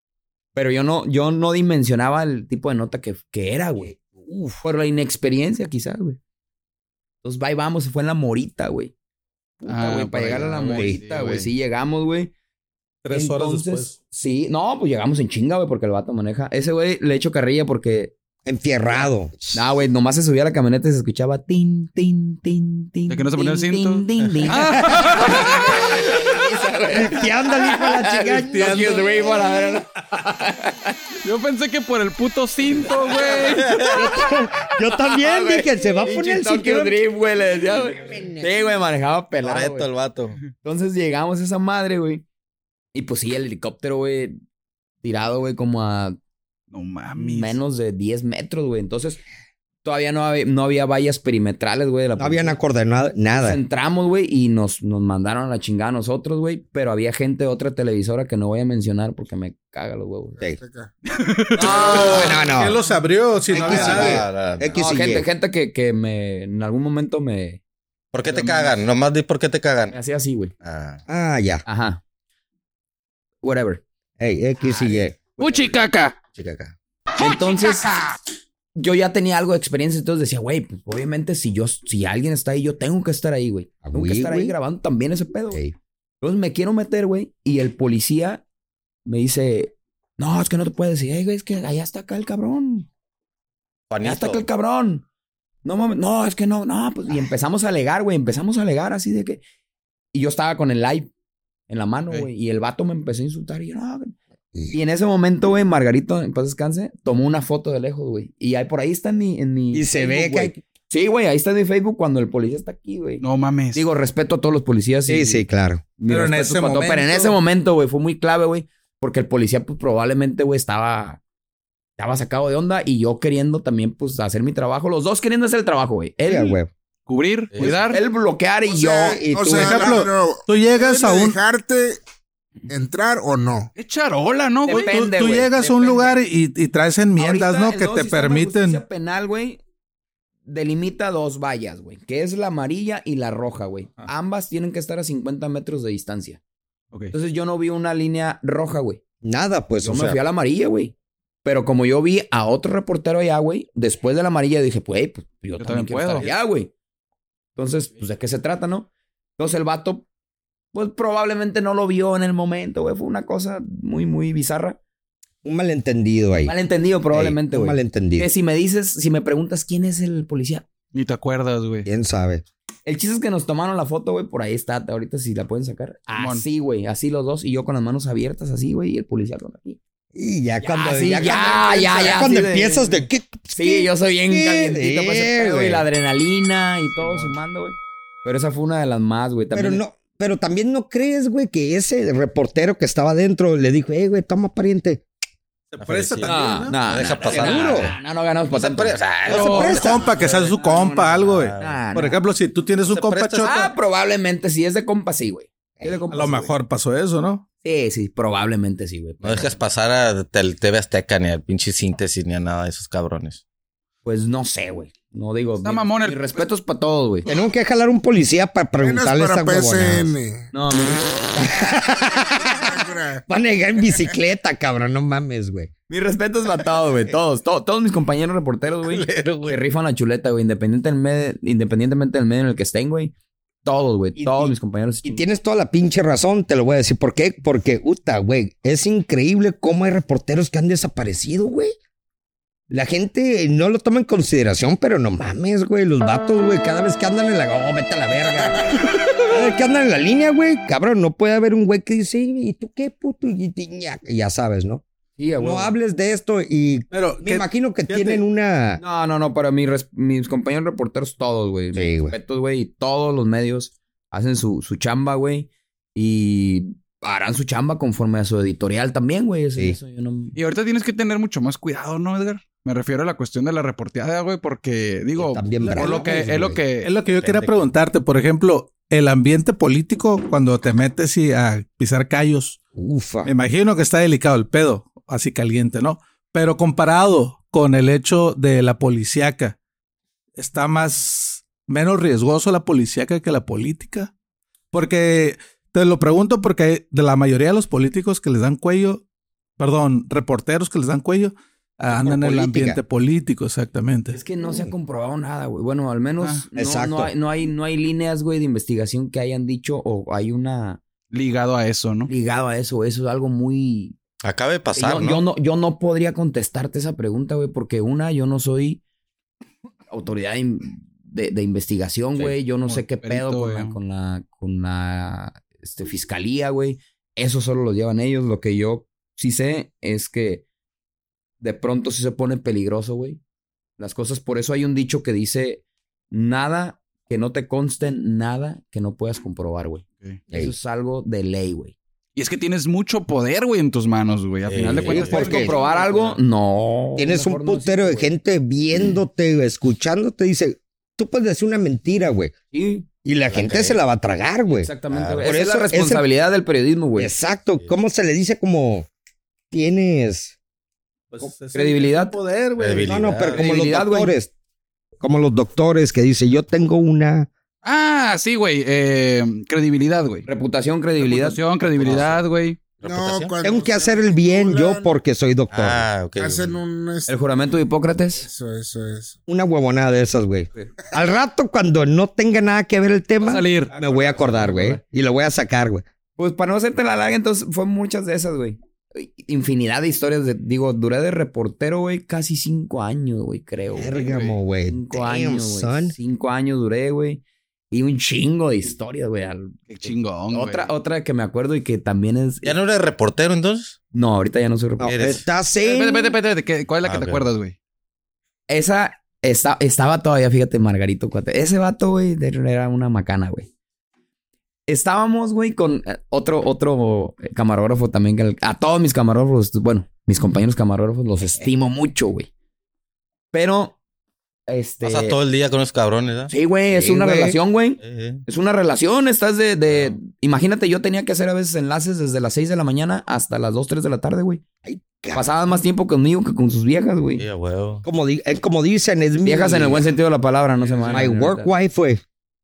Pero yo no, yo no dimensionaba el tipo de nota que, que era, güey. Uf, por la inexperiencia, quizás, güey. Entonces, va y vamos, se fue en la morita, güey. Puta,
Ah,
güey,
por
para llegar a la
allá, güey,
morita,
sí,
güey.
güey.
Sí, llegamos, güey.
Tres horas después.
Sí, no, pues llegamos en chinga, güey, porque el vato maneja. Ese güey le echo carrilla porque
Enfierrado.
no, güey, nomás se subía a la camioneta y se escuchaba tin, tin, tin, tin.
¿De que no se ponía el
tin,
cinto?
tin, tin, tin. Esa, güey.
Fiándole para la chingada.
No, que es güey, Este para ver-
Yo pensé que por el puto cinto, güey.
Yo también dije, se va a poner
Ah, Pinche
el
Tokyo
cinturón.
Drift, güey, le decía, güey. Sí, güey, manejaba pelado,
Toreto
güey.
el vato.
Entonces llegamos a esa madre, güey. Y pues sí, el helicóptero, güey, tirado, güey, como a
No mames.
menos de 10 metros, güey. Entonces todavía no había, no había vallas perimetrales, güey. de la
No habían
policía.
acordado
Entonces
nada.
entramos, güey, y nos, nos mandaron a la chingada a nosotros, güey. Pero había gente de otra televisora que no voy a mencionar porque me caga los huevos.
Sí.
Azteca. Ah,
No, no,
ah.
¿Quién
no.
los abrió si no
Ay,
había
sí,
nadie?
Ah, la-
X
No,
y
gente,
Y.
gente que, que me, en algún momento me,
¿Por qué te cagan? Nomás di por qué te
me
cagan.
hacía así, güey.
Ah.
Ah, ya.
Ajá. Whatever.
Ey, X y Y.
Uchicaca.
Chica acá.
Entonces, yo ya tenía algo de experiencia, entonces decía, güey, pues obviamente si yo, si alguien está ahí, yo tengo que estar ahí, güey.
Ah,
Tengo que
güey,
estar ahí
güey.
grabando también ese pedo. güey.
Ey.
Entonces me quiero meter, güey, y el policía me dice, no, es que no te puedes decir, "Ey, güey, es que allá está acá el cabrón. Ya
Juanito.
está acá el cabrón. No mames, no, es que no, no, pues. Y empezamos a alegar, güey, empezamos a alegar así de que. Y yo estaba con el live en la mano,
Ok.
güey, y el vato me empezó a insultar y yo, no. güey". Y en ese momento, güey, Margarito, en paz descanse, tomó una foto de lejos, güey. Y ahí por ahí está en mi. En mi
Y se ve
Facebook,
que
güey. Sí, güey, ahí está en mi Facebook cuando el policía está aquí, güey.
No mames.
Digo, respeto a todos los policías.
Sí,
y-
sí, claro.
mi
Pero en
respeto
ese
para todo, pero en
momento-
ese momento, güey, fue muy clave, güey. Porque el policía, pues, probablemente, güey, estaba... Estaba sacado de onda y yo queriendo también, pues, hacer mi trabajo. Los dos queriendo hacer el trabajo, güey.
Sí, a
Él,
huevo.
Cubrir,
eh,
Sí.
cuidar.
él bloquear y
O
yo...
sea,
y
o
tú,
sea,
ejemplo,
la- pero,
Tú llegas a
¿pueden
un...
dejarte entrar o no?
Es charola, ¿no, güey?
Tú,
Depende,
tú
güey,
llegas a un
depende.
lugar y, y traes enmiendas,
Ahorita
¿no?
el
Que
nuevo
te
sistema de
permiten.
justicia penal, güey, delimita dos vallas, güey. Que es la amarilla y la roja, güey.
Ah.
Ambas tienen que estar a 50 metros de distancia.
Ok.
Entonces, yo no vi una línea roja, güey.
Nada, pues.
Yo
O
me
sea,
fui a la amarilla, güey. Pero como yo vi a otro reportero allá, güey, después de la amarilla dije, pues, hey, pues, yo, también,
también
quiero
puedo.
estar allá, güey. Entonces, pues, ¿de qué se trata, no? Entonces el vato, pues, probablemente no lo vio en el momento, güey. Fue una cosa muy, muy bizarra.
un malentendido ahí.
Malentendido probablemente,
Ey, Un
güey.
malentendido.
Que si me dices, si me preguntas quién es el policía.
Ni te acuerdas,
eh,
güey.
¿Quién sabe?
El chiste es que nos tomaron la foto, güey. Por ahí está, ahorita si la pueden sacar.
Simón.
Así, güey. Así los dos. Y yo con las manos abiertas, así, güey. Y el policía con aquí.
Y ya,
Ya,
cuando.
sí, ya,
cuando-
ya, ya,
Cuando
sí, de-
empiezas de qué.
Sí, yo soy bien
Sí,
calientito para ese
sí,
pedo,
güey.
y la adrenalina y todo sumando, güey. Pero esa fue una de las más, güey.
Pero
También
no, pero también no crees, güey, que ese reportero que estaba adentro le dijo, eh, güey, toma pariente.
Te presta
Policía.
No,
también, ¿no?
no,
No deja
no,
pasar.
No,
Seguro.
no, no, no ganamos
Pues,
para tanto.
No se presta. compa, que seas su compa, algo, güey.
No, no.
Por ejemplo, si tú tienes un
Se
compa
presta-
chota,
Ah, probablemente sí. Es de compa, sí, güey. Es de compa,
a lo
sí, güey.
mejor pasó eso, ¿no?
Sí, sí, probablemente sí, güey.
No dejas pasar a tel- TV Azteca ni al pinche síntesis ni a nada de esos cabrones.
Pues no sé, güey. No digo.
Está
mi-
mamón el-
Mis respetos para todos, güey.
Tenemos que jalar un policía para
Menos
preguntarle
para
esta huevonada.
PCN.
No, no.
Van a llegar en bicicleta, cabrón, no mames, güey.
Mis respetos para todos, güey. Todos, to- todos mis compañeros reporteros, güey. Que rifan la chuleta, güey. Independiente del med- independientemente del medio en el que estén, güey. Todos, güey.
Y-
Todos
y-
mis compañeros.
Y tienes toda la pinche razón, te lo voy a decir. ¿Por qué? Porque, puta, güey, es increíble cómo hay reporteros que han desaparecido, güey. La gente no lo toma en consideración, pero no mames, güey. Los vatos, güey, cada vez que andan en la... Oh, vete a la verga. Cada vez que andan en la línea, güey, cabrón, no puede haber un güey que dice, ¿y tú qué, puto? Y, y- ya- ya sabes, ¿no?
Sí, a huevo.
No hables de esto y
Pero
me
¿qué-
imagino que
fíjate.
tienen una...
No, no, no, para mis, res- mis compañeros reporteros, todos, güey.
Sí, güey.
Respetos, güey, y todos los medios hacen su, su chamba, güey. Y harán su chamba conforme a su editorial también, güey. Eso-
Sí.
eso yo no-
Y ahorita tienes que tener mucho más cuidado, ¿no, Edgar? Me refiero a la cuestión de la reporteada, güey, porque, digo,
También
por lo que, es lo
Es
que...
lo que yo quería
Pendejo.
preguntarte, por ejemplo, el ambiente político cuando te metes y a pisar callos.
Ufa.
Me imagino que está delicado el pedo, así caliente, ¿no? Pero comparado con el hecho de la policíaca, está más menos riesgoso la policíaca que la política. Porque te lo pregunto porque de la mayoría de los políticos que les dan cuello, perdón, reporteros que les dan cuello, andan en el
política.
ambiente político, exactamente.
Es que no se ha comprobado nada, güey. Bueno, al menos
Ah,
no,
exacto.
no hay, no, hay, no hay líneas, güey, de investigación que hayan dicho o hay una
Ligado a eso, ¿no?
ligado a eso. Eso es algo muy...
Acaba de
que
pasar,
yo,
¿no?
yo no, yo no podría contestarte esa pregunta, güey, porque una, yo no soy autoridad in- de, de investigación,
Sí,
güey. yo no
como
sé qué
perito,
pedo con
güey.
la, con la, con la este, fiscalía, güey. Eso solo lo llevan ellos. Lo que yo sí sé es que de pronto sí se pone peligroso, güey. Las cosas, por eso hay un dicho que dice nada que no te conste, nada que no puedas comprobar, güey.
Sí.
Eso es algo de ley, güey.
Y es que tienes mucho poder, güey, en tus manos, güey. Al
Sí,
final de
sí,
cuentas,
¿por
puedes
qué?
comprobar.
¿Comprobar algo? No.
Eh, Tienes
Mejor
un
no
putero de
decirlo, güey.
gente viéndote, güey, escuchándote, dice, tú puedes decir una mentira, güey.
Sí,
Y la gente se la va a tragar, güey.
exactamente.
Claro.
güey.
Por
Esa es
eso
la
es el-
responsabilidad del periodismo, güey.
Exacto. ¿Cómo se le dice como tienes?
pues,
Credibilidad.
Poder, güey.
Credibilidad.
No, no, pero como los
Credibilidad, güey.
doctores. Como los doctores que dice, yo tengo una.
Ah, sí, güey. eh, credibilidad, güey.
Reputación, credibilidad.
Reputación, credibilidad, güey.
¿Reputación?
cuando
Tengo que
se
hacer el bien yo
postulan,
porque soy doctor.
Ah, ok.
Hacen un. es-
El juramento de Hipócrates.
Eso, eso, eso.
Una huevonada de esas, güey. Al rato, cuando no tenga nada que ver el
Va a
tema,
salir.
Ah,
me voy a acordar, güey. Y lo voy a sacar, güey.
Pues para no hacerte la larga, entonces fue muchas de esas, güey. Infinidad de historias. De, digo, duré de reportero, güey, casi cinco años, güey, creo. güey.
Vergamo, güey.
Cinco
Damn,
años, güey.
son.
Cinco años duré, güey. Y un chingo de historias, güey. Al-
Qué chingón, güey.
Otra, otra que me acuerdo y que también es.
¿Ya no eres reportero entonces?
No, ahorita ya no soy
No,
reportero.
Eres-
estás en...
Espérate, espérate, espérate, ¿qué- ¿Cuál es la
Ah,
que te
ok.
acuerdas, güey?
Esa esta- estaba todavía, fíjate, Margarito cuate. Ese vato, güey, de- era una macana, güey. Estábamos, güey, con eh, otro, otro eh, camarógrafo también. que el- A todos mis camarógrafos, bueno, mis compañeros camarógrafos los estimo mucho, güey. Pero, este.
Pasas todo el día con los cabrones, ¿verdad?
Sí, güey, es
Sí,
una
güey.
relación, güey.
Eh, eh.
Es una relación, estás de, de- Imagínate, yo tenía que hacer a veces enlaces desde las 6 de la mañana hasta las 2, 3 de la tarde, güey.
cabrón.
Pasaban más tiempo conmigo que con sus viejas, güey.
Sí, a huevo.
Como, di- eh, como dicen, es mi...
Viejas en el buen sentido de la palabra, no se me van a
Mm. My
ganar
work
ahorita.
wife, güey.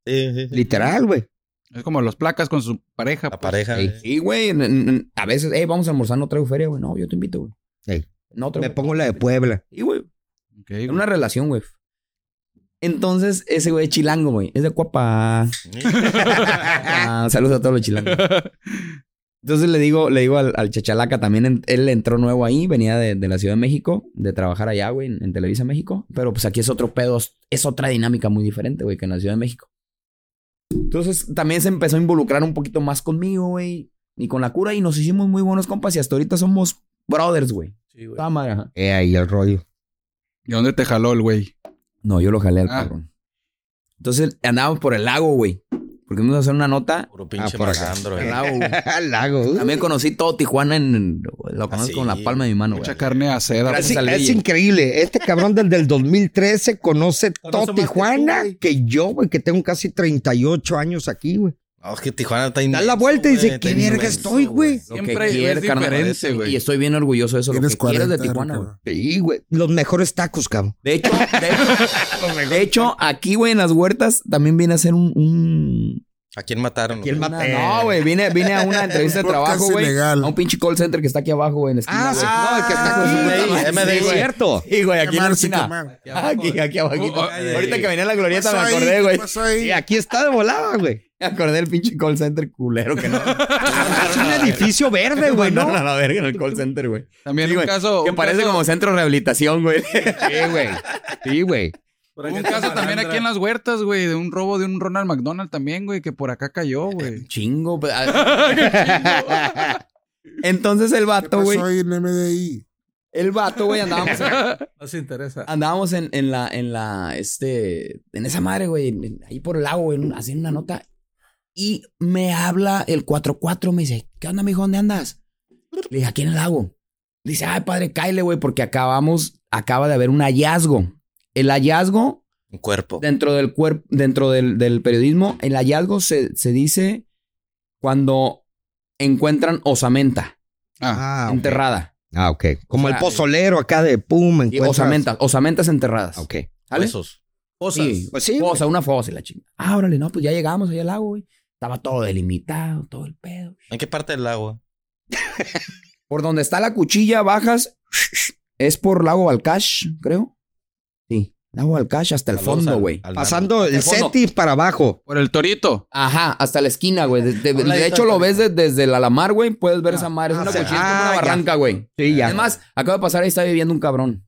Sí, sí, sí.
Literal, güey.
Es como los placas con su pareja.
La
pues.
pareja.
Ey.
eh.
Sí, güey. n- n- A veces, hey, vamos a almorzar, no traigo feria, güey. No, yo te invito, güey.
Ey.
No traigo.
Me pongo la de Puebla.
Sí, güey.
Ok, güey.
Era una relación, güey. Entonces, ese güey es chilango, güey. Es de Cuapa. Ah, saludos a todos los chilangos. Entonces le digo, le digo al, al Chachalaca también, en- él entró nuevo ahí, venía de, de la Ciudad de México, de trabajar allá, güey, en, en Televisa México. Pero pues aquí es otro pedo, es- es otra dinámica muy diferente, güey, que en la Ciudad de México. Entonces también se empezó a involucrar un poquito más conmigo, güey, y con la cura, y nos hicimos muy buenos compas, y hasta ahorita somos brothers, güey.
Sí, güey.
Toda Ah, madre, ajá.
Eh, ahí el rollo.
¿Y dónde te jaló el güey?
No, yo lo jalé al
Ah.
cabrón. Entonces andábamos por el lago, güey, porque íbamos a hacer una nota.
Puro pinche
Ah, por acá.
malandro,
por
eh.
el lago, güey.
Lago. uh.
También conocí todo Tijuana en. Lo
Ah,
conozco
sí.
con la palma de mi mano, güey.
Mucha carne a seda.
Gracias.
güey.
Así-
al
es
Ville.
increíble. Este cabrón del, del 2013 conoce
Conoce
todo
más que
Tijuana
tú, güey.
que yo, güey, que tengo casi 38 años aquí, güey.
No, es que Tijuana está
Da
inmenso,
la vuelta y dice,
güey, está
¿qué verga
inmenso,
estoy, güey?
Lo
Siempre es
carnal.
diferente, güey.
Y estoy bien orgulloso de eso. Lo que
Tienes
quieras
40.
de Tijuana, güey.
Ricardo.
Sí, güey. Los mejores tacos, cabrón.
De hecho, de hecho, de hecho, aquí, güey, en las huertas también viene a hacer un. un-
¿A quién mataron?
¿A quién
güey?
una-
maté?
no, güey, vine, vine a una entrevista de
Podcast
trabajo, güey. A
ilegal.
un pinche call center que está aquí abajo, güey, en la esquina.
Ah, sí.
güey.
No, el que está con
Ah,
su
sí, MD,
Sí,
güey.
cierto.
Sí, güey, aquí en la
Quemar, sí,
esquina.
quemar.
Aquí, aquí abajito.
Oh, oh,
Ahorita
eh.
que venía la glorieta
Pasó
me
ahí,
acordé, güey.
pasó ahí.
Sí, aquí está Ah, de volada, güey.
Me acordé del pinche call center culero que no.
Es un edificio
Este,
verde, güey,
Ah, No,
¿no?
no, no, verga, en el call center, güey.
También un
Sí, güey,
caso.
Que
un
parece
caso-
como centro de rehabilitación, güey.
Sí, güey. Sí, güey.
Por
Hubo
acá
un
está
caso también
Marandra.
aquí en las huertas, güey, de un robo de un Ronald McDonald también, güey, que por acá cayó, güey.
Chingo. pues, ah. Entonces el
¿Qué
vato,
pasó
güey.
ahí en MDI?
El vato, güey, andábamos,
No se interesa.
andábamos en, en la, en la, este, en esa madre, güey, en- ahí por el lago, güey, en- haciendo una nota. Y me habla el 4-4, me dice, ¿qué onda, mijo? ¿Dónde andas? Le dije, aquí en el lago. Dice, ay, padre, cáele, güey, porque acabamos, acaba de haber un hallazgo. El hallazgo
Un cuerpo.
dentro del cuerpo, dentro del, del periodismo, el hallazgo se, se dice cuando encuentran osamenta
Ah, ok.
enterrada.
Ah, ok. Como
O
el
sea,
pozolero acá de Pum.
Y osamentas, osamentas enterradas.
Ok.
¿Sale?
Huesos.
Cosas.
Sí,
Pues sí,
fosa, una fosa y la chingada. Ah, órale, no, pues ya llegamos allá al lago, güey. Estaba todo delimitado, todo el pedo.
¿En qué parte del agua?
Por donde está la cuchilla, bajas. Es por Lago Balcash, creo. Sí, Lago Balcash hasta el
Saludos
fondo,
al-
güey.
al
Pasando el
de fondo.
Cetis para abajo.
Por el torito.
Ajá, hasta la esquina, güey. De, de-
Habla
de
de
hecho,
esta-
lo ves de- desde la Alamar, güey. Puedes ver esa madre. Es
ah,
una
o sea,
cuchilla, es como
ah,
una
ya.
barranca, güey.
Sí, ya.
Además, acaba de pasar ahí, está viviendo un cabrón.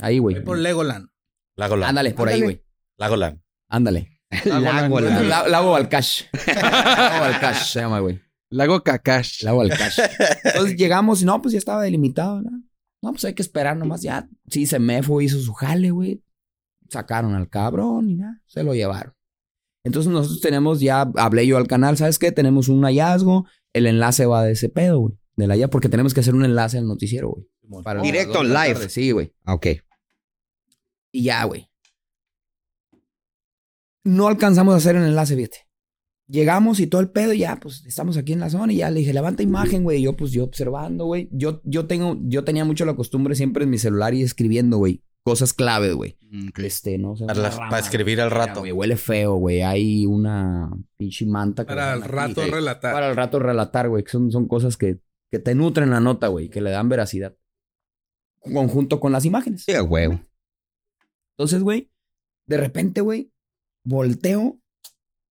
Ahí, güey.
Ahí por Legoland.
Lagoland.
Ándale, por ahí, güey.
Lagoland.
Ándale.
Lago,
La-
lago.
la- Lago Balcash. Lago Balcash se llama, güey.
Lago Kakash.
Lago Balcash. Entonces llegamos y no, pues ya estaba delimitado, ¿no? No, pues hay que esperar nomás. Ya, sí, Semefo hizo su jale, güey. Sacaron al cabrón y nada, se lo llevaron. Entonces nosotros tenemos, ya hablé yo al canal, ¿sabes qué? Tenemos un hallazgo, el enlace va de ese pedo, güey. De la ya, porque tenemos que hacer un enlace al noticiero, güey. Para las
Directo,
dos de la
live.
tarde, Sí, güey.
Ah, Ok.
Y ya, güey. No alcanzamos a hacer el enlace, fíjate. Llegamos y todo el pedo, y ya, pues estamos aquí en la zona y ya le dije, levanta imagen, güey. Y yo, pues yo observando, güey. Yo, yo, tengo, yo tenía mucho la costumbre siempre en mi celular y escribiendo, güey. Cosas clave, güey.
Mm,
Este, no sé.
Para,
una
la-
rama,
para escribir al
güey,
rato.
güey, huele feo, güey. Hay una pinche manta. que
Para el
dejan aquí,
rato
güey.
relatar.
Para el rato relatar, güey. que Son, son cosas que, que te nutren la nota, güey. Que le dan veracidad. Conjunto con las imágenes.
Sí, a huevo.
Entonces, güey, de repente, güey, volteo.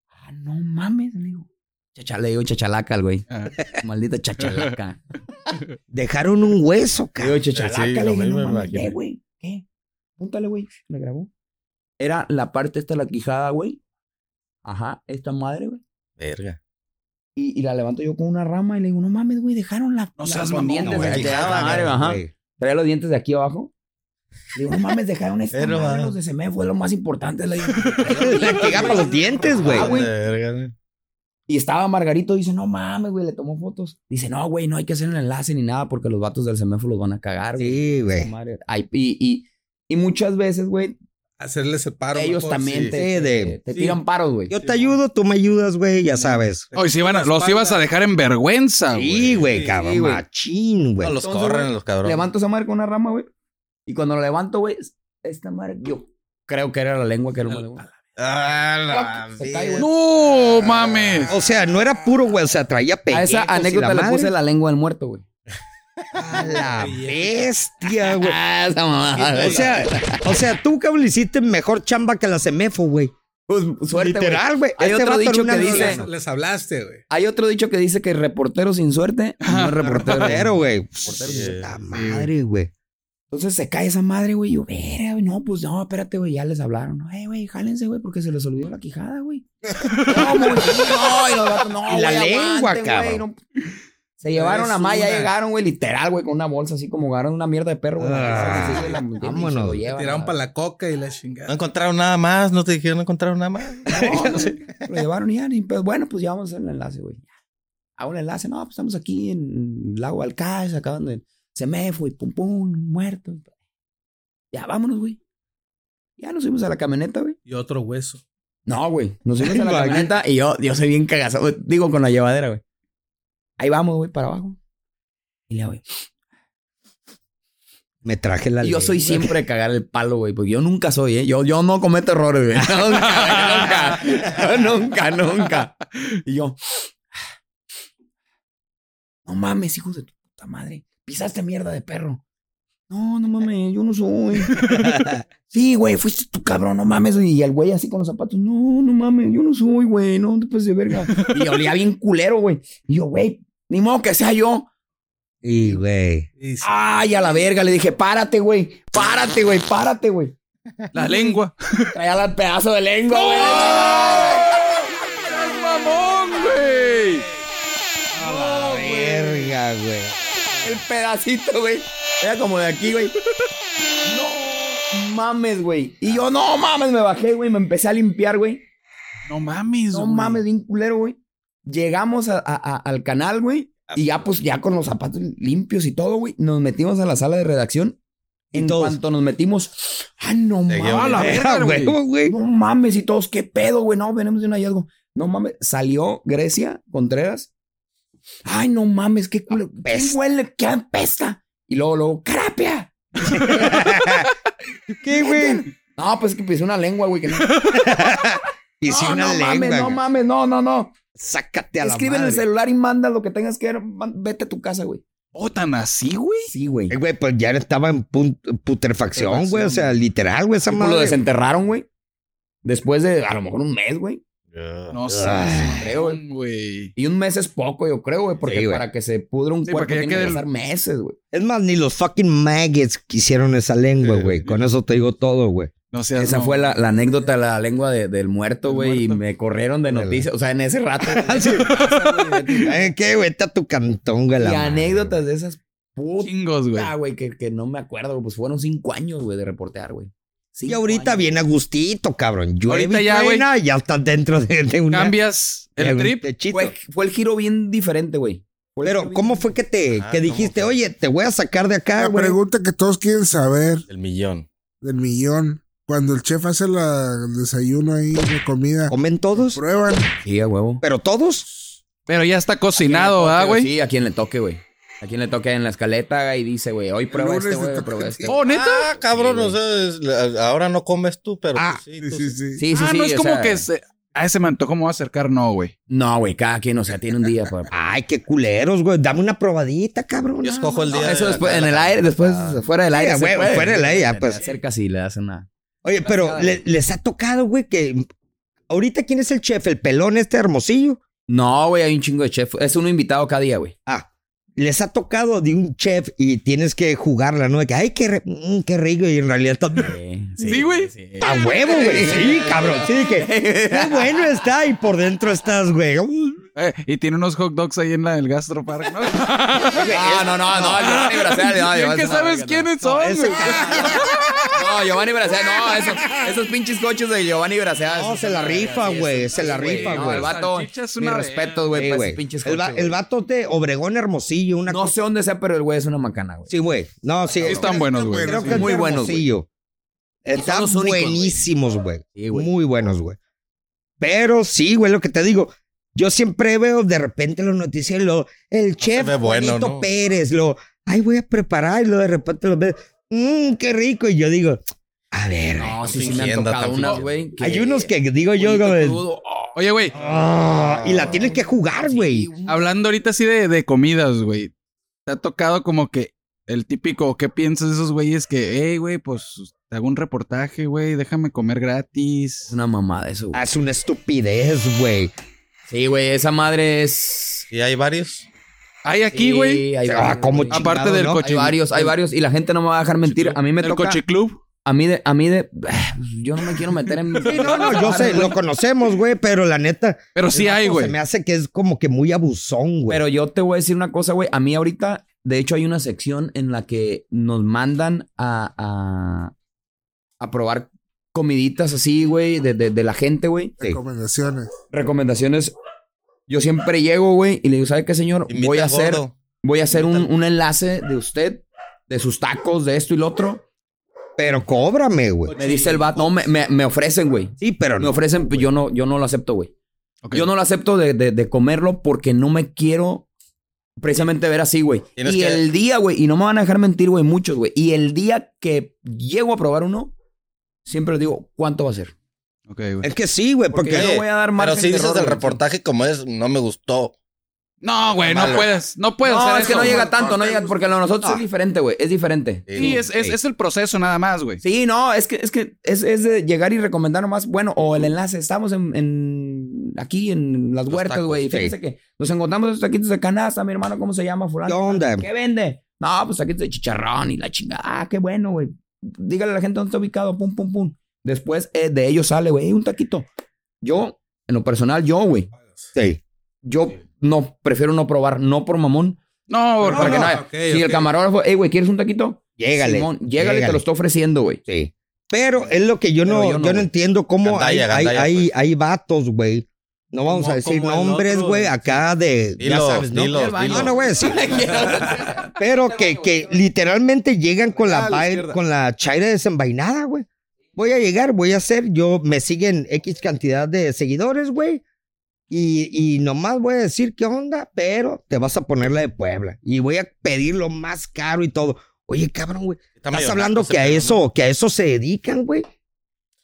Ah, no mames, le digo. Chacha- le digo chachalaca al güey.
Ah.
Maldita chachalaca.
Dejaron un hueso,
Le digo
cabrón.
chachalaca,
Sí,
le
lo
dije,
mismo
no
me
mames,
imaginé.
ve, güey. ¿Qué? Púntale, güey. Me grabó. Era la parte esta de la quijada, güey. Ajá, esta madre, güey.
Verga.
Y, y la levanto yo con una rama y le digo, no mames, güey, dejaron la.
No
la-
seas
los
mamón,
dientes
güey,
de- de-
quijada,
madre, ajá.
güey.
Traía los dientes de aquí abajo. Le digo, no mames, dejaron esta
Pero,
madre,
ah.
los de Semé, fue lo más importante. Le digo,
La que agarra los dientes, güey.
Ah, güey.
Verga.
Y estaba Margarito, dice, no mames, güey, le tomó fotos. Dice, no, güey, no hay que hacer el enlace ni nada porque los vatos del seméforo los van a cagar, güey.
Sí,
Esa
güey.
madre. Ay, y, y, y muchas veces, güey,
Hacerle ese paro.
ellos
mejor,
también
sí.
te,
Sí, de-
te- te
sí.
tiran paros, güey.
Yo te ayudo, tú me ayudas, güey, ya sabes.
Hoy sí iban a- los
Espalda.
ibas a dejar en vergüenza, güey.
Sí, güey,
Sí,
cabrón.
sí, güey.
Machín, güey.
No, los
Entonces,
corren,
güey,
los cabrones.
Levanto esa madre con una rama, güey. Y cuando la levanto, güey, esta madre, yo creo que era la lengua que era la lengua.
Ah, la
Se cae, güey.
No mames.
O sea, no era puro, güey. O sea, traía pellejos
A esa anécdota
y
le
la
puse
madre.
la lengua del muerto, güey.
A la bestia, güey.
Ah, esa mamada.
O sea, o sea, tú, cabrón, le hiciste mejor chamba que la Semefo, güey.
Pues, suerte, güey.
Literal, güey. Este
Hay otro
vato era
dicho
una
que
Pero
dice-
les- Les hablaste, güey.
Hay otro dicho que dice que reportero sin suerte no es reportero.
Portero, güey.
Sí,
La
sí,
madre, güey.
Entonces se cae esa madre, güey. y Yo, verga, güey. No, pues no, espérate, güey. Ya les hablaron. ¿no? Eh, güey, jálense, güey, porque se les olvidó la quijada, güey. No, güey. No, y los vatos, no,
Y la
güey,
lengua,
aguanten,
cabrón.
güey, no. Se llevaron
Eres
a Maya,
una.
llegaron, güey, literal, güey, con una bolsa así como agarraron una mierda de perro, güey.
Ah,
así, güey, la metieron y se lo
vámonos.
llevan,
Tiraron
güey.
para la coca y la
No
Ah.
chingada.
encontraron nada más, no te dijeron no encontraron nada más.
No, no, lo llevaron y ya, ni pedo. bueno, pues ya vamos a hacer un enlace, güey. Hago un enlace, no, pues estamos aquí en Lago Alcázar, acá donde se me fue, pum, pum, muerto. Ya, vámonos, güey. Ya nos fuimos a la camioneta, güey.
Y otro hueso.
No, güey. Nos fuimos a la
No, aquí-
camioneta y yo, yo soy bien cagazo. güey. Digo, con la llevadera, güey. Ahí vamos, güey, para abajo. Y le, güey.
Me traje la
Y yo
ley.
soy siempre de cagar el palo, güey, porque yo nunca soy, ¿eh? Yo, yo no cometo errores, güey. Nunca, güey, nunca, nunca, nunca. Y yo, no mames, hijos de tu puta madre, pisaste mierda de perro. No, no mames, yo no soy. Sí, güey, fuiste tu cabrón, no mames. Y el güey así con los zapatos, no, no mames, yo no soy, güey, no te pases de verga. Y olía bien culero, güey. Y yo, güey, ni modo que sea yo.
Y, güey.
Y sí.
Ay, a la verga, le dije, párate, güey, párate, güey, párate, güey.
La lengua.
Traía el pedazo de lengua, güey.
¡Seas mamón, güey!
Verga, güey.
El pedacito, güey. Era como de aquí, güey. No mames, güey. Y yo, no mames, me bajé, güey. Me empecé a limpiar, güey.
No mames,
No
güey.
mames, bien culero, güey. Llegamos a- a- a- al canal, güey. Y ya, pues, ya con los zapatos limpios y todo, güey. Nos metimos a la sala de redacción.
Y
En
todos.
cuanto nos metimos. ¡Ah, no
Seguía
mames!
Ah, la verga,
Ah,
güey.
huevo, güey.
No mames, y todos, ¿qué pedo, güey? No, venimos de un hallazgo. No mames, salió Grecia Contreras. Ay, no mames, qué culo. ¿Qué
Apesta.
huele? ¿Qué apesta? Y luego, luego, ¡carapia!
¿Qué, güey?
No, pues que pisé una lengua, güey. Que no.
Y si
no,
una
no
lengua.
mames, no
güey.
mames, no, no, no.
Sácate a la
Escribe en el
madre.
celular y manda lo que tengas que ver. man- Vete a tu casa, güey.
Oh, tan así, güey.
Sí, güey.
Eh, güey, pues ya estaba en pun- putrefacción, güey. O sea, literal, güey, esa
Pues lo
madre.
desenterraron, güey. Después de a lo mejor un mes, güey.
No sé,
Ah,
creo,
creo, güey.
Y un mes es poco, yo creo, güey. Porque
Sí, güey.
para que se pudra un
Sí,
cuerpo
porque ya
tiene que
quede el-
pasar meses, güey.
Es más, ni los fucking maggots quisieron esa lengua, güey. Con eso te digo todo, güey.
No seas.
Esa
no.
fue la, la anécdota de la lengua de- del muerto,
Del
güey. Y
muerto.
me corrieron de
Órale.
noticias. O sea, en ese rato. güey, me pasa, güey, de-
¿Saben Eh, qué, güey? Está tu cantón, güey. la
y
madre,
anécdotas de esas puta,
Chingos, güey.
güey, que, que no me acuerdo. Pues fueron cinco años, güey, de reportear, güey.
güey. Y
Cinco
ahorita
años.
viene a gustito, cabrón. Llueve
Ahorita
y
ya, güey.
truena, ya estás dentro de, de una...
Cambias
de
el
un
trip.
techito.
Fue, fue el giro bien diferente, güey. Fue el
Pero,
giro bien-
¿cómo fue que te
Ah,
que
¿cómo
dijiste,
fue?
oye, te voy a sacar de acá,
La
güey?
pregunta que todos quieren saber
El millón.
del millón. Cuando el chef hace la, el desayuno ahí de comida,
¿Comen todos?
prueban.
Sí, a huevo.
¿Pero todos?
Pero ya está cocinado, ¿ah, güey?
Sí, a quien le toque, güey. A quien le toque en la escaleta y dice, güey, hoy prueba
Lunes
este,
te
güey,
toca
prueba
a
este.
ti.
Oh, neta.
Ah, cabrón,
Sí, güey.
o sea, es- la- ahora no comes tú, pero
Ah,
pues sí,
sí,
tú
sí,
sí.
sí.
Sí, sí,
ah,
sí.
no es
o
como
sea,
que se... a ese me antojó, me voy a acercar, no, güey.
No, güey, cada quien, o sea, tiene un día para...
Ay, qué culeros, güey. Dame una probadita, cabrón.
Yo escojo el
No,
día. de
eso
la-
después,
de
en
la-
el aire, después fuera del aire.
Ah. a
se
huevo,
puede.
fuera del aire, ya,
Te
pues.
acercas y le das una...
Oye, pero
Cascada.
le- les ha tocado, güey, que ahorita quién es el chef, el pelón este hermosillo.
No, güey, hay un chingo de chef. Es uno invitado cada día, güey.
Ah, les ha tocado de un chef y tienes que jugarla, ¿no? De que, ay, qué, re- mm, qué rico y en realidad está
Sí, güey.
sí.
a huevo, güey. Sí, cabrón. Sí, de que qué bueno está y por dentro estás, güey. Mm.
Eh, y tiene unos hot dogs ahí en la del gastropark, ¿no?
Ah,
No, no, no, no, Giovanni Bracel, no,
Bien
Giovanni-
que
no,
sabes
no.
quiénes son,
ese-
güey.
No, Giovanni Bracel, no, esos, esos pinches coches de Giovanni Bracel.
No,
esos
se la
son-
rifa,
sí,
güey,
esos-
se la rifa,
no,
güey.
El vato,
Pues, Salchicha es
mi
una
respeto, güey,
Sí,
para
güey.
esos pinches
El, va-
coches,
el
güey.
vato de Obregón Hermosillo, una
No
cosa.
sé dónde sea, pero el güey es una macana, güey.
Sí, güey. No, sí.
Sí, están buenos, güey.
Creo
sí.
que es
Muy
de
buenos, güey.
Hermosillo. Están
los únicos, güey.
buenísimos, güey.
Sí,
Muy buenos, güey. Pero sí, güey, lo que te digo. Yo siempre veo de repente los noticias, lo, el chef
ve bueno,
Juanito
¿no?
Pérez, lo, ay, voy a preparar, y lo de repente lo ves, mmm, qué rico. Y yo digo, a ver,
No,
Están
sí, sí me han
fingiendo,
tocado
están
unas,
fingiendo.
güey.
hay unos que digo yo,
pollito
güey,
crudo, oh,
Oye, güey,
ah, y la tienes que jugar, güey.
sí,
hablando ahorita así de, de comidas, güey. Te ha tocado como que el típico, ¿qué piensas de esos güeyes que, hey, güey, pues te hago un reportaje, güey, déjame comer
Es
gratis?
una mamada eso, güey.
Haz una estupidez, güey.
Sí, güey, esa madre es...
Y hay varios.
Hay
Sí,
aquí, güey.
hay
Ah,
varios,
como
güey.
chingado,
Aparte del
¿no?
coche.
Hay varios, hay varios. Y la gente no me va a dejar mentir. A mí me
el
toca...
cochiclub.
A mí de... A mí de... Yo no me quiero meter en...
Sí, no, no, yo sé, lo conocemos, güey, pero la neta.
Pero sí
el vato
hay, güey.
Se me hace que es como que muy abusón, güey.
Pero yo te voy a decir una cosa, güey. A mí ahorita, de hecho, hay una sección en la que nos mandan a, a, a probar comiditas así, güey, de, de- de la gente, güey.
Recomendaciones.
Recomendaciones. Yo siempre llego, güey, y le digo, ¿sabe qué, señor?
Invita
voy a
al
hacer,
gordo.
voy a hacer un, un enlace de usted, de sus tacos, de esto y lo otro.
Pero cóbrame, güey.
Me dice el vato, no, me, me- me ofrecen, güey.
Sí, pero
Me
no.
ofrecen, pues, yo no, yo no lo acepto, güey.
Ok.
Yo no lo acepto de, de- de comerlo porque no me quiero precisamente ver así, güey. Y
Tienes que-
el día, güey, y no me van a dejar mentir, güey, muchos, güey. Y el día que llego a probar uno, siempre les digo, ¿cuánto va a ser?
Ok, güey.
Es que sí, güey,
Porque
porque.
yo no voy a dar margen
Pero si
de
dices
error,
del
güey.
reportaje como es, no me gustó.
No, güey, no
Malo.
puedes. No puedes
No,
hacer
es que
eso,
no
güey.
llega tanto, no llega, porque lo de nosotros es diferente, güey, es diferente.
Sí, es, es, es el proceso nada más, güey.
Sí, no, es que es que es, es de llegar y recomendar nomás, bueno, o el enlace, estamos en, en- aquí en las
Los
huertas,
tacos,
güey.
sí.
Fíjense que nos encontramos estos taquitos de canasta, mi hermano, ¿cómo se llama?
¿Qué
Fulano.
onda?
¿Qué vende? No, pues aquí de chicharrón y la chingada. Ah, qué bueno, güey. Dígale a la gente dónde está ubicado. Pum, pum, pum. Después eh, de ellos sale, güey, "Ey, un taquito. Yo, en lo personal, yo, güey.
Sí.
Yo no, prefiero no probar, no por mamón.
No,
Pero
por
para que no
favor.
haya- si el camarógrafo, hey, güey, ¿quieres un taquito?
Llégale.
Simón, llégale, te lo estoy ofreciendo, güey.
Sí. Pero es lo que yo no,
Pero
yo
yo
no,
no, güey.
entiendo cómo hay,
Gandalla,
hay,
gandalla,
hay,
pues.
hay vatos, güey. No vamos
Como-
a decir
como el
nombres,
otro,
güey,
güey.
acá de. ya
Dilo,
sabes, ¿no?
dilo,
El baño.
dilo.
Ah, No, no voy a decir. Pero que, que literalmente llegan con la,
Ah, la
vai-
izquierda.
con la chaira desenvainada, güey. Voy a llegar, voy a hacer, yo me siguen X cantidad de seguidores, güey. Y, y nomás voy a decir qué onda, pero te vas a poner la de Puebla. Y voy a pedir lo más caro y todo. Oye, cabrón, güey. Estás hablando que a eso, que a eso se dedican, güey.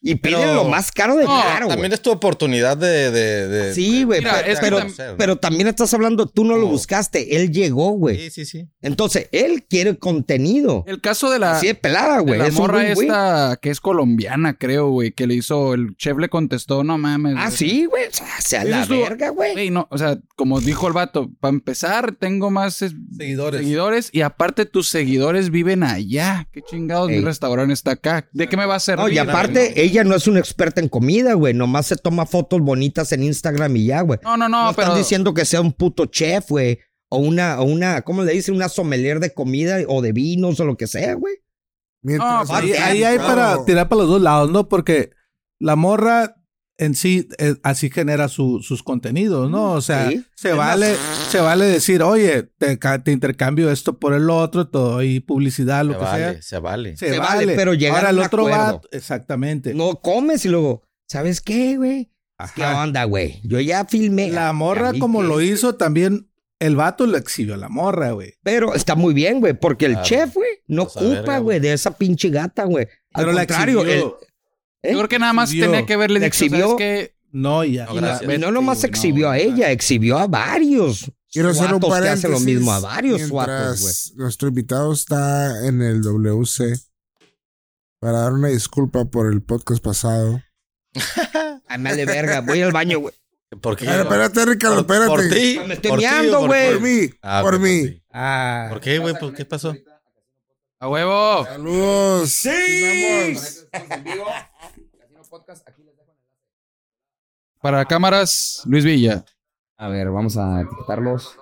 Y
Pero-
piden lo más caro de
No,
caro, güey.
También es tu oportunidad de. de, de-
Sí, güey,
Mira,
pe-
es que
pero,
tam-
conocer, ¿no?
pero también estás hablando, tú no lo
Como-
buscaste, él llegó, güey.
Sí, sí, sí.
Entonces, él quiere contenido.
El caso de la,
Así de pelada,
de
güey.
la
Es un
morra
win-win.
esta que es colombiana, creo, güey, que le hizo, el chef le contestó, no mames.
Ah,
güey".
sí, güey. O sea, sea la
Eso estuvo-
verga, güey.
Güey, no, o sea, como dijo el vato, para empezar, tengo más es-
Seguidores.
seguidores y aparte tus seguidores viven allá. Qué chingados,
Ey.
mi restaurante está acá. ¿De qué me va a servir?
No, y aparte, eh, ella no es una experta en comida, güey. Nomás se toma fotos bonitas en Instagram y ya, güey.
No, no,
No,
no,
están
pero
diciendo que sea un puto chef, güey. O una, o una, ¿cómo le dicen? Una sommelier de comida o de vinos o lo que sea, güey.
No,
Mientras
pues
Ah, Ahí,
tanto,
ahí hay para
claro,
tirar para los dos lados, ¿no? Porque la morra en sí eh, así genera su- sus contenidos, ¿no? O sea,
Sí.
se vale, se vale decir, oye, te, ca- te intercambio esto por el otro, todo y publicidad, lo
se
que
vale,
sea.
se vale.
Se,
Se vale,
vale,
pero llegar
Ahora
a
el
un
otro
acuerdo.
vato- exactamente.
No comes y luego, ¿sabes qué, güey?
Ajá.
¿Qué onda, güey? Yo ya filmé.
Ah. La
A
morra,
mí
como
qué.
lo hizo también, el vato lo exhibió a la morra, güey.
Pero está muy bien, güey, porque el
Claro.
chef, güey, no
Pues a
ocupa,
verga,
güey, de esa pinche gata, güey. Al
Pero la
contrario, el-
exhibió.
¿eh?
yo creo que nada más
Exhibió.
tenía que verle
La
dicho, ¿sabes
exhibió.
qué?
No, ya.
No,
Y la-
gracias.
y no
Vete,
nomás
güey, no,
exhibió a
güey.
ella, exhibió a varios.
Quiero hacer un
suatos que
paréntesis.
hacen lo mismo a varios suatos, güey.
mientras Nuestro invitado está en el WC para dar una disculpa por el podcast pasado.
Ay, Ah, me vale verga, voy al baño, güey.
¿Por qué?
Pero espérate, Ricardo,
Por-
espérate.
Por ti.
Me estoy
por ti o
meando,
por-
güey.
Por mí,
Ah,
por
ok,
mí.
ti.
Ah,
¿Por qué, güey? ¿Por qué pasó?
A huevo.
Saludos.
Sí.
Para cámaras, Luis Villa.
A ver, vamos a quitarlos.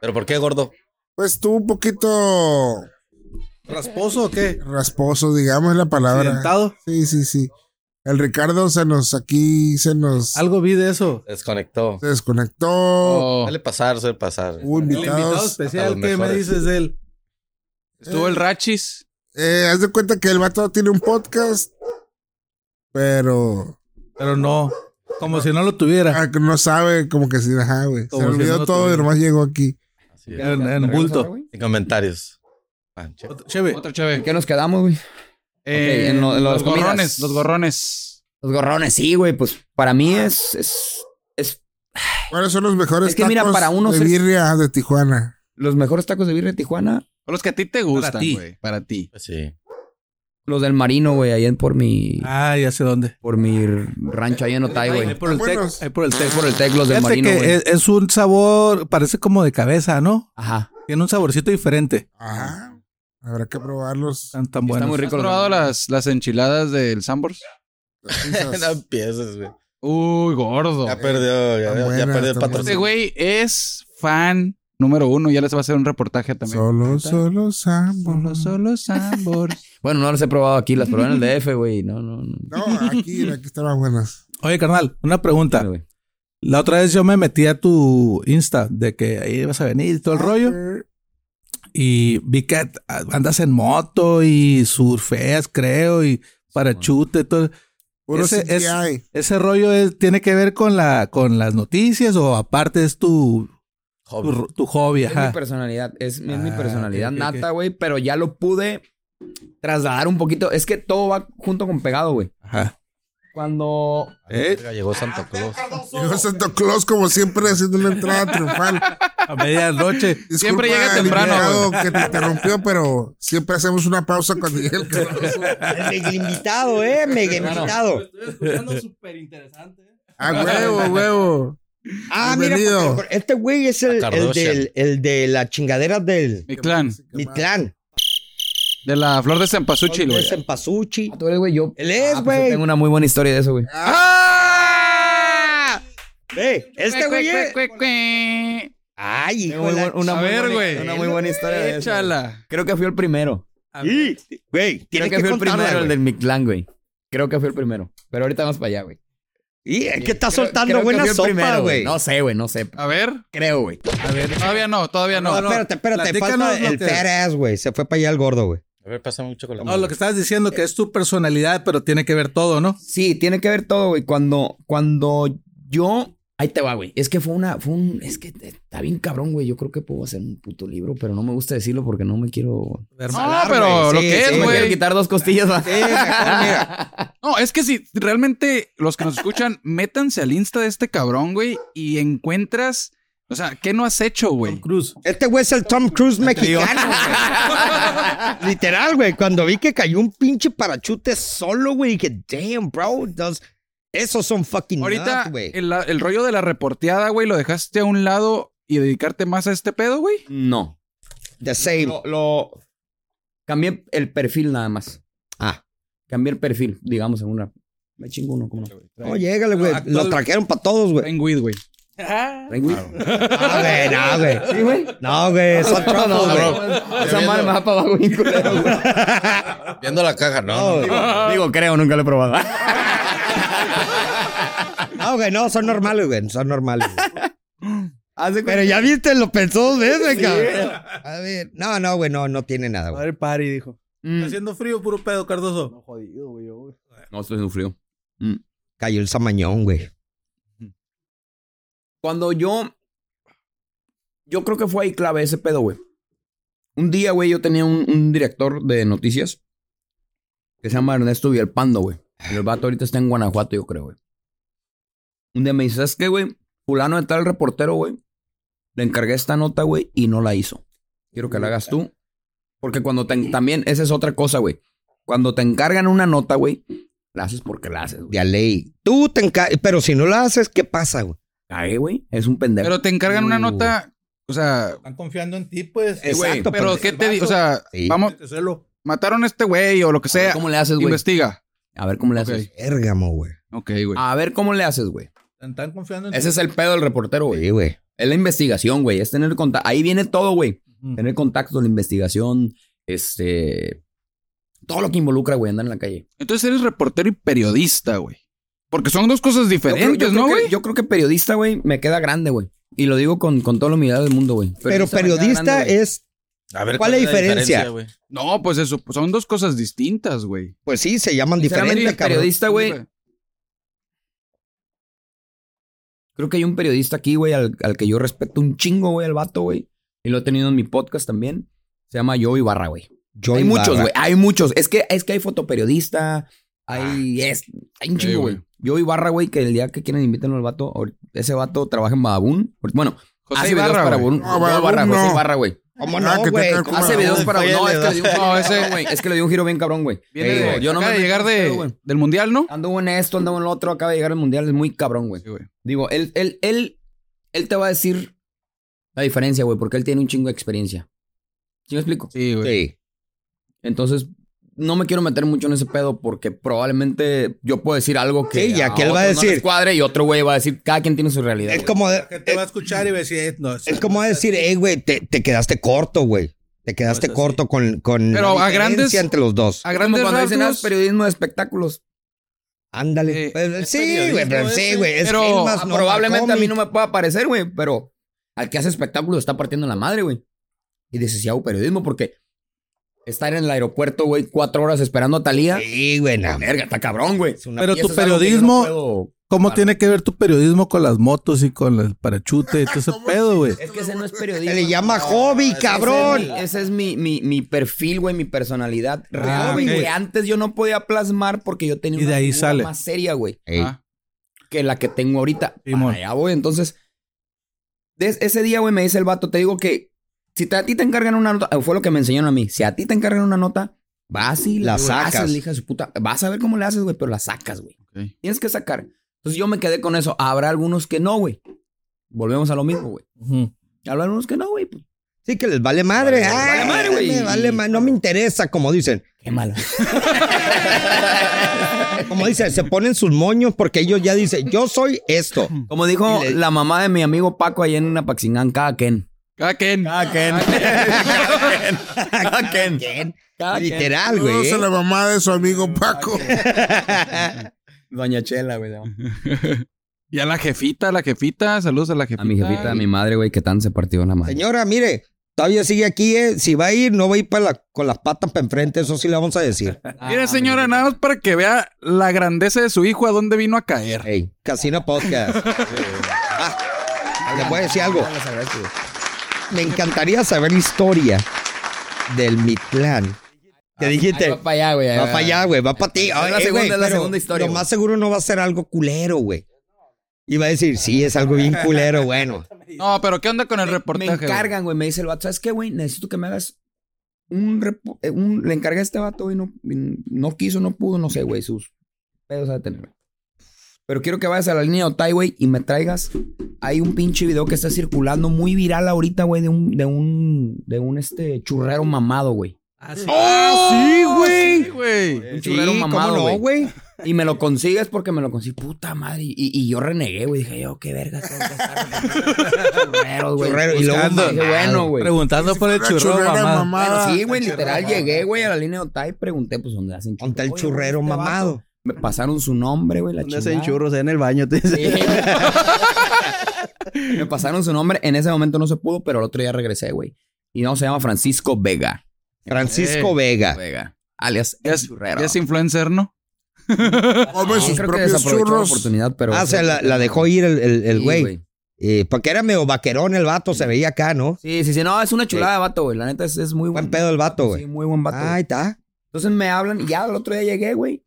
¿Pero por qué, gordo?
Pues estuvo un poquito
¿Rasposo o qué?
rasposo, digamos la palabra.
¿Accidentado?
Sí, sí, sí. El Ricardo se nos aquí, se nos
Algo vi de eso.
Desconectó.
se desconectó.
Oh,
Dale pasar, suele pasar.
Hubo
El invitado
invitados.
especial,
los
¿qué me
mejores.
dices de él?
Estuvo el Rachis.
Eh, haz de cuenta que el vato tiene un podcast, pero
Pero no, como si no lo tuviera.
ah, no sabe como que si ajá, güey. Se
Como si
olvidó
no
todo y
tuviera.
nomás llegó aquí.
Así es.
En, en bulto.
Sin comentarios. Ah, che.
Cheve.
Otra
¿En
chévere.
qué nos quedamos, güey?
Eh,
en lo- en lo
los
de las comidas.
gorrones. Los gorrones.
Los gorrones, sí, güey. Pues para mí es, es, es
¿Cuáles son los mejores
Es que mira,
tacos
para uno
de
ser-
birria de Tijuana?
los mejores tacos de birria de Tijuana.
Los que a ti te gustan,
ti.
güey. Para ti.
Pues sí.
Los del Marino, güey, ahí en por mi,
Ah, ya sé dónde.
por mi rancho ahí en Otay,
Ahí
güey.
por el
Ah,
tec.
buenos.
Ahí por el tec.
Ahí Por el tec, los del
Fíjate
Marino,
que
güey.
es, es un sabor, parece como de cabeza, ¿no?
Ajá.
Tiene un saborcito diferente.
Ajá. Ah, Habrá que probarlos.
Están tan
Está
buenos.
muy
¿Has
rico. los
probado
del Marino.
las, las enchiladas del Sambors?
no empieces, güey.
Uy, gordo.
Ya perdió, ya,
Tan
ya
buena,
perdió el
tan
Este
patrocinio.
güey es fan número uno. Ya les va a hacer un reportaje también.
Solo,
Solo,
solo sambos.
solo Sambors.
Bueno, no los he probado aquí, las probé en el DF, güey. No, no, no.
No, aquí, aquí estaban buenas.
Oye, carnal, una pregunta.
güey.
La otra vez yo me metí a tu Insta de que ahí ibas a venir y todo el rollo. Y vi que ah, andas en moto y surfeas, creo, y parachute, todo.
Puro
Ese es-
CGI.
¿Ese rollo es- tiene que ver con, la, con las noticias o aparte es tu,
Hobby.
tu, tu hobby?
Es mi
Ajá.
personalidad, es, es mi
Ah,
personalidad
ok, ok,
nata, güey, pero ya lo pude trasladar un poquito. Es que todo va junto con pegado, güey.
Ajá.
Cuando
¿Eh?
Verga, Llegó Santo Claus.
Llegó Santo Claus como siempre haciendo una entrada triunfal.
A medianoche.
Disculpa,
Siempre llega temprano,
invitado que te interrumpió, pero siempre hacemos una pausa cuando llega el Claus.
el mega invitado, eh, mega invitado.
A huevo, huevo.
Ah, mira,
Bienvenido.
porque este güey es el,
A
el,
Kardashian.
del, el de la chingadera del
Mi clan.
Mitlán.
De la flor de Cempasúchil, güey.
Es en Pasuchi.
tú eres, güey, yo.
Él es,
Ah, pues, yo
güey.
tengo una muy buena historia de eso, güey.
¡Ah! Ve, este
Cue,
güey
cue,
es-
cue, cue, cue.
Ay, hijo
Tengo
de
muy
la
buen- una
A
muy
ver,
buena-
güey.
Una muy buena historia de eso. güey.
Échala.
Creo que fui el primero.
A
Y, güey,
Creo
tienes
que,
que,
fue el
contarla,
primero, el
güey.
del Mictlán, güey. Creo que fue el primero. Pero ahorita vamos para allá, güey.
Y es que está
Creo-
soltando
creo que
buena
fue el
sopa,
primero,
güey.
No sé, güey, no sé.
A ver,
Creo, güey.
A ver,
todavía no, todavía no.
No,
no,
espérate, espérate.
platícanos
Falta
lo
el
que-
fat ass, güey. Se fue para allá el gordo, güey.
A ver, pásame un chocolate.
no, lo que estabas diciendo que es tu personalidad, pero tiene que ver todo, ¿no?
Sí, tiene que ver todo, güey. Cuando, cuando yo. Ahí te va, güey. Es que fue una. Fue un... Es que está bien cabrón, güey. Yo creo que puedo hacer un puto libro, pero no me gusta decirlo porque no me quiero.
Ver
No,
malar,
pero
güey.
lo
Sí,
que
sí,
es,
me quiero
güey.
quitar dos costillas, va.
Sí, mejor, mira.
No, es que si realmente los que nos escuchan, métanse al Insta de este cabrón, güey, y encuentras. O sea, ¿qué no has hecho,
Tom
güey?
Cruise.
Este güey es el Tom Cruise mexicano. güey. Literal, güey. Cuando vi que cayó un pinche parachute solo, güey, dije, damn, bro. those- esos son fucking
Ahorita,
nuts, güey.
el, el rollo de la reporteada, güey, lo dejaste a un lado y dedicarte más a este pedo, güey.
No.
The same.
Lo, lo- Cambié el perfil nada más.
Ah.
Cambié el perfil, digamos, en una. Me chingo uno, ¿cómo no?
No, llégale, güey.
actual-
Lo trajeron para todos, güey.
En weed, güey.
Tranquilo.
No, güey, no, güey. ¿Sí, güey? No, güey. Son
No, no,
truffles, güey.
bro. Esa madre me va para abajo, bien culero, güey.
Viendo la caja, no. no, no.
Digo, creo, nunca lo he probado.
No, güey, no. Son normales, güey. Son normales. güey.
Hace
Pero ya viste, lo pensó dos veces, cabrón. A ver. No, no, güey. No, no tiene nada, güey.
Madre party, dijo.
Mm.
Está haciendo frío, puro pedo, Cardoso.
No jodido, güey. yo, güey.
No, estoy en frío.
Cayó el samañón, güey.
Cuando yo. Yo creo que fue ahí clave ese pedo, güey. Un día, güey, yo tenía un, un director de noticias que se llama Ernesto Villalpando, güey. El vato ahorita está en Guanajuato, yo creo, güey. Un día me dice, ¿sabes qué, güey? Fulano de tal reportero, güey. Le encargué esta nota, güey, y no la hizo. Quiero que la hagas tú. Porque cuando te, también, esa es otra cosa, güey. Cuando te encargan una nota, güey, la haces porque la haces, güey.
De a ley. Tú te encargas. Pero si no la haces, ¿qué pasa, güey?
Cagué, güey. Es un pendejo.
Pero te encargan una
Uh.
nota. O sea,
Están confiando en ti, pues.
Eh, güey,
Exacto,
pero
pues,
¿qué
el
te digo? O
vato.
sea,
Sí.
vamos,
Te celo.
mataron a este güey o lo que
A ver
sea.
¿Cómo le haces, güey?
Investiga.
A ver cómo le
Ok.
haces.
Érgamo, güey.
Ok, güey.
A ver cómo le haces, güey.
Están confiando en ti.
Ese es el pedo del reportero, güey.
Sí, güey.
Es la investigación, güey. Es tener contacto. Ahí viene todo, güey.
Ujú.
Tener contacto, la investigación, este. Todo lo que involucra, güey, andar en la calle.
Entonces eres reportero y periodista, güey. Porque son dos cosas
Yo creo-
diferentes,
yo creo
¿no,
que-
güey?
Yo creo que periodista, güey, me queda grande, güey. Y lo digo con, con toda la humildad del mundo, güey.
Pero
me queda
periodista
grande, güey.
es,
A ver,
¿Cuál es la diferencia?
güey?
No, pues eso, pues son dos cosas distintas, güey.
pues sí, se llaman
Sinceramente,
diferente, cabrón.
periodista, güey. Creo que hay un periodista aquí, güey, al, al que yo respeto un chingo, güey, al vato, güey. Y lo he tenido en mi podcast también. Se llama Joey Barra, güey.
Joey
hay muchos,
Barra.
güey. Hay muchos. Es que, es que hay fotoperiodista. Hay, es, hay un
Ah, Sí,
chingo,
güey.
güey. Yo y Barra, güey, que el día que quieren invítenlo al vato, ahor- ese vato trabaja en Badabun. Ahor- Bueno,
José
hace videos
Ibarra,
para
güey.
Badabun.
No,
Yo y
Badabun
Barra,
no.
José Barra, güey.
¿Cómo
Nada
no,
que
güey?
tenga que ver
Hace
Badabun.
videos para
Oye,
No, es que
le
le dio un giro
No,
bien
ese-
cabrón, güey. Es que le dio un giro bien cabrón, güey.
Viene
Te
de-
digo, yo no
acaba
me
de llegar
meto en pedo,
de,
güey.
del mundial, ¿no?
Ando en esto, ando en lo otro, acaba de llegar al mundial, es muy cabrón, güey.
Sí, güey.
Digo, él, él, él, él te va a decir la diferencia, güey, porque él tiene un chingo de experiencia. ¿Sí me explico?
Sí, güey.
Sí.
Entonces, no me quiero meter mucho en ese pedo porque probablemente yo puedo decir algo que.
Sí, y aquí él
otros
va a
no les
decir-
cuadre y otro güey va a decir, cada quien tiene su realidad.
Es
güey".
como,
La gente va a escuchar y va a decir, eh, no,
es como decir, hey, güey, te, te quedaste corto, güey. Te quedaste
Pues así.
corto con, con
Pero
la
a grandes-
diferencia entre los dos.
A
Es
grandes
como cuando dicen, "Ah, es
rasgos,
periodismo de espectáculos.
Ándale.
Eh,
Pues,
es
sí,
periodismo
güey, pero
ese.
sí, güey. Es
Pero,
que él
Ah,
más no
probablemente a mí
cómic.
no me pueda parecer, güey, pero al que hace espectáculos está partiendo la madre, güey. Y dices, "Sí, hago periodismo porque estar en el aeropuerto, güey, cuatro horas esperando a Talía.
Sí, güey, no.
Verga, está cabrón, güey.
Es una-
Pero
Y
tu
eso es algo que yo no
periodismo-
puedo-
¿Cómo
Claro.
tiene que ver tu periodismo con las motos y con el parachute y todo ese pedo, güey?
Es que ese no es periodismo.
Se le llama hobby,
Ese
cabrón.
es mi, ese es mi, mi- mi perfil, güey, mi personalidad real, güey,
ok.
que antes yo no podía plasmar porque yo tenía
Y de ahí
figura
sale.
más seria, güey,
Ey,
Ah,
que la que tengo ahorita.
Simón.
Para allá voy, entonces. des- ese día, güey, me dice el vato, te digo que si te- a ti te encargan una nota, fue lo que me enseñaron a mí, si a ti te encargan una nota, vas y
La
la sacas,
sacas.
hija de su puta, vas a ver cómo le haces, güey, pero la sacas, güey.
ok.
Tienes que sacar. Entonces yo me quedé con eso. Habrá algunos que no, güey. Volvemos a lo mismo, güey.
Ujú.
Habrá algunos que no, güey. pues,
Sí, que les vale madre.
Vale,
Ay,
vale madre, güey.
me vale ma- No me interesa, como dicen.
Qué malo.
Como dicen, se ponen sus moños porque ellos ya dicen, yo soy esto.
Como dijo la mamá de mi amigo Paco allá en Apaxingán, cada quien.
Cada quien.
Cada quien.
Ah,
Cada quien.
¿Quién?
Cada quien.
Ah, Literal, güey.
Saludos
¿eh?
a la mamá de su amigo Paco.
Doña Chela, güey. ¿no?
Y a la jefita, a la jefita. Saludos a la jefita.
A mi jefita, a mi madre, güey, que tan se partió la madre.
Señora, mire, todavía sigue aquí, eh. Si va a ir, no va a ir para la- con las patas para enfrente, eso sí le vamos a decir.
Ah,
Mira,
Ah,
señora, nada más para que vea la grandeza de su hijo, a dónde vino a caer.
Ey, Casino Podcast. Ah, le voy a decir algo. Me encantaría saber la historia del Mitlán. Que dijiste,
Ahí
va
para allá, güey. ahí
para allá, güey, va para ti.
Es la
Ay, eh,
segunda,
güey,
es la
pero
segunda historia,
Lo
güey.
más seguro no va a ser algo culero, güey. Y va a decir, sí, es algo bien culero, bueno.
No, pero ¿qué onda con el
Me
reportaje? güey?
encargan, güey. Me dice el vato, ¿sabes qué, güey? Necesito que me hagas un, repo- eh, un- Le encargué a este vato, güey. No, no quiso, no pudo, no sé, güey. Sus pedos a tener, güey. Pero quiero que vayas a la línea de Otay, güey, y me traigas. Hay un pinche video que está circulando muy viral ahorita, güey, de un, de un, de un este churrero mamado, güey.
¡Oh, sí, güey! Sí, güey.
Un
Sí,
churrero mamado,
¿cómo no,
güey.
güey?
Y me lo consigues porque me lo conseguí, puta madre. Y, y yo renegué, güey. Dije, yo, qué verga tengo que estar churreros, güey.
Churrero, y luego
Buscando. Dije, bueno, güey.
Preguntando por el
La
churro,
churrera
mamá.
mamada.
Pero sí, güey,
el
literal.
churrero
Llegué, güey, a la línea de Otay y pregunté, pues, ¿dónde hacen churros?
Conta el
Oye,
churrero
güey, este
mamado.
vato. Me pasaron su nombre, güey, la
¿Dónde
chingada.
hacen churros? En el baño. te dice.
Sí. me pasaron su nombre. En ese momento no se pudo, pero el otro día regresé, güey. Y no, se llama Francisco Vega.
Francisco
Eh.
Vega. Ah,
Vega. Alias
Ya
el
es-
churrero.
Ya es influencer, ¿no?
Come
Sí, creo
sus
que
propios
desaprovechó la
churros.
oportunidad, pero...
Ah, o sea, la, la dejó ir el- el el
Sí,
güey. Eh, porque era medio vaquerón el vato, se veía acá, ¿no?
Sí, sí, sí. No, es una chulada de vato, güey. La neta es, es muy
Buen pedo el vato,
Sí,
güey.
muy buen vato.
Ah, ahí está.
Entonces me hablan y ya el otro día llegué, güey.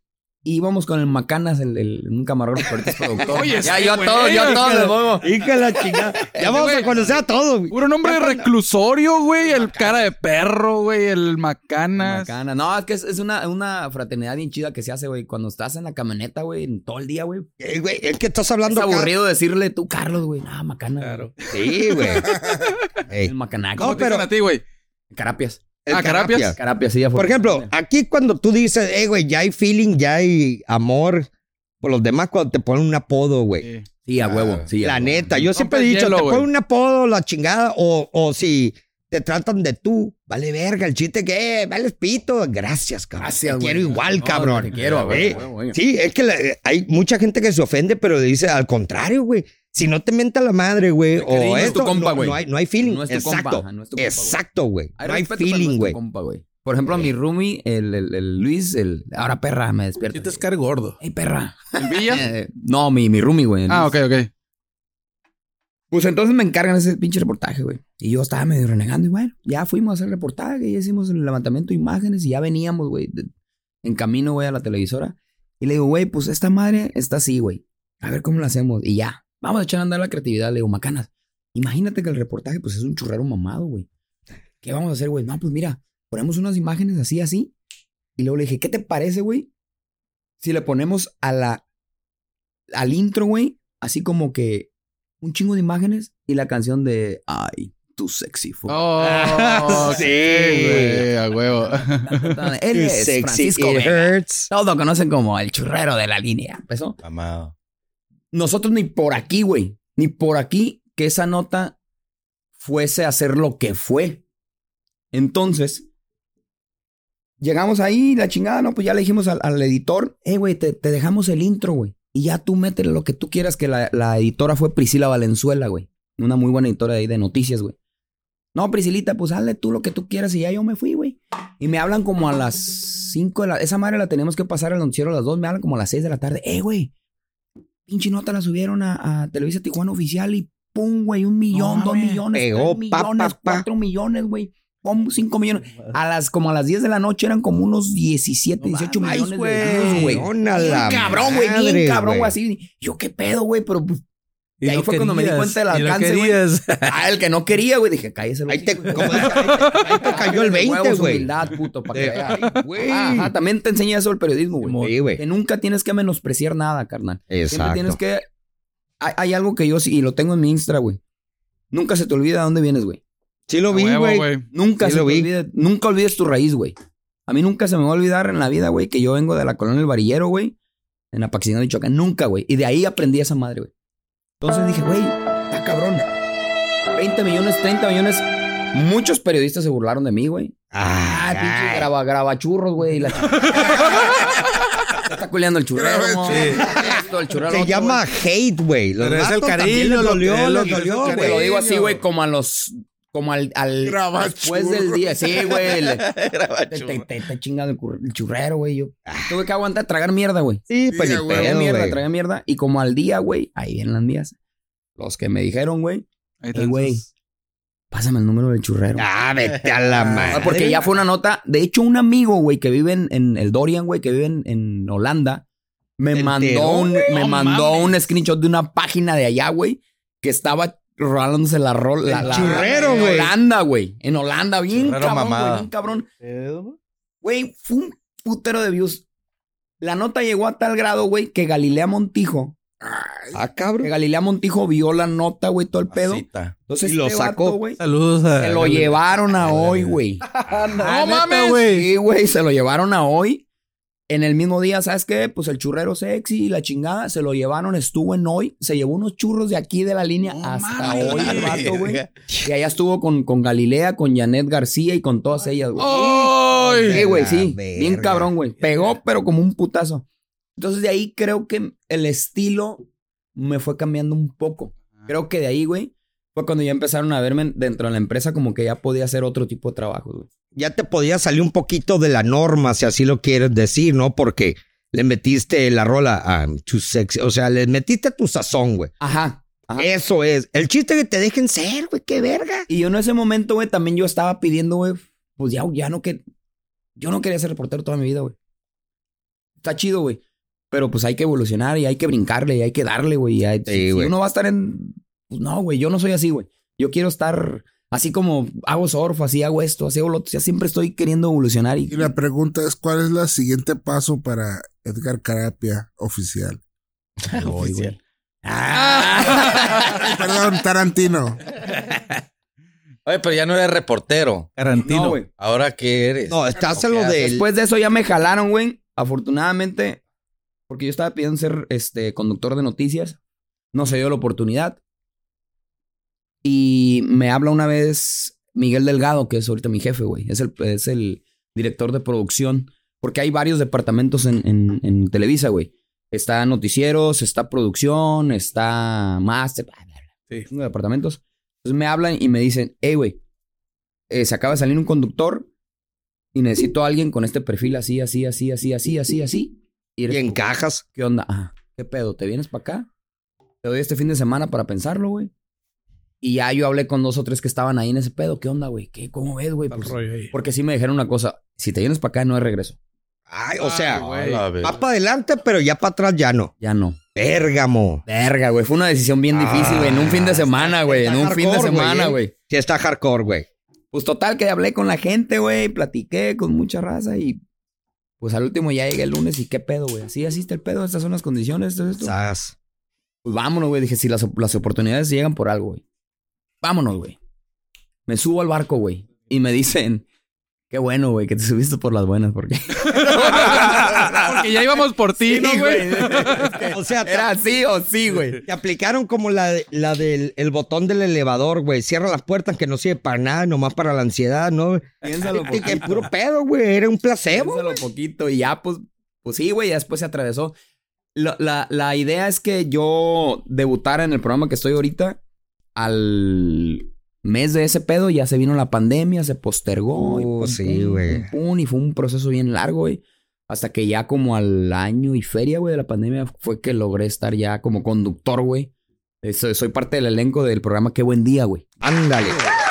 Y íbamos con el Macanas, el, el, un camarógrafo, ahorita es productor.
Oye,
ya,
sí,
yo a
güey.
todos, yo a todos les pongo.
Hija de la chingada. ya vamos a conocer a todos. güey.
Puro nombre de reclusorio, güey. El cara de perro, güey. El macanas.
Macanas. No, es que es, es una, una fraternidad bien chida que se hace, güey. Cuando estás en la camioneta, güey, en todo el día, güey.
Eh, güey, es que estás
Es
hablando acá.
aburrido decirle tú, Carlos, güey. No, Macanas.
Claro.
Sí, güey. Ey,
El Macanaco.
¿Cómo
No,
te dicen
pero-
a ti, güey?
Carapias.
el
Ah, Carapias.
Eh, Carapias.
Carapias, sí, ya fue.
Por ejemplo, aquí cuando tú dices, eh, güey, ya hay feeling, ya hay amor por los demás cuando te ponen un apodo, güey.
Sí.
Sí, a huevo. Sí, a
Ah,
huevo.
la neta, yo siempre he
el
dicho,
hielo,
te
güey.
ponen un apodo, la chingada, o, o si te tratan de tú, vale verga, el chiste que, eh, vales pito, gracias, cabrón.
Gracias,
te
güey.
quiero igual,
No,
cabrón.
Te quiero, a
Eh,
huevo, a huevo, a huevo.
Sí, es que la- hay mucha gente que se ofende, pero dice al contrario, güey. Si no te mienta la madre, güey,
que
o
no es tu
esto,
compa,
no-
güey.
no, hay, no hay feeling.
No es tu
Exacto.
compa, ajá, no es tu compa, güey.
Exacto, güey.
Hay
No hay
respeto, pero no es
feeling,
tu
güey. Eh.
compa, güey. Por ejemplo, a mi roomie, el, el, el Luis, el... Ahora perra, me despierta.
Sí te es cara gordo.
Ey, perra.
¿El Villa?
Eh, no, mi, mi roomie, güey.
Ah, ok, ok.
Pues entonces me encargan ese pinche reportaje, güey. Y yo estaba medio renegando y bueno, ya fuimos a hacer el reportaje, ya hicimos el levantamiento de imágenes y ya veníamos, güey, de- en camino, güey, a la televisora. Y le digo, güey, pues esta madre está así, güey. A ver cómo lo hacemos. Y ya, vamos a echar a andar la creatividad. Le digo, macanas, imagínate que el reportaje, pues es un churrero mamado, güey. ¿Qué vamos a hacer, güey? No, pues mira, ponemos unas imágenes así, así. Y luego le dije, ¿qué te parece, güey? Si le ponemos a la, al intro, güey, así como que un chingo de imágenes y la canción de Ay, tu sexy fue.
Oh,
Sí,
A huevo.
Él es
Sexy,
Francisco
it
Vega.
hurts.
Todos lo conocen como el churrero de la línea. ¿Empezó?
Amado.
Nosotros ni por aquí, güey, ni por aquí que esa nota fuese a ser lo que fue. Entonces, llegamos ahí, la chingada, no, pues ya le dijimos al, al editor, eh, güey, te, te dejamos el intro, güey. Y ya tú métele lo que tú quieras, que la, la editora fue Priscila Valenzuela, güey. Una muy buena editora de ahí de noticias, güey. No, Priscilita, pues hazle tú lo que tú quieras y ya yo me fui, güey. Y me hablan como a las 5 de la... Esa madre la tenemos que pasar al noticiero a las 2, me hablan como a las 6 de la tarde. Eh, güey, pinche nota la subieron a, a Televisa Tijuana Oficial y pum, güey, un millón,
No
dos
mames.
millones,
Pegó,
tres
pa,
millones,
pa, pa.
cuatro millones, güey. Pum, cinco millones. A las, como a las 10 de la noche eran como unos 17, 18
mames,
millones de
güey.
views, güey.
Cabrón, a
Bien
la
cabrón, güey,
madre,
bien cabrón, güey, así. Yo, ¿qué pedo, güey? Pero pues, Y ahí
no
fue cuando me di
querías,
cuenta del
y no
alcance, güey.
querías.
ah, el que no quería, güey, dije, cállese. el
Ahí te,
hocico, güey.
como- ahí te cayó el
De
20,
huevos,
güey.
humildad, puto, para que
De-
veas.
ay, güey.
Ah, ajá, también te enseña eso el periodismo, güey.
Sí,
Que
güey.
nunca tienes que menospreciar nada, carnal. Siempre tienes
Exacto.
que... Hay, hay algo que yo sí, y lo tengo en mi Insta, güey. Nunca se te olvida de dónde vienes, güey.
Sí lo
A
vi,
huevo,
güey.
Nunca
Sí,
se
lo
te
vi.
olvide- nunca olvides tu raíz, güey. A mí nunca se me va a olvidar en la vida, güey, que yo vengo de la colonia El Varillero, güey, en Apaxinado, Michoacán. Nunca, güey. Y de ahí aprendí esa madre, güey. Entonces dije, güey, está cabrón. 20 millones, 30 millones. Muchos periodistas se burlaron de mí, güey. Ah, pinche graba, grabachurros, güey. y La... Te Está culeando el churrero. Esto, el churrero.
Se
otro,
llama hate, güey. Los
Pero es el
vatos también
cariño,
les
lo
dolió,
que es, lo
les
que es el
dolió,
güey.
cariño.
Te lo
güey.
digo así, güey, como a los. Como al. al
Grabachurros.
después del día. Sí, güey. le- Te, te, te- te chingan el, cur- el churrero, güey. Yo tuve que aguantar, tragar mierda, güey.
Sí, pues
Sí,
ni
güey.
Tragué
Ah. pedo,
mierda,
güey.
tragué mierda. Y como al día, güey, ahí vienen las mías. Los que me dijeron, güey,
Ahí
Ey, güey.
entonces-
pásame el número del churrero.
Ah, vete a la
Ah,
madre.
porque ya fue una nota. De hecho, un amigo, güey, que vive en, en el Dorian, güey, que vive en, en Holanda, me
¿Te
mandó,
enteró,
un,
güey?
me
No
mandó un screenshot de una página de allá, güey, que estaba rolándose la rol. La,
El
la-
churrero,
en
güey.
Holanda, güey. En Holanda, bien
Churrero
cabrón, güey,
mamado.
bien cabrón. Güey, fue un putero de views. La nota llegó a tal grado, güey, que Galilea Montijo,
Ah,
que
cabrón. Ah,
Galilea Montijo vio la nota, güey, todo el pedo.
Cita.
Entonces
Y lo
este vato,
sacó.
güey,
Saludos a.
se lo llevaron a hoy, güey.
Ah,
¡No
neta,
mames!
güey.
Sí, güey, se lo llevaron a hoy. En el mismo día, ¿sabes qué? Pues el churrero sexy y la chingada se lo llevaron, estuvo en hoy, se llevó unos churros de aquí de la línea
No
hasta
mames.
hoy Ah, el vato, güey.
Verga.
Y allá estuvo con, con Galilea, con Janet García y con todas ellas, güey.
Oh,
¡Ay!
Sí, güey, sí.
La
Bien
verga.
cabrón, güey. Pegó, pero como un putazo. Entonces, de ahí creo que el estilo me fue cambiando un poco. Creo que de ahí, güey, fue cuando ya empezaron a verme dentro de la empresa como que ya podía hacer otro tipo de trabajo, güey.
Ya te podía salir un poquito de la norma, si así lo quieres decir, ¿no? Porque le metiste la rola a tu sexy. O sea, le metiste tu sazón, güey.
Ajá. Ajá.
Eso es. El chiste que te dejen ser, güey. Qué verga.
Y yo en ese momento, güey, también yo estaba pidiendo, güey, pues ya, ya no que... Yo no quería ser reportero toda mi vida, güey. Está chido, güey. Pero pues hay que evolucionar y hay que brincarle y hay que darle, güey. y hay-
Sí,
si, si
güey.
uno va a estar en... Pues no, güey, yo no soy así, güey. Yo quiero estar así como hago surf, así hago esto, así hago lo otro. O sea, siempre estoy queriendo evolucionar y...
Y la pregunta es, ¿cuál es el siguiente paso para Edgar Carapia oficial?
Ahí voy, güey. Ah.
Ay, perdón, Tarantino.
Oye, pero ya no eres reportero.
Tarantino.
No, güey.
Ahora qué eres.
No, estás en lo
Ok,
del.
Después de eso ya me jalaron, güey. Afortunadamente, porque yo estaba pidiendo ser este conductor de noticias, no se dio la oportunidad. Y me habla una vez Miguel Delgado, que es ahorita mi jefe, güey. Es el, es el director de producción. Porque hay varios departamentos en, en- en Televisa, güey. Está noticieros, está producción, está master, bla, bla, bla.
Sí.
Chingo de departamentos. Entonces me hablan y me dicen, hey, güey, eh, se acaba de salir un conductor y necesito a alguien con este perfil así, así, así, así, así, así, así. Y eres
Y
tú.
encajas.
¿Qué onda? Ajá. ¿Qué pedo? ¿Te vienes para acá? Te doy este fin de semana para pensarlo, güey. Y ya yo hablé con dos o tres que estaban ahí en ese pedo. ¿Qué onda, güey? ¿Qué? ¿Cómo ves, güey?
Tal
Pues,
rollo ahí.
porque sí me dijeron una cosa. Si te vienes para acá, no hay regreso.
Ay, o sea,
Ah, la verga.
va para adelante, pero ya para atrás ya no.
Ya no.
Bérgamo.
Verga, güey. Fue una decisión bien difícil, güey. En un fin de semana, güey. En un fin de
hardcore, güey,
semana,
¿eh?
güey.
Sí está hardcore, güey.
Pues total, que hablé con la gente, güey. Platiqué con mucha raza y... Pues al último ya llegué el lunes y qué pedo, güey. Así, así está el pedo. Estas son las condiciones. esto, esto.
Sas.
Pues vámonos, güey. Dije, si las, op- las oportunidades llegan por algo, güey. Vámonos, güey. Me subo al barco, güey. Y me dicen, qué bueno, güey, que te subiste por las buenas, porque.
Porque ya íbamos por ti, ¿no, güey?
O sea, te,
Era sí o sí, güey.
te aplicaron como la, la del el botón del elevador, güey. Cierra las puertas que no sirve para nada, nomás para la ansiedad, ¿no?
Piénsalo
Que, que
poquito.
puro pedo, güey. Era un placebo.
Piénsalo poquito. Y ya, pues, pues sí, güey, ya después se atravesó. La, la- la idea es que yo debutara en el programa que estoy ahorita al mes de ese pedo. Ya se vino la pandemia, se postergó. y
Uh, sí,
pum,
güey.
pum, pum, y fue un proceso bien largo, güey. Hasta que ya como al año y feria, güey, de la pandemia fue que logré estar ya como conductor, güey. Eh, Soy, soy parte del elenco del programa Qué Buen Día, güey.
Ándale.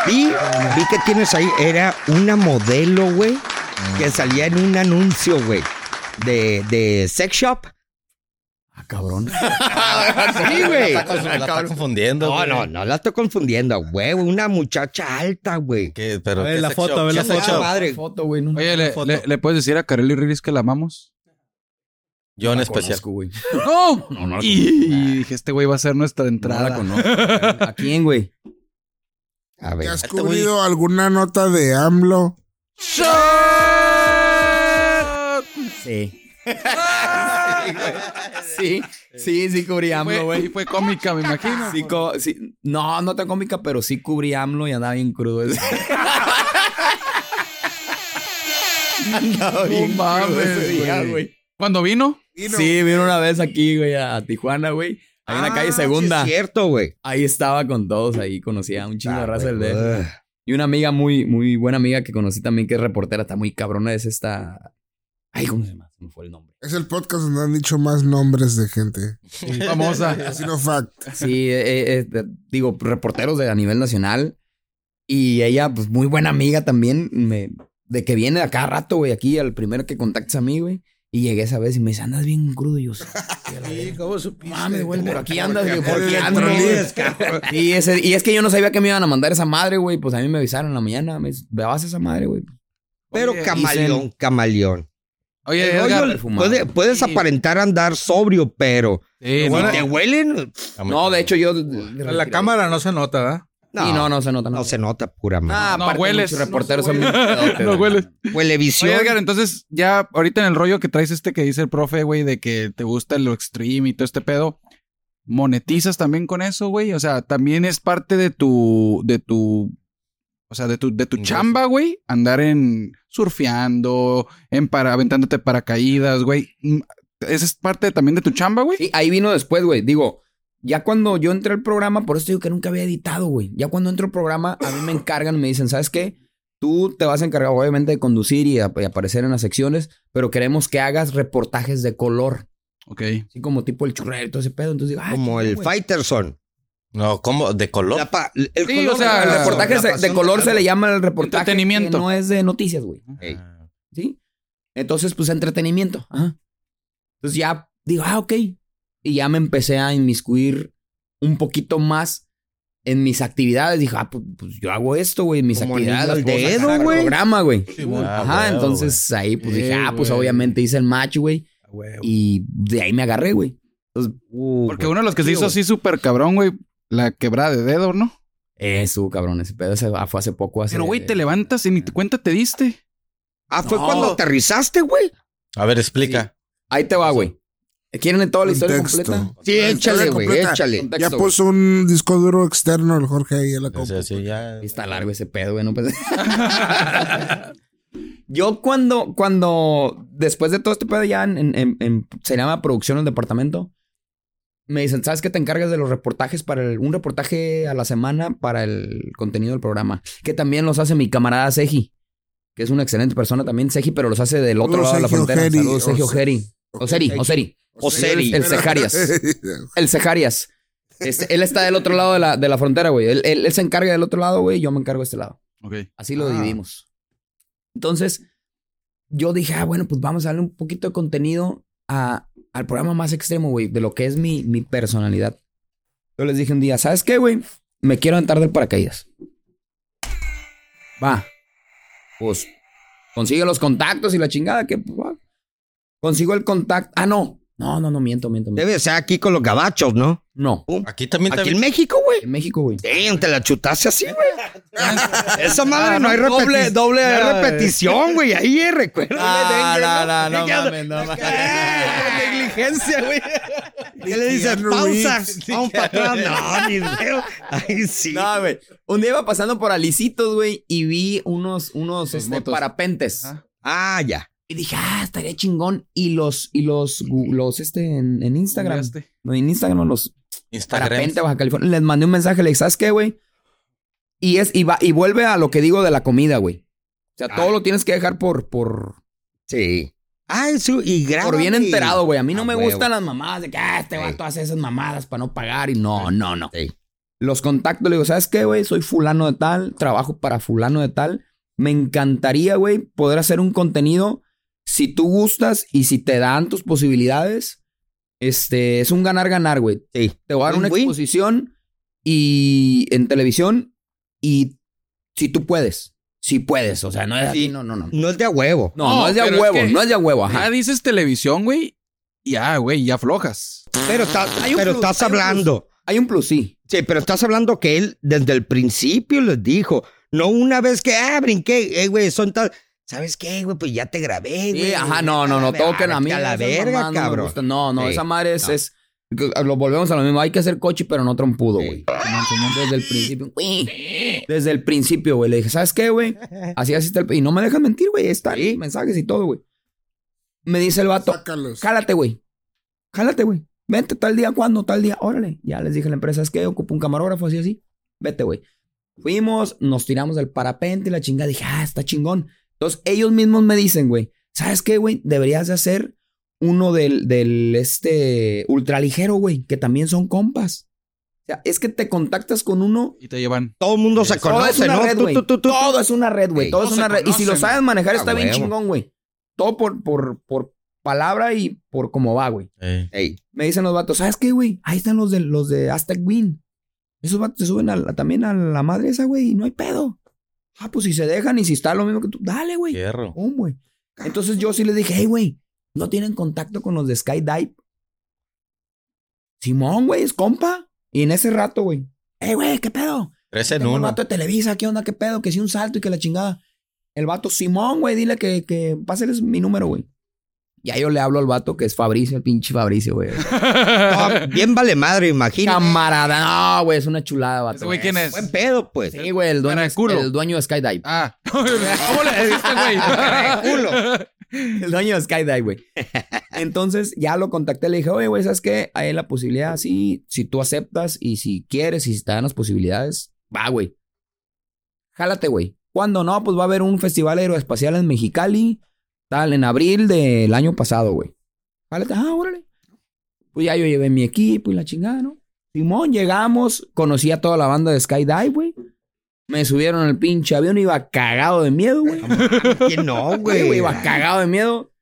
Vi, vi que tienes ahí. Era una modelo, güey, que salía en un anuncio, güey, de, de sex shop.
Ah, cabrón.
Sí, güey.
La está confu- la está confundiendo.
No,
güey.
no, no la estoy confundiendo, güey. Una muchacha alta, güey.
¿Qué? Pero
A ver,
qué
la
sex
foto,
shop?
a ver
¿Qué
la
sex
foto.
shop?
Madre.
Foto, güey. no-
Oye, le,
Foto.
le- ¿le puedes decir a Kareli Riris que la amamos?
Yo en
la
especial.
Ah, conozco, güey.
¡No!
No, no la
Y, y dije, este güey va a ser nuestra
No
entrada.
la conozco. ¿A quién, güey?
A
¿Te
ver.
has cubrido alguna nota de AMLO?
¡Shot!
Sí. Sí, sí, sí cubrí AMLO,
Fue, y
güey.
fue cómica, me imagino.
Sí, co- sí- No, no tan cómica, pero sí cubrí AMLO y andaba bien crudo. ese. andaba bien crudo
mames,
ese día,
güey.
güey.
Cuando vino,
Sí, vino una vez aquí, güey, a Tijuana, güey. Ahí en la calle Segunda.
Ah, es cierto, güey.
ahí estaba con todos, ahí conocía a un chingo de raza del
güey,
DF.
ugh.
Y una amiga muy, muy buena amiga que conocí también, que es reportera, está muy cabrona, es esta. Ay, ¿cómo se llama? Se me fue el nombre.
Es el podcast donde han dicho más nombres de gente.
famosa.
Así no fact.
Sí, eh, eh, eh, digo, reporteros de a nivel nacional. Y ella, pues muy buena amiga también, me, de que viene a cada rato, güey, aquí, al primero que contactes a mí, güey. Y llegué esa vez y me dice, andas bien crudo. Y yo, sí, a la verga.
¿Cómo supiste?
mames, güey, por aquí andas, güey, por aquí
Electrolíes,
andas. güey. Y, ese- y es que yo no sabía que me iban a mandar esa madre, güey. Pues a mí me avisaron en la mañana, me dice, "Ve, vas a esa madre, güey.
Pero
Oye,
camaleón, camaleón.
Oye,
El
Edgar,
rollo-
perfumado.
puede- puedes
Sí.
aparentar andar sobrio, pero
sí,
si
no,
te huelen,
No, de hecho, yo.
En la cámara no se nota, ¿verdad?
No, no, no se nota.
no se nota pura madre.
Ah,
No
aparte,
hueles.
muchos reporteros
No
son bien pedotes,
no
güey.
hueles.
Huele visión.
Oye, Edgar, entonces ya ahorita en el rollo que traes este que dice el profe, güey, de que te gusta lo extreme y todo este pedo, ¿monetizas también con eso, güey? O sea, también es parte de tu, de tu, o sea, de tu, de tu
Ingreso.
chamba, güey, andar en surfeando, en para, aventándote paracaídas, güey. Mm, ¿Esa es parte también de tu chamba, güey?
Sí, ahí vino después, güey. Digo, ya cuando yo entré al programa, por eso te digo que nunca había editado, güey. Ya cuando entro al programa, a mí me encargan, me dicen, ¿sabes qué? Tú te vas a encargar, obviamente, de conducir y, a- y aparecer en las secciones, pero queremos que hagas reportajes de color.
Ok.
Así como tipo el churrero y todo ese pedo. Entonces digo, ah,
como
qué
el
güey.
Fighterson.
No, ¿cómo? ¿De color?
La pa- el
Sí,
color
o sea,
de la
El
Ah,
razón,
reportaje
la
se- de
pasión
color se
algo.
le llama el reportaje. que
Entretenimiento.
no es de noticias, güey.
Ey.
Ah,
¿sí? Entonces, pues entretenimiento. Ajá. Entonces ya digo, ah, ok. Y ya me empecé a inmiscuir un poquito más en mis actividades. Dije, ah, pues, pues, yo hago esto, güey, en mis
Como
actividades.
niño
las puedo
al dedo,
sacar al
güey.
programa, güey.
Ah,
Ajá,
huevo,
entonces ahí pues dije,
Eh,
ah, pues
güey.
obviamente hice el match, güey.
Ah, Huevo.
Y de ahí me agarré, güey. Entonces, uh,
Porque
güey.
uno de los que se hizo así súper cabrón, güey, la quebrada de dedo, ¿no?
Eh, estuvo cabrón ese pedo. ese ah, fue hace poco. hace-
Pero, güey, te levantas y ni te cuenta te diste.
Ah, fue
No.
cuando aterrizaste, güey.
A ver, explica.
Ahí te va, güey. ¿Quieren toda la historia
Contexto.
completa?
Sí,
La historia
échale, güey,
completa.
échale.
Ya
Contexto,
puso un disco duro externo el Jorge ahí en la
O sea,
compu.
sí, ya.
Está largo ese pedo, güey. No pensé. Yo cuando, cuando, después de todo este pedo ya en, en- en- en- se llama producción en el departamento, me dicen, ¿sabes qué te encargas de los reportajes para el, un reportaje a la semana para el contenido del programa? Que también los hace mi camarada Seji, que es una excelente persona también, Seji, pero los hace del otro
Saludos,
lado de la
Seji
frontera.
Ojeri.
Saludos, Seji
O-
Ojeri. Oseri, Oseri.
Oseri.
El Cejarias. El Cejarias. Este, él está del otro lado de la, de la frontera, güey. Él, él- él se encarga del otro lado, güey, y yo me encargo de este lado.
Ok.
Así lo
Ah.
dividimos. Entonces, yo dije, ah, bueno, pues vamos a darle un poquito de contenido a- al programa más extremo, güey, de lo que es mi, mi personalidad. Yo les dije un día, ¿sabes qué, güey? Me quiero aventar del paracaídas. Va. Pues consigue los contactos y la chingada que pues, va. consigo el contacto. Ah, no. No, no, no, miento, miento. miento.
Debe ser eh, aquí con los gabachos, ¿no?
No.
Aquí también
Aquí
también.
en México, güey.
En México, güey.
Damn, te la chutaste así, güey. Esa madre no hay repetición.
doble.
No hay repetición, güey. Ahí eh, es, recuerda.
Ah, no, no, no,
Ya-
no, mames, no, mames.
Negligencia, güey. ¿Qué le dices?
Keanu
Pausa.
Reeves.
Vamos para atrás. No, ni veo. Ay, sí.
No, güey. Un día iba pasando por Alicitos, güey, y vi unos, unos este,
motos.
parapentes.
Ah.
Ah, ya.
Y dije, ah, estaría chingón. Y los, y los, gu- los, este, en, en Instagram.
Googleaste.
No, en Instagram, los
Instagram.
parapente Baja California. Les mandé un mensaje, le dije, ¿sabes qué, güey? Y es, y va, y vuelve a lo que digo de la comida, güey. O sea, todo lo tienes que dejar por, por,
Sí. Ah, eso. Y graba.
por bien
güey.
enterado, güey. A mí no
Ah,
me
huevo.
gustan las mamadas de que ah, este
Ey.
vato hace esas mamadas para no pagar y no,
Ey.
no, no.
Ey.
Los contacto, le digo, ¿sabes qué, güey? Soy fulano de tal, trabajo para fulano de tal. Me encantaría, güey, poder hacer un contenido si tú gustas y si te dan tus posibilidades. Este, es un ganar-ganar, güey.
Sí.
Te voy a dar una
Win-win.
exposición y en televisión y si tú puedes, si puedes, o sea, no es así, no, no, no.
No es de a huevo.
No,
No,
no es de a
pero es
huevo,
que-
no es de a huevo, ajá.
Ya dices televisión, güey. y Ya, güey, ya aflojas.
Pero, está-
Hay un
pero
plus,
estás
hay un plus.
hablando.
Hay un plus, sí.
Sí, pero estás hablando que él desde el principio les dijo, no una vez que, ah, brinqué, eh, güey, son tal. ¿Sabes qué, güey? Pues ya te grabé, güey.
Sí, ajá, no, no, no,
Vete
toquen a mí.
A la
esas
verga,
mamadas no me
cabrón.
gustan. No, no,
Sí,
esa madre es,
no.
es- Lo volvemos a lo mismo. Hay que hacer coche, pero no trompudo, güey. Desde el principio. güey. Desde el principio, güey. Le dije, ¿sabes qué, güey? Así, así está el... Y no me dejan mentir, güey. Ahí Están los mensajes y todo, güey. Me dice el vato,
Sácalos.
Pues, jálate, güey. Jálate, güey. Vente tal día, ¿cuándo? Tal día. Órale. Ya les dije a la empresa, es que ocupo un camarógrafo, así, así. Vete, güey. Fuimos, nos tiramos del parapente y la chingada. Dije, ah, está chingón. Entonces, ellos mismos me dicen, güey, ¿sabes qué, güey? Deberías de hacer uno del, del este, ultraligero, güey, que también son compas. O sea, es que te contactas con uno
Y te llevan.
Todo el mundo se
todo es
conoce,
una
¿no?
red,
Tú,
güey.
tú, tú, tú.
Todo es una red, güey.
Sí.
Todo es
Todos se
una red. Y si lo
conocen,
sabes manejar,
A
está bien
huevo.
chingón, güey. Todo por, por, por palabra y por cómo va, güey.
Ey.
Ey,
Me dicen los vatos, ¿sabes qué, güey? Ahí están los de, los de Aztec Win. Esos vatos se suben a la- también a la madre esa, güey, y no hay pedo. Ah, pues si se dejan y si está lo mismo que tú, dale, güey.
Hierro.
Pum, güey. Entonces yo sí les dije, hey, güey, ¿no tienen contacto con los de Skydive? Simón, güey, es compa. Y en ese rato, güey, hey, güey, ¿qué pedo?
Tres en
Tengo un
uno.
vato de Televisa, ¿qué onda? ¿Qué pedo? Que si un salto y que la chingada. El vato, Simón, güey, dile que, que páseles mi número, güey. Ya yo le hablo al vato que es Fabricio, el pinche Fabricio, güey.
no, bien vale madre, imagina.
Camarada. No, güey, es una chulada,
¿Ese
vato.
güey quién es?
Buen pedo, pues.
Sí, güey, el dueño,
Cara de culo.
el dueño de Skydive.
Ah. ¿Cómo le dijiste, güey?
este El dueño de Skydive, güey. Entonces ya lo contacté, le dije, oye, güey, ¿sabes qué? Hay la posibilidad, sí, si tú aceptas y si quieres y si te dan las posibilidades, va, güey. Jálate, güey. ¿Cuándo no? Pues va a haber un festival aeroespacial en Mexicali, tal, en abril del año pasado, güey. Jálate, ah, órale. Pues ya yo llevé mi equipo y la chingada, ¿no? Simón, llegamos, conocí a toda la banda de Skydive, güey. Me subieron al pinche avión, iba cagado de miedo, güey.
¿Quién no,
Güey,
güey?
güey, iba cagado de miedo.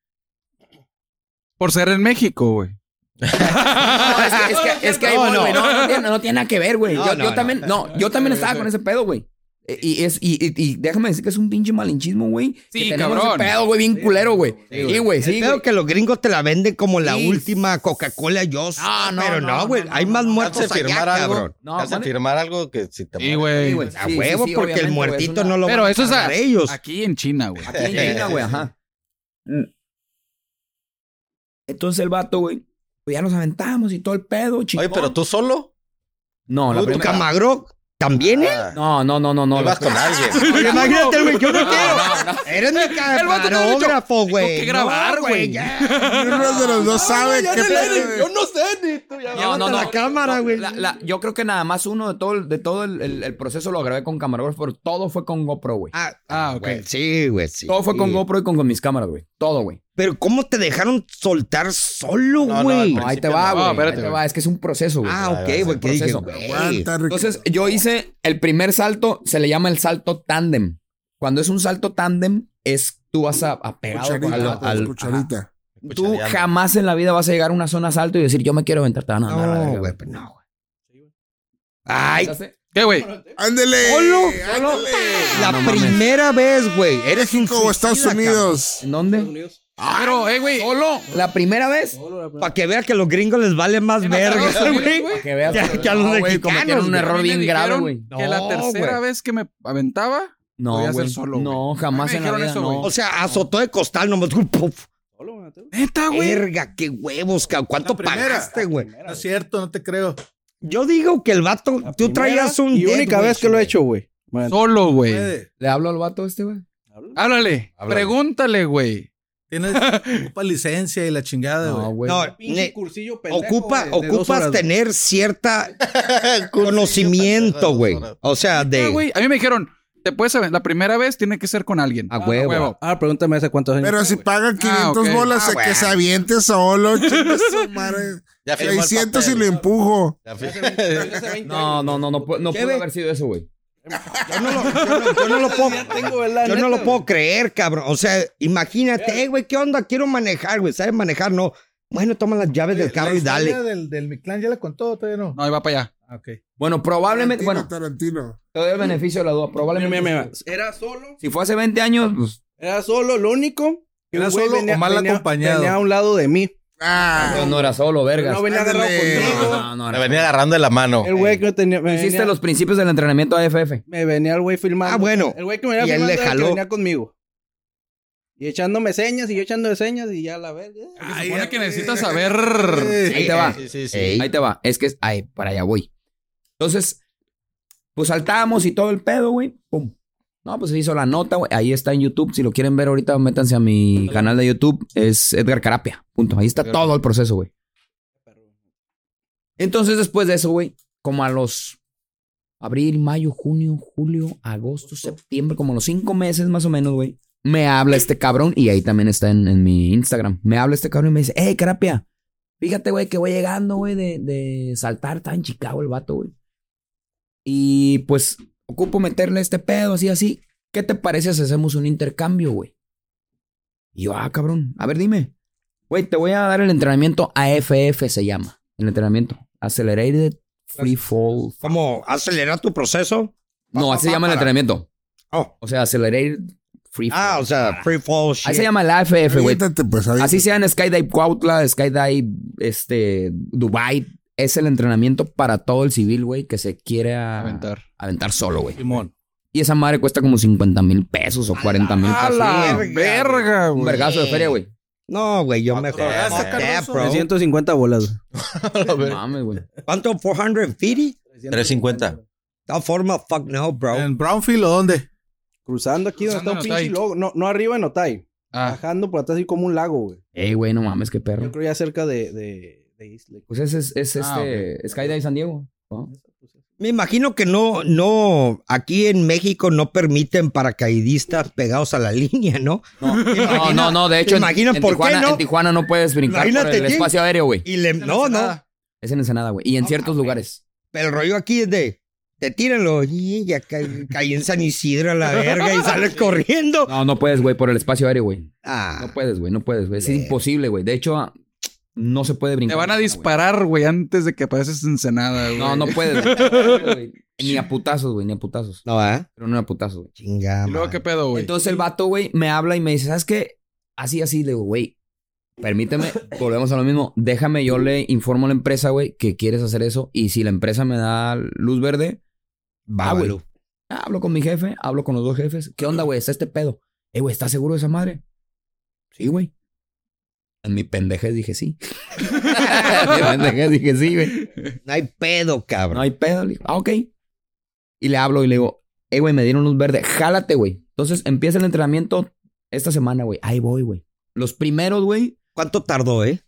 Por ser en México, güey.
No, es que, es que, es que ahí
No,
voy,
no.
güey. No, no tiene, no tiene nada que ver, güey.
No,
yo,
no,
yo
no.
también, no, yo también estaba con ese pedo, güey. E- Y, es, y, y, y déjame decir que es un pinche malinchismo, güey. que
Sí,
tenemos
cabrón.
Ese pedo, güey, bien culero, güey. Sí, güey,
El
sí.
pedo
güey.
que los gringos te la venden como la
Sí.
última Coca-Cola yo.
Ah, no,
pero
no,
no,
no,
güey.
no,
Hay
no,
más
no,
¿Te hace
muertos allá,
firmar algo?
cabrón.
No,
¿Te hace
¿cuál es?
firmar algo que si te
Sí,
mueres?
Sí,
güey.
güey,
A
pues, sí, sí,
huevo,
sí,
porque el
obviamente, güey, es
muertito
una-
no lo
Pero
van a
eso es a-
pagar ellos.
Aquí en China, güey.
Aquí en China, güey, ajá. Mm. Entonces el vato, güey, pues ya nos aventamos y todo el pedo, chico.
Oye, pero tú solo.
No, la
¿Tú, tu
primera-
camagro también, eh?
Ah,
No, no, no, no,
tú
no. la-
ibas con alguien.
Oye, Imagínate, güey, yo no quiero. Eres mi camarógrafo, güey.
tengo que grabar,
No,
güey.
ya.
Ni uno de los dos sabe qué pedo, güey.
no sé ni tú ya.
No, no, no.
Llévate la cámara,
No,
güey.
la- la- Yo creo que nada más uno de todo, el- de todo el, el- el proceso lo grabé con camarógrafo, pero todo fue con GoPro, güey.
Ah,
Ah, ok.
güey, sí, güey, sí.
todo fue con
Sí.
GoPro y con, con mis cámaras, güey. Todo, güey.
Pero ¿cómo te dejaron soltar solo,
No, no,
güey?
al
No, ahí te
principio
va,
no.
güey.
Ah, espérate,
ahí te
güey.
va. Es que es un proceso, güey.
ah,
Ahí
ok,
va,
güey. ¿Qué
el
dije,
proceso.
güey?
Aguanta, Ricky.
Entonces, yo hice el primer salto, se le llama el salto tándem. Cuando es un salto tándem, es tú vas a, a pegado con
Cucharita,
al-
con
al-
cucharita.
ajá. Tú
Cuchareando.
jamás en la vida vas a llegar a una zona salto y decir, yo me quiero aventar. Te van a mandar a la
No,
verga,
güey,
güey.
pues no, güey. Ay,
¿Pensaste?
¿Qué, güey?
Ándele.
Solo,
ándele.
la
no mames.
primera vez, güey. Eres un
México o Estados Unidos.
¿En dónde?
Pero, eh, güey.
¿Solo? ¿La primera vez?
Para que veas que los gringos les vale más verga, güey.
Que veas
Ya- ya los
No, güey,
mexicanos,
cometieron un
güey.
error
A mí me
bien grave,
dijeron
güey.
que la
No,
tercera
güey.
vez que me aventaba,
No,
podía
güey.
ser solo,
No, jamás
A mí
en
me
la
dijeron
vida,
eso,
no.
güey.
O sea, azotó de costal nomás. ¡puf!
neta,
Ah,
güey.
Verga, qué huevos, cabrón. ¿Cuánto pagaste, güey?
No
No es cierto, no te creo.
Yo digo que el vato, tú traías un.
Y
dead
única
wish,
vez que lo he
güey.
hecho, güey.
Solo, güey.
Puede.
¿Le hablo al vato este, güey?
Háblale,
Háblale.
pregúntale, güey.
Tienes ocupa licencia y la chingada,
No, güey.
güey.
No, ne- ocupa, ocupas tener cierta conocimiento, güey. O sea,
Ah,
de.
güey, A mí me dijeron, te puedes aven- la primera vez tiene que ser con alguien.
A huevo.
Ah, pregúntame hace cuántos años.
Pero si pagan 500
ok.
bolas
Ah,
a que
bueno.
se aviente solo, chingue su madre.
Ya firmó el
600 y
papel.
lo empujo.
Ya firmó.
No, no, no, no, pu- no
Cheve.
pudo haber sido eso, güey.
Yo no lo, yo no- yo no lo puedo. yo no lo puedo creer, cabrón. O sea, imagínate, eh, güey, ¿qué onda? Quiero manejar, güey. ¿Sabes manejar? No. Bueno, toma las llaves del carro y dale.
Del, del mi clan ya la contó, o todavía no.
No, ahí va para allá.
Ah, ok.
Bueno, probablemente,
Tarantino,
bueno,
Tarantino.
te doy el beneficio de la duda.
Mira,
Probablemente.
mira, mira. Era solo.
Si fue hace 20 años, pues.
Era solo, lo único. que
Era
un güey
solo o mal acompañado.
Venía a un lado de mí.
yo
Ah,
no era solo, vergas.
No venía agarrado
Ándale.
conmigo.
No, no,
Me
no.
venía agarrando de la mano.
El güey que tenía. Me
Hiciste
venía,
los principios del entrenamiento AFF.
me venía el güey filmando.
Ah, bueno.
El güey que me venía
Y él
filmando
le
era el que
jaló.
venía conmigo. Y echándome señas y yo echándole señas y ya la verga.
Se supone que necesitas saber.
Ahí te va.
Sí, sí, sí.
Ahí te va. Es que es, ahí, para allá voy. Entonces, pues saltamos y todo el pedo, güey. Pum. No, pues se hizo la nota, güey. Ahí está en YouTube. Si lo quieren ver ahorita, métanse a mi canal de YouTube. Es Edgar Carapia. Punto. Ahí está todo el proceso, güey. Entonces, después de eso, güey, como a los abril, mayo, junio, julio, agosto, septiembre, como a los cinco meses más o menos, güey. Me habla este cabrón y ahí también está en, en mi Instagram. Me habla este cabrón y me dice, hey, Carapia, Fíjate, güey, que voy llegando, güey, de, de saltar. Estaba en Chicago el vato, güey. Y pues, ocupo meterle este pedo, así, así. ¿Qué te parece si hacemos un intercambio, güey? Y yo, ah, cabrón. A ver, dime. Güey, te voy a dar el entrenamiento AFF, se llama. El entrenamiento. Accelerated Free Fall.
¿Cómo acelerar tu proceso?
No, así se llama el entrenamiento.
Oh.
O sea, Accelerated Free Fall.
Ah, o sea, free fall
Ahí
shit.
se llama el AFF, güey.
Aviéntate, pues, aviéntate.
Así sea en Skydive Cuautla, Skydive este, Dubai. Es el entrenamiento para todo el civil, güey, que se quiere a-
Aventar.
aventar solo, güey.
Simón.
Y esa madre cuesta como 50 mil pesos o 40 mil pesos.
la
Verga,
Un
güey.
vergazo de feria, güey.
No, güey, yo mejor.
vas a
Fuck
sacar
that,
eso?
bro.
350 bolas.
No mames, güey.
¿Cuánto? ¿450?
350.
No forma, fuck no, bro.
Eh.
¿En Brownfield o dónde?
Cruzando aquí donde está un
Cruzando en
pinche
Otay.
logo. No, no arriba en Otay.
Ah,
Bajando por atrás así como un lago, güey.
Ey, güey, no mames, qué
Yo
perro.
creo ya cerca de, de, de Islay.
Pues ese es, es
Ah,
este Skydive San Diego. ¿no?
Me imagino que no, no, aquí en México no permiten paracaidistas pegados a la línea, ¿no?
No, no, no, de hecho, en,
Imaginas
en
por qué,
Tijuana,
¿no?
en Tijuana no puedes brincar por
Imagínate,
el
Jim.
espacio aéreo, güey.
Y le, no, no,
Es en Ensenada, güey. Y en ciertos lugares.
pero el rollo aquí es de, te tiran los, y ya ca- caí en San Isidro a la verga y sales corriendo.
No, no puedes, güey, por el espacio aéreo, güey.
Ah,
No puedes, güey, no puedes, güey. Es
Verga.
imposible, güey. De hecho, ah, no se puede brincar.
te van a
güey.
disparar, güey, antes de que apareces en Senada, güey.
No, no puedes. güey. ni a putazos, güey, ni a putazos.
no, ¿eh?
Pero no a putazos, güey.
Chinga,
¿Y luego
madre.
qué pedo, güey?
Entonces el vato, güey, me habla y me dice, ¿sabes qué? Así, así, le digo, güey, permíteme, volvemos a lo mismo. Déjame, yo le informo a la empresa, güey, que quieres hacer eso. Y si la empresa me da luz verde, va,
Ah, güey.
güey. Hablo con mi jefe, hablo con los dos jefes. ¿Qué onda, güey? ¿Está este pedo? Eh, güey, ¿estás seguro de esa madre? Sí, güey. En mi pendejez dije sí. en mi pendejez dije sí, güey.
No hay pedo,
No
cabrón.
hay pedo. Le digo, ah, ok. Y le hablo y le digo, hey, güey, me dieron luz verde. Jálate, güey. Entonces empieza el entrenamiento esta semana, güey. Ahí voy, güey. Los primeros, güey.
¿Cuánto tardó, eh?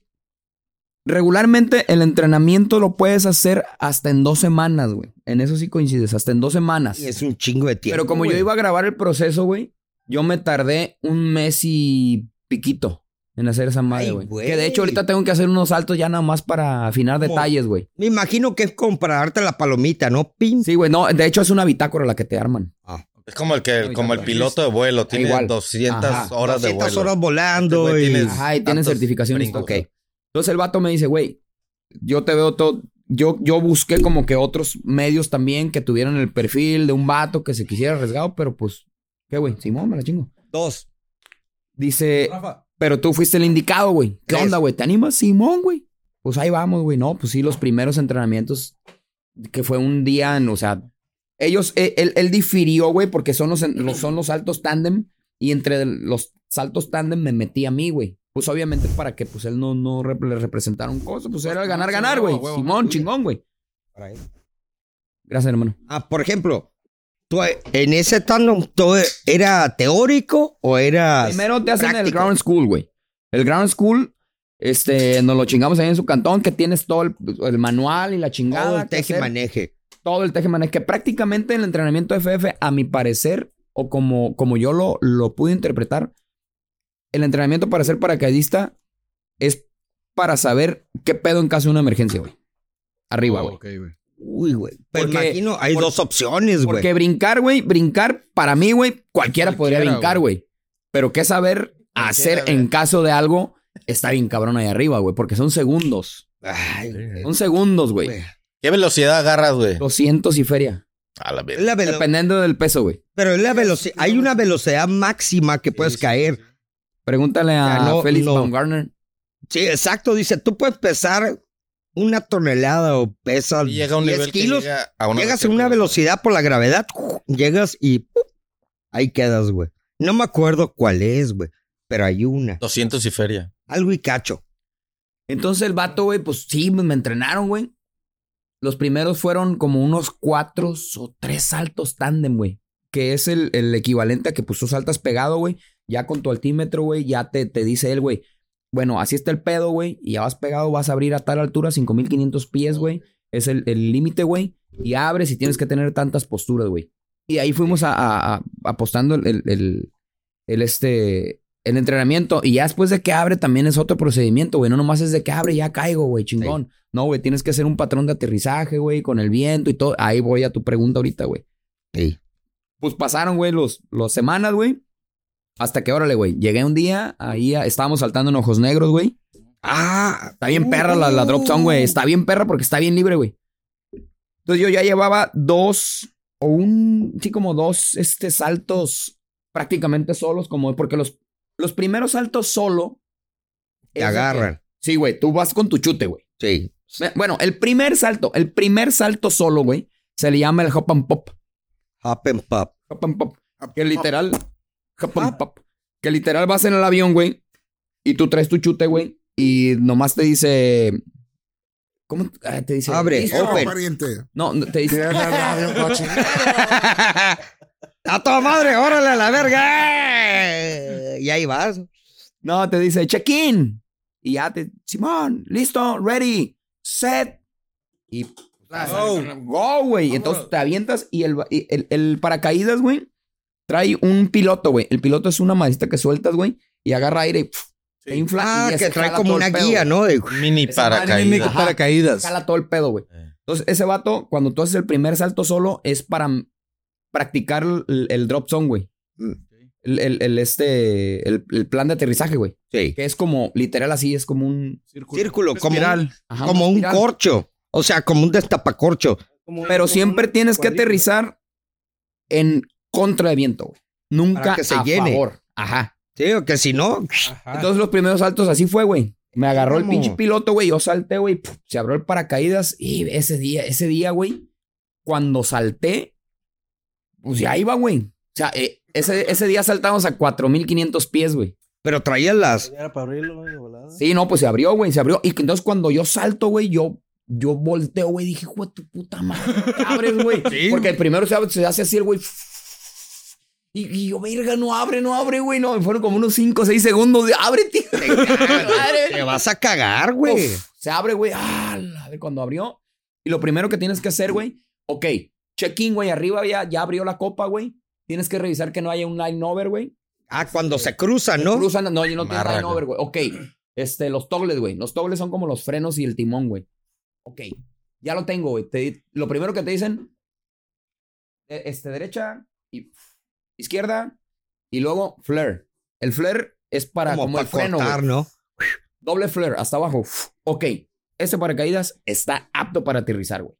Regularmente el entrenamiento lo puedes hacer hasta en dos semanas, güey. En eso sí coincides, hasta en dos semanas.
Es un chingo de tiempo.
Pero como yo
güey.
iba a grabar el proceso, güey, yo me tardé un mes y piquito en hacer esa madre,
Ay,
güey.
güey.
Que de hecho ahorita tengo que hacer unos saltos ya nada más para afinar
Como-
detalles, güey.
Me imagino que es comprarte la palomita, ¿no? Pin.
Sí, güey, no, de hecho es una bitácora la que te arman.
Es como el que, como el piloto de vuelo. Tiene
Igual.
200
Ajá.
horas de
200
vuelo.
horas volando
Este güey
y...
tiene-
Ajá, y tienen
tantos
certificaciones.
brincos.
Ok. Entonces el vato me dice, güey, yo te veo todo. Yo, yo busqué como que otros medios también que tuvieran el perfil de un vato que se quisiera arriesgado, pero pues, ¿qué, güey? Simón, me la chingo.
Dos.
Dice,
Rafa.
pero tú fuiste el indicado, güey. ¿Qué
Tres.
onda, güey? ¿Te animas, Simón, güey? Pues ahí vamos, güey. No, pues sí, los primeros entrenamientos que fue un día, en- o sea, ellos, eh, él, él difirió, güey, porque son los, en- los- son los saltos tándem y entre los saltos tándem me metí a mí, güey. Pues obviamente para que pues él no, no rep- le representaron cosas, pues era el ganar, ganar, güey.
Huevo, huevo.
Simón, chingón, güey. Gracias, hermano.
Ah, por ejemplo, tú, eh, en ese tandem, ¿todo era teórico o era...
Primero te hacen el
Pues, práctico.
ground school, güey. El ground school, este, nos lo chingamos ahí en su cantón, que tienes todo el, el manual y la chingada.
Todo el
que
teje
hacer,
maneje.
Todo el teje Que prácticamente el entrenamiento FF, a mi parecer, o como, como yo lo, lo pude interpretar, el entrenamiento para ser paracaidista es para saber qué pedo en caso de una emergencia, güey. Arriba, güey.
Oh, Ok, güey.
Uy, güey. Pero
Porque-
imagino, hay
por-
dos opciones, Pues, güey.
Porque brincar, güey, brincar, para mí, güey, cualquiera podría
Cualquiera,
brincar, güey. Pero qué saber hacer en caso de algo está bien cabrón ahí arriba, güey. Porque son segundos.
Ay, güey.
Son segundos, güey.
Güey.
¿Qué velocidad agarras, güey?
200 y feria.
A la
Es
vez.
la velo-
Dependiendo del peso, güey.
pero es la velocidad, hay una velocidad máxima que puedes caer.
Pregúntale a
O sea, no-
Félix
no.
Baumgartner.
Sí, exacto. Dice, tú puedes pesar una tonelada o pesas
Y llega a un
10
nivel
kilos.
que llega a una
llegas a una velocidad por la gravedad. Llegas y ¡pum! ahí quedas, güey. No me acuerdo cuál es, güey. pero hay una.
200 y feria.
Algo y cacho.
Entonces el vato, güey, pues sí, pues, me entrenaron, güey. Los primeros fueron como unos cuatro o tres saltos tándem, güey. Que es el, el equivalente a que pues tú saltas pegado, güey. Ya con tu altímetro, güey, ya te, te dice él, güey. Bueno, así está el pedo, güey. Y ya vas pegado, vas a abrir a tal altura, 5500 pies, güey. Es el el límite, güey. Y abres y tienes que tener tantas posturas, güey. Y ahí fuimos a, a- a- apostando el- el- el, el este el entrenamiento y ya después de que abre también es otro procedimiento, güey. No nomás es de que abre y ya caigo, güey, chingón. No, güey, tienes que hacer un patrón de aterrizaje, güey, con el viento y todo. Ahí voy a tu pregunta ahorita, güey.
Ey.
Pues pasaron, güey, los, los semanas, güey. Hasta que, órale, güey, llegué un día, ahí a- estábamos saltando en ojos negros, güey. Ah, está bien perra la, la drop zone, güey. Está bien perra porque está bien libre, güey. Entonces yo ya llevaba dos o un, sí, como dos, este, saltos prácticamente solos, como porque los los primeros saltos solo.
Te
es de
agarran.
que- Sí, güey. Tú vas con tu chute, güey.
Sí.
Bueno, el primer salto, el primer salto solo, güey, se le llama el hop and pop.
Hop and pop.
Hop and pop.
Ah,
Que literal. Hop
Ah.
and pop. Que literal vas en el avión, güey. Y tú traes tu chute, güey. Y nomás te dice. ¿Cómo Ah, te dice?
Abre,
"Listo".
Cierra,
Open.
ah, pariente.
No, no, te dice.
Cierra la radio, coche.
¡A toda madre! ¡Órale a la verga! Y ahí vas.
No, te dice check-in. Y ya te. Simón, listo, ready, set. Y.
Ah,
Go, güey. Entonces te avientas y el, y el- el paracaídas, güey, trae un piloto, güey. El piloto es una madita que sueltas, güey, y agarra aire y pf, te infla.
Ah,
y ya
que
se
trae
jala
como
todo el
una
pedo,
guía,
güey.
¿no? De-
Mini
Esa madre
paracaídas.
Ajá.
paracaídas.
Jala todo el pedo, güey.
Eh.
Entonces, ese vato, cuando tú haces el primer salto solo, es para m- practicar el, el drop zone, güey. El, el- el este, el, el plan de aterrizaje, güey.
Sí.
Que es como, literal así, es como un...
Círculo.
Círculo, como, un-
Espiral.
ajá,
como un
espiral.
corcho. O sea, como un destapacorcho.
Como-
Pero
como
siempre
un
tienes que
cuadrito.
aterrizar en contra de viento, güey. Nunca
Para que se
a
llene. Ah.
favor. Ajá.
Sí, o que si no,
Entonces los primeros saltos así fue, güey. Me agarró el
Vamos.
pinche piloto, güey. Yo salté, güey. puf, Se abrió el paracaídas. Y ese día, ese día, güey, cuando salté, pues ya iba, güey. O sea, eh, ese, ese día saltamos a 4500 pies, güey.
pero traías las.
Era para abrirlo, güey, de volada.
Sí, no, pues se abrió, güey, se abrió. Y que entonces cuando yo salto, güey, yo, yo volteo, güey, dije, güey, tu puta madre, te abres, güey. Porque el primero se, abre- se hace así el güey. Y, y yo, verga, no abre, no abre, güey. No, fueron como unos 5 o 6 segundos de ábrete.
Te vas a cagar, güey.
Uf, se abre, güey. Ah, la- a ver, cuando abrió. Y lo primero que tienes que hacer, güey, ok, check-in, güey, arriba ya, ya abrió la copa, güey. Tienes que revisar que no haya un line over, güey.
Ah, cuando se cruzan, ¿no?
Cruzan, no, yo no tengo
Amarra,
line over, güey. Ok. Este, los toggles, güey. Los toggles son como los frenos y el timón, güey. Ok. Ya lo tengo, güey. Te di- Lo primero que te dicen, eh, este, derecha y izquierda y luego flare. El flare es para como,
como para
el freno,
cortar,
güey.
¿no?
Doble flare, hasta abajo. Ok. Este paracaídas está apto para aterrizar, güey.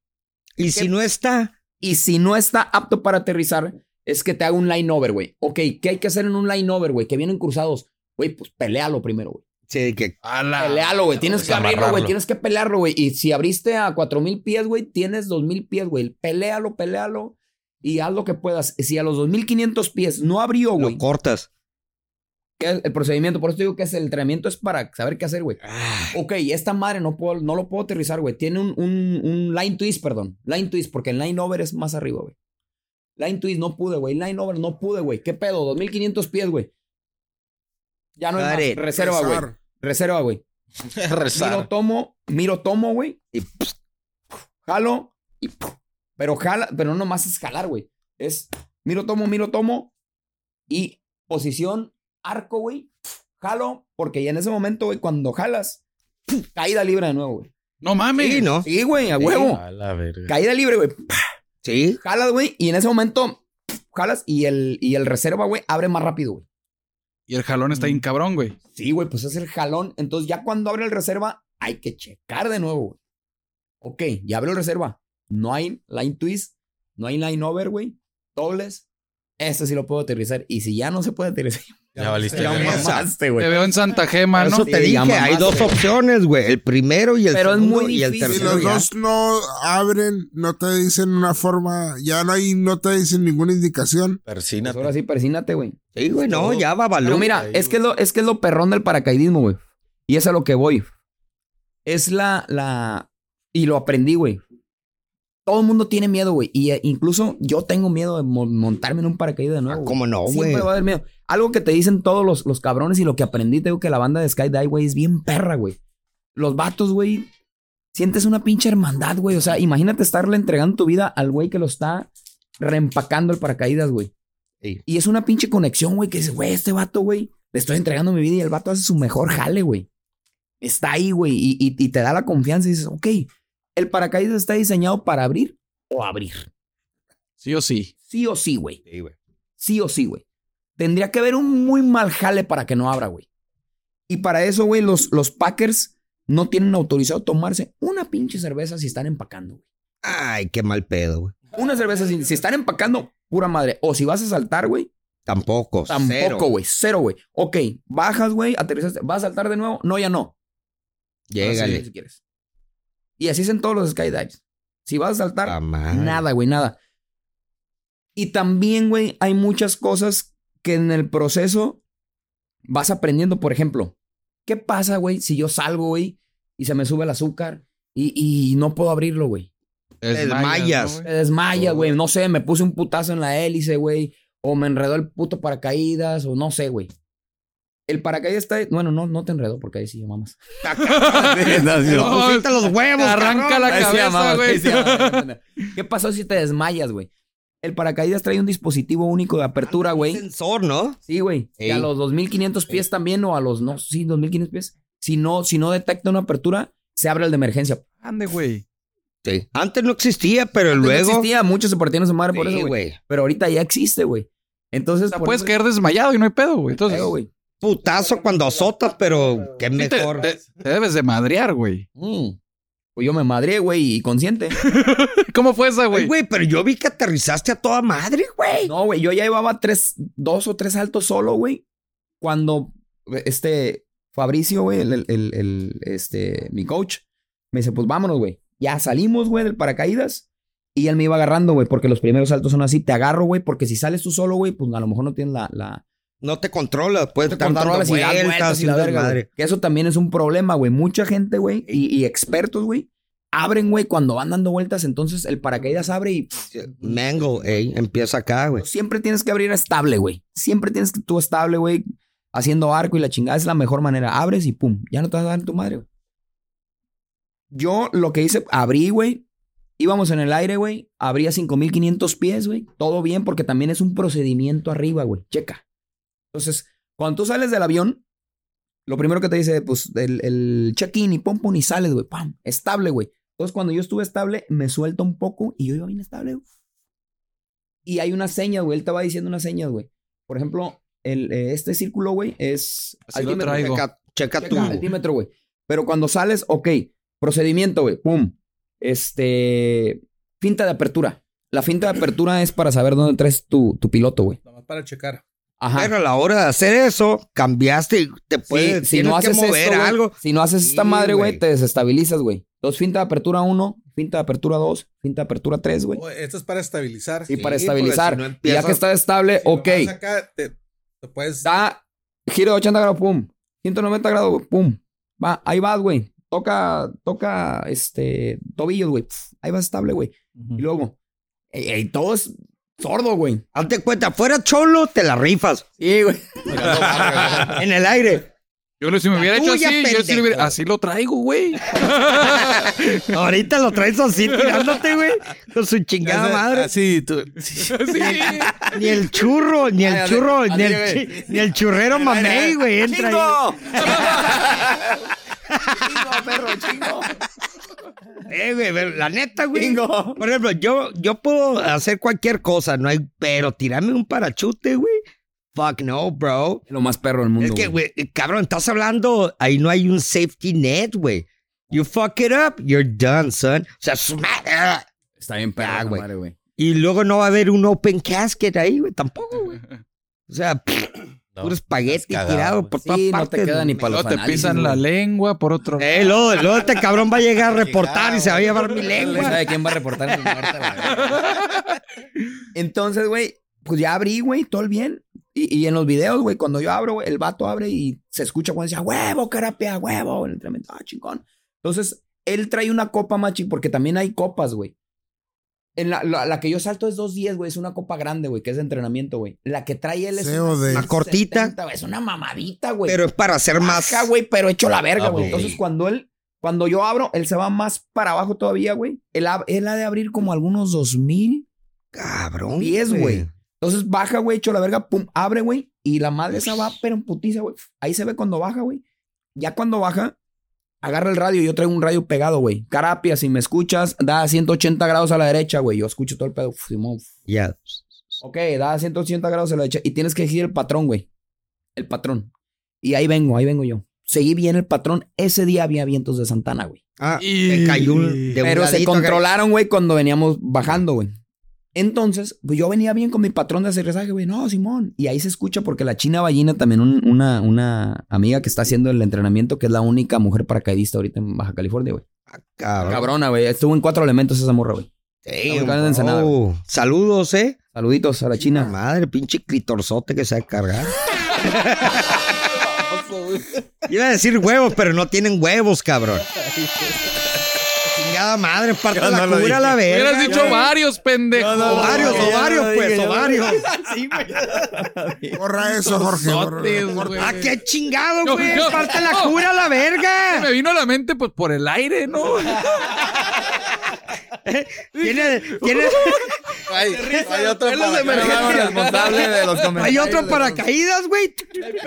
Y si no está,
Y si no está apto para aterrizar, es que te haga un line over, güey. Ok, ¿qué hay que hacer en un line over, güey? Que vienen cruzados. Güey, pues pelealo primero, güey.
sí, que
Pelealo, güey. Tienes que abrirlo, güey.
amarrarlo.
Tienes que pelearlo, güey. Y si abriste a 4000 pies, güey, tienes 2000 pies, güey. Pelealo, pelealo y haz lo que puedas. Si a los 2500 pies no abrió,
lo
güey,
cortas.
que es el procedimiento, por eso te digo que es el entrenamiento es para saber qué hacer, güey.
Ah.
Ok, esta madre no puedo, no lo puedo aterrizar, güey. Tiene un, un, un line twist, perdón. Line twist, porque el line over es más arriba, güey. Line twist no pude, güey. Line over no pude, güey. ¿Qué pedo? 2500 pies, güey. Ya no hay más.
Madre,
Reserva, güey.
Rezar.
Reserva, güey. Miro
Rezar.
tomo, miro tomo, güey. Y pss, jalo y pff, pero jala, pero no nomás es jalar, güey. Es miro tomo, miro tomo y posición arco, güey. pff, Jalo porque ya en ese momento, güey, cuando jalas, pff, caída libre de nuevo, güey.
No mames.
Sí, ¿no?
Sí, güey, a huevo.
A la verga.
Caída libre, güey.
Sí.
Jalas, güey, y en ese momento pff, jalas y el y el reserva, güey, abre más rápido, güey.
Y el jalón está bien cabrón, güey.
Sí, güey, pues es el jalón. Entonces, ya cuando abre el reserva, hay que checar de nuevo, güey. Ok, ya abrió el reserva. No hay line twist, no hay line over, güey. Dobles. Este sí lo puedo aterrizar. Y si ya no se puede aterrizar,
Ya valiste.
Ya Este,
verga.
más.
Mamaste,
Te
güey. Pues,
veo en Santa Gema,
Por
¿no?
Eso te
Sí,
dije,
ya
hay
mamaste.
dos opciones, güey. El primero y el
Pero es
segundo
muy
y el
difícil.
Si
tercero.
los
ya.
dos no abren, no te dicen una forma, ya no hay, no te dicen ninguna indicación.
Pues
Persínate.
ahora sí, persínate, güey.
Sí, güey, no, ya va
Pero
valor.
mira, es que, es lo, es que es lo perrón del paracaidismo, güey. Y es a lo que voy. Es la, la... Y lo aprendí, güey. Todo el mundo tiene miedo, güey. Y eh, incluso yo tengo miedo de mon- montarme en un paracaídas de nuevo. güey.
Ah, ¿Cómo no,
Siempre
Oh, güey?
va a haber miedo. Algo que te dicen todos los, los cabrones y lo que aprendí, te digo que la banda de Skydive, güey, es bien perra, güey. Los vatos, güey, sientes una pinche hermandad, güey. O sea, imagínate estarle entregando tu vida al güey que lo está reempacando el paracaídas, güey.
Sí.
Y es una pinche conexión, güey, que dices, güey, este vato, güey, le estoy entregando mi vida y el vato hace su mejor jale, güey. Está ahí, güey, y, y- y te da la confianza y dices, ok, el paracaídas está diseñado para abrir o abrir.
Sí o sí.
Sí o sí, güey.
Sí, güey.
Sí o sí, güey. Tendría que haber un muy mal jale para que no abra, güey. Y para eso, güey, los, los Packers no tienen autorizado tomarse una pinche cerveza si están empacando, güey.
Ay, qué mal pedo, güey.
Una cerveza si, si están empacando, pura madre. O si vas a saltar, güey,
Tampoco. cero.
tampoco, güey. Cero, güey. Ok, bajas, güey, aterrizaste. ¿Vas a saltar de nuevo? No, ya no. Ahora sí,
Llégale.
si quieres. Y así es en todos los skydives. Si vas a saltar,
Ah, madre.
Nada, güey, nada. Y también, güey, hay muchas cosas que en el proceso vas aprendiendo. Por ejemplo, ¿qué pasa, güey, si yo salgo, güey, y se me sube el azúcar y, y no puedo abrirlo, güey?
Es
mayas.
¿no,
Me
güey?
desmaya,
Oh.
güey. No sé, me puse un putazo en la hélice, güey. O me enredó el puto paracaídas, o no sé, güey. El paracaídas está... Bueno, no, no te enredó porque ahí sí, mamas.
Pero pusiste los huevos,
Arranca la
Ahí se
cabeza,
llamaba,
güey.
ahí se llamaba. ¿Qué pasó si te desmayas, güey? El paracaídas trae un dispositivo único de apertura, güey.
Sensor, ¿no?
Sí, güey. Que a
Ey.
los 2500 pies también o a los no, sí, 2500 pies. Si no, si no detecta una apertura, se abre el de emergencia.
Ande, güey.
Sí. Antes no existía, pero
Antes
luego.
no existía, muchos se partieron su madre por
Sí,
eso, güey.
güey.
Pero ahorita ya existe, güey. Entonces,
O sea,
por
puedes
eso-
caer desmayado y no hay pedo, güey. Entonces,
Pero, güey.
Putazo cuando azotas, pero qué
sí te,
mejor.
te- te debes de madrear, güey.
Mm. Pues yo me madré, güey, y consciente.
¿Cómo fue esa,
Ay,
güey?
güey, pero yo vi que aterrizaste a toda madre, güey.
No, güey, yo ya llevaba tres, dos o tres saltos solo, güey. Cuando este Fabricio, güey, el, el- el- el, este, mi coach, me dice, pues vámonos, güey. Ya salimos, güey, del paracaídas. Y él me iba agarrando, güey, porque los primeros saltos son así. Te agarro, güey, porque si sales tú solo, güey, pues a lo mejor no tienes la... la
No te controlas, puedes
no
estar dando
controlas
vueltas,
y das vueltas y la
haciendo
verga, güey.
madre.
Que eso también es un problema, güey. Mucha gente, güey, y, y expertos, güey, abren, güey, cuando van dando vueltas. Entonces el paracaídas abre y...
Mango, ey, empieza acá, güey.
Siempre tienes que abrir estable, güey. Siempre tienes que tú estable, güey. Haciendo arco y la chingada es la mejor manera. Abres y pum, ya no te vas a dar en tu madre, güey. Yo lo que hice, abrí, güey. Íbamos en el aire, güey. Abría 5500 pies, güey. Todo bien, porque también es un procedimiento arriba, güey. Checa. Entonces, cuando tú sales del avión, lo primero que te dice, pues, el, el check-in y pum, pum, y sales, güey. Pam, estable, güey. Entonces, cuando yo estuve estable, me suelta un poco y yo iba bien estable, güey. Y hay unas señas, güey. Él te va diciendo unas señas, güey. Por ejemplo, el, eh, este círculo, güey, es
Así lo
altímetro,
traigo.
Checa, checa
checa,
tú.
altímetro, güey. Pero cuando sales, ok, procedimiento, güey, pum. Este, finta de apertura. La finta de apertura es para saber dónde traes tu, tu piloto, güey.
Nomás para checar.
Ajá.
Pero a la hora de hacer eso, cambiaste y te
Sí,
puedes
si
tienes
no haces
que mover
esto, güey,
algo.
si no haces esta
Sí,
madre, güey,
güey.
te desestabilizas, güey. Dos finta de apertura 1, finta de apertura 2, finta de apertura 3, güey.
Oye, Oh, Esto es para estabilizar.
Y para
Sí, porque
estabilizar.
si no
Y ya
empiezas-
que está estable,
Si lo
ok.
vas acá, te- te puedes-
Da giro de 80 grados, pum. 190 grados, güey, pum. Va, ahí vas, güey. Toca, toca, este, tobillos, güey. Pf, Ahí vas estable, güey. Y luego, ey, ey, todo es sordo, güey.
Hazte cuenta, fuera cholo, te la rifas.
Sí, güey.
en el aire.
Yo si me
La
hubiera hecho
tuya,
así, yo sí lo hubiera-
pendejo.
Así lo traigo, güey.
Ahorita lo traes así tirándote, güey. Con su chingada
Hace-
madre.
Así, tú-
Sí.
Ni el churro, ni el
Ay,
churro,
así
ni el,
llega y-
chi- ni el churrero mamey, güey. Entra ahí.
¡Chingo! ¡Chingo, perro, chingo!
Eh, güey, pero la neta, güey.
¡Chingo!
Por ejemplo, yo, yo puedo hacer cualquier cosa, no hay, pero tirarme un parachute, güey. Fuck no, bro.
Lo más perro del mundo.
Es que, güey, cabrón, estás hablando, ahí no hay un safety net, güey. You fuck it up, you're done, son. O sea, sma- ah.
Está bien
Ah,
perro,
güey.
güey.
Y luego no va a haber un open casket ahí, güey, tampoco, güey. O sea,
No, pues,
puro espagueti
estás cagado,
tirado
güey.
por todas
Sí, no
partes.
te queda ni
güey.
para los
Luego te
análisis,
pisan
güey.
la lengua por otro.
Eh, luego, luego este cabrón va a llegar a reportar y se va a llevar mi
¿Quién
lengua.
sabe quién va a reportar mi muerte, güey? Entonces, güey, pues ya abrí, güey, todo el bien. Y, y en los videos, güey, cuando yo abro, güey, el vato abre y se escucha cuando decía, huevo, carapia, huevo, en el entrenamiento, ah, chingón. Entonces, él trae una copa, machi, porque también hay copas, güey. En la, la- la que yo salto es 2.10, güey, es una copa grande, güey, que es de entrenamiento, güey. La que trae él es
Ceo de-
Una cortita.
70, güey, es una mamadita, güey.
Pero es para hacer más.
Acá, güey, pero hecho la verga,
Ah,
güey.
güey.
Entonces, cuando él, cuando yo abro, él se va más para abajo todavía, güey. Él, ab- él ha de abrir como algunos 2000
Cabrón.
pies, güey. Entonces, baja, güey, hecho la verga, pum, abre, güey. Y la madre esa va, pero en putiza, güey. Ahí se ve cuando baja, güey. Ya cuando baja, agarra el radio. Yo traigo un radio pegado, güey. Carapia, si me escuchas, da 180 grados a la derecha, güey. Yo escucho todo el pedo. Uf, Simón,
Ya.
Ok, da 180 grados a la derecha y tienes que elegir el patrón, güey. El patrón. Y ahí vengo, ahí vengo yo. Seguí bien el patrón. Ese día había vientos de Santana, güey.
Ah,
Y-
me cayó un- de un
Pero se
ladito acá.
controlaron, güey, cuando veníamos bajando, güey. Entonces, pues yo venía bien con mi patrón de aterrizaje, güey. No, Simón. Y ahí se escucha porque la China Ballina, también un- una, una amiga que está haciendo el entrenamiento, que es la única mujer paracaidista ahorita en Baja California, güey.
Ah, Cabrón.
Cabrona, güey. Estuvo en cuatro elementos esa morra, güey.
Damn,
Cabrón de Ensenada,
bro. Oh, Saludos, eh.
Saluditos a la
China
China.
madre, pinche clitorzote que se va a cargar. Iba a decir huevos, pero no tienen huevos, cabrón. Chingada madre, es parte de la
lo
cura
dije.
la verga.
Hubieras dicho varios, pendejo.
Ovarios,
Yo no lo
ovarios,
dije,
pues,
yo no lo
ovarios.
Borra eso, Jorge. borra-
Sotes,
borra-
güey.
Ah, qué chingado,
No,
güey.
no.
es parte de la cura la verga.
Me vino a la mente pues por el aire, ¿no?
Tiene, tiene,
Hay, hay otro para
responsable de los comentarios.
hay otro paracaídas, güey.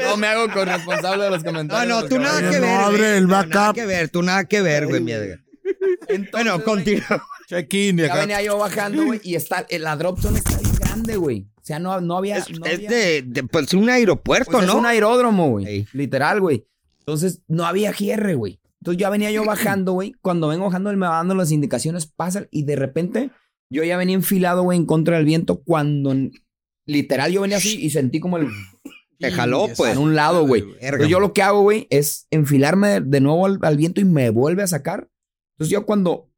No me hago corresponsable de los
No,
comentarios.
no, tú nada
cabrón.
que
No
ver.
abre
güey.
el
No, Nada
backup.
que ver, tú nada que ver, güey, mierda. Bueno, continúa.
Check-in y
Ya
acá.
venía yo bajando, güey, y está, eh, la drop zone está bien grande, güey. O sea, no, no había...
Es,
no
es
había-
de, de, pues, un aeropuerto,
pues,
¿no?
Es un aeródromo, güey.
Ey.
Literal, güey. Entonces, no había cierre, güey. Entonces, ya venía yo bajando, güey. Cuando vengo bajando, él me va dando las indicaciones, pasa, y de repente, yo ya venía enfilado, güey, en contra del viento, cuando... en- Literal, yo venía así y sentí como el...
Te jaló, pues.
En un lado, güey.
Verga,
Entonces, yo lo que hago, güey, es enfilarme de, de nuevo al, al viento y me vuelve a sacar. Entonces yo cuando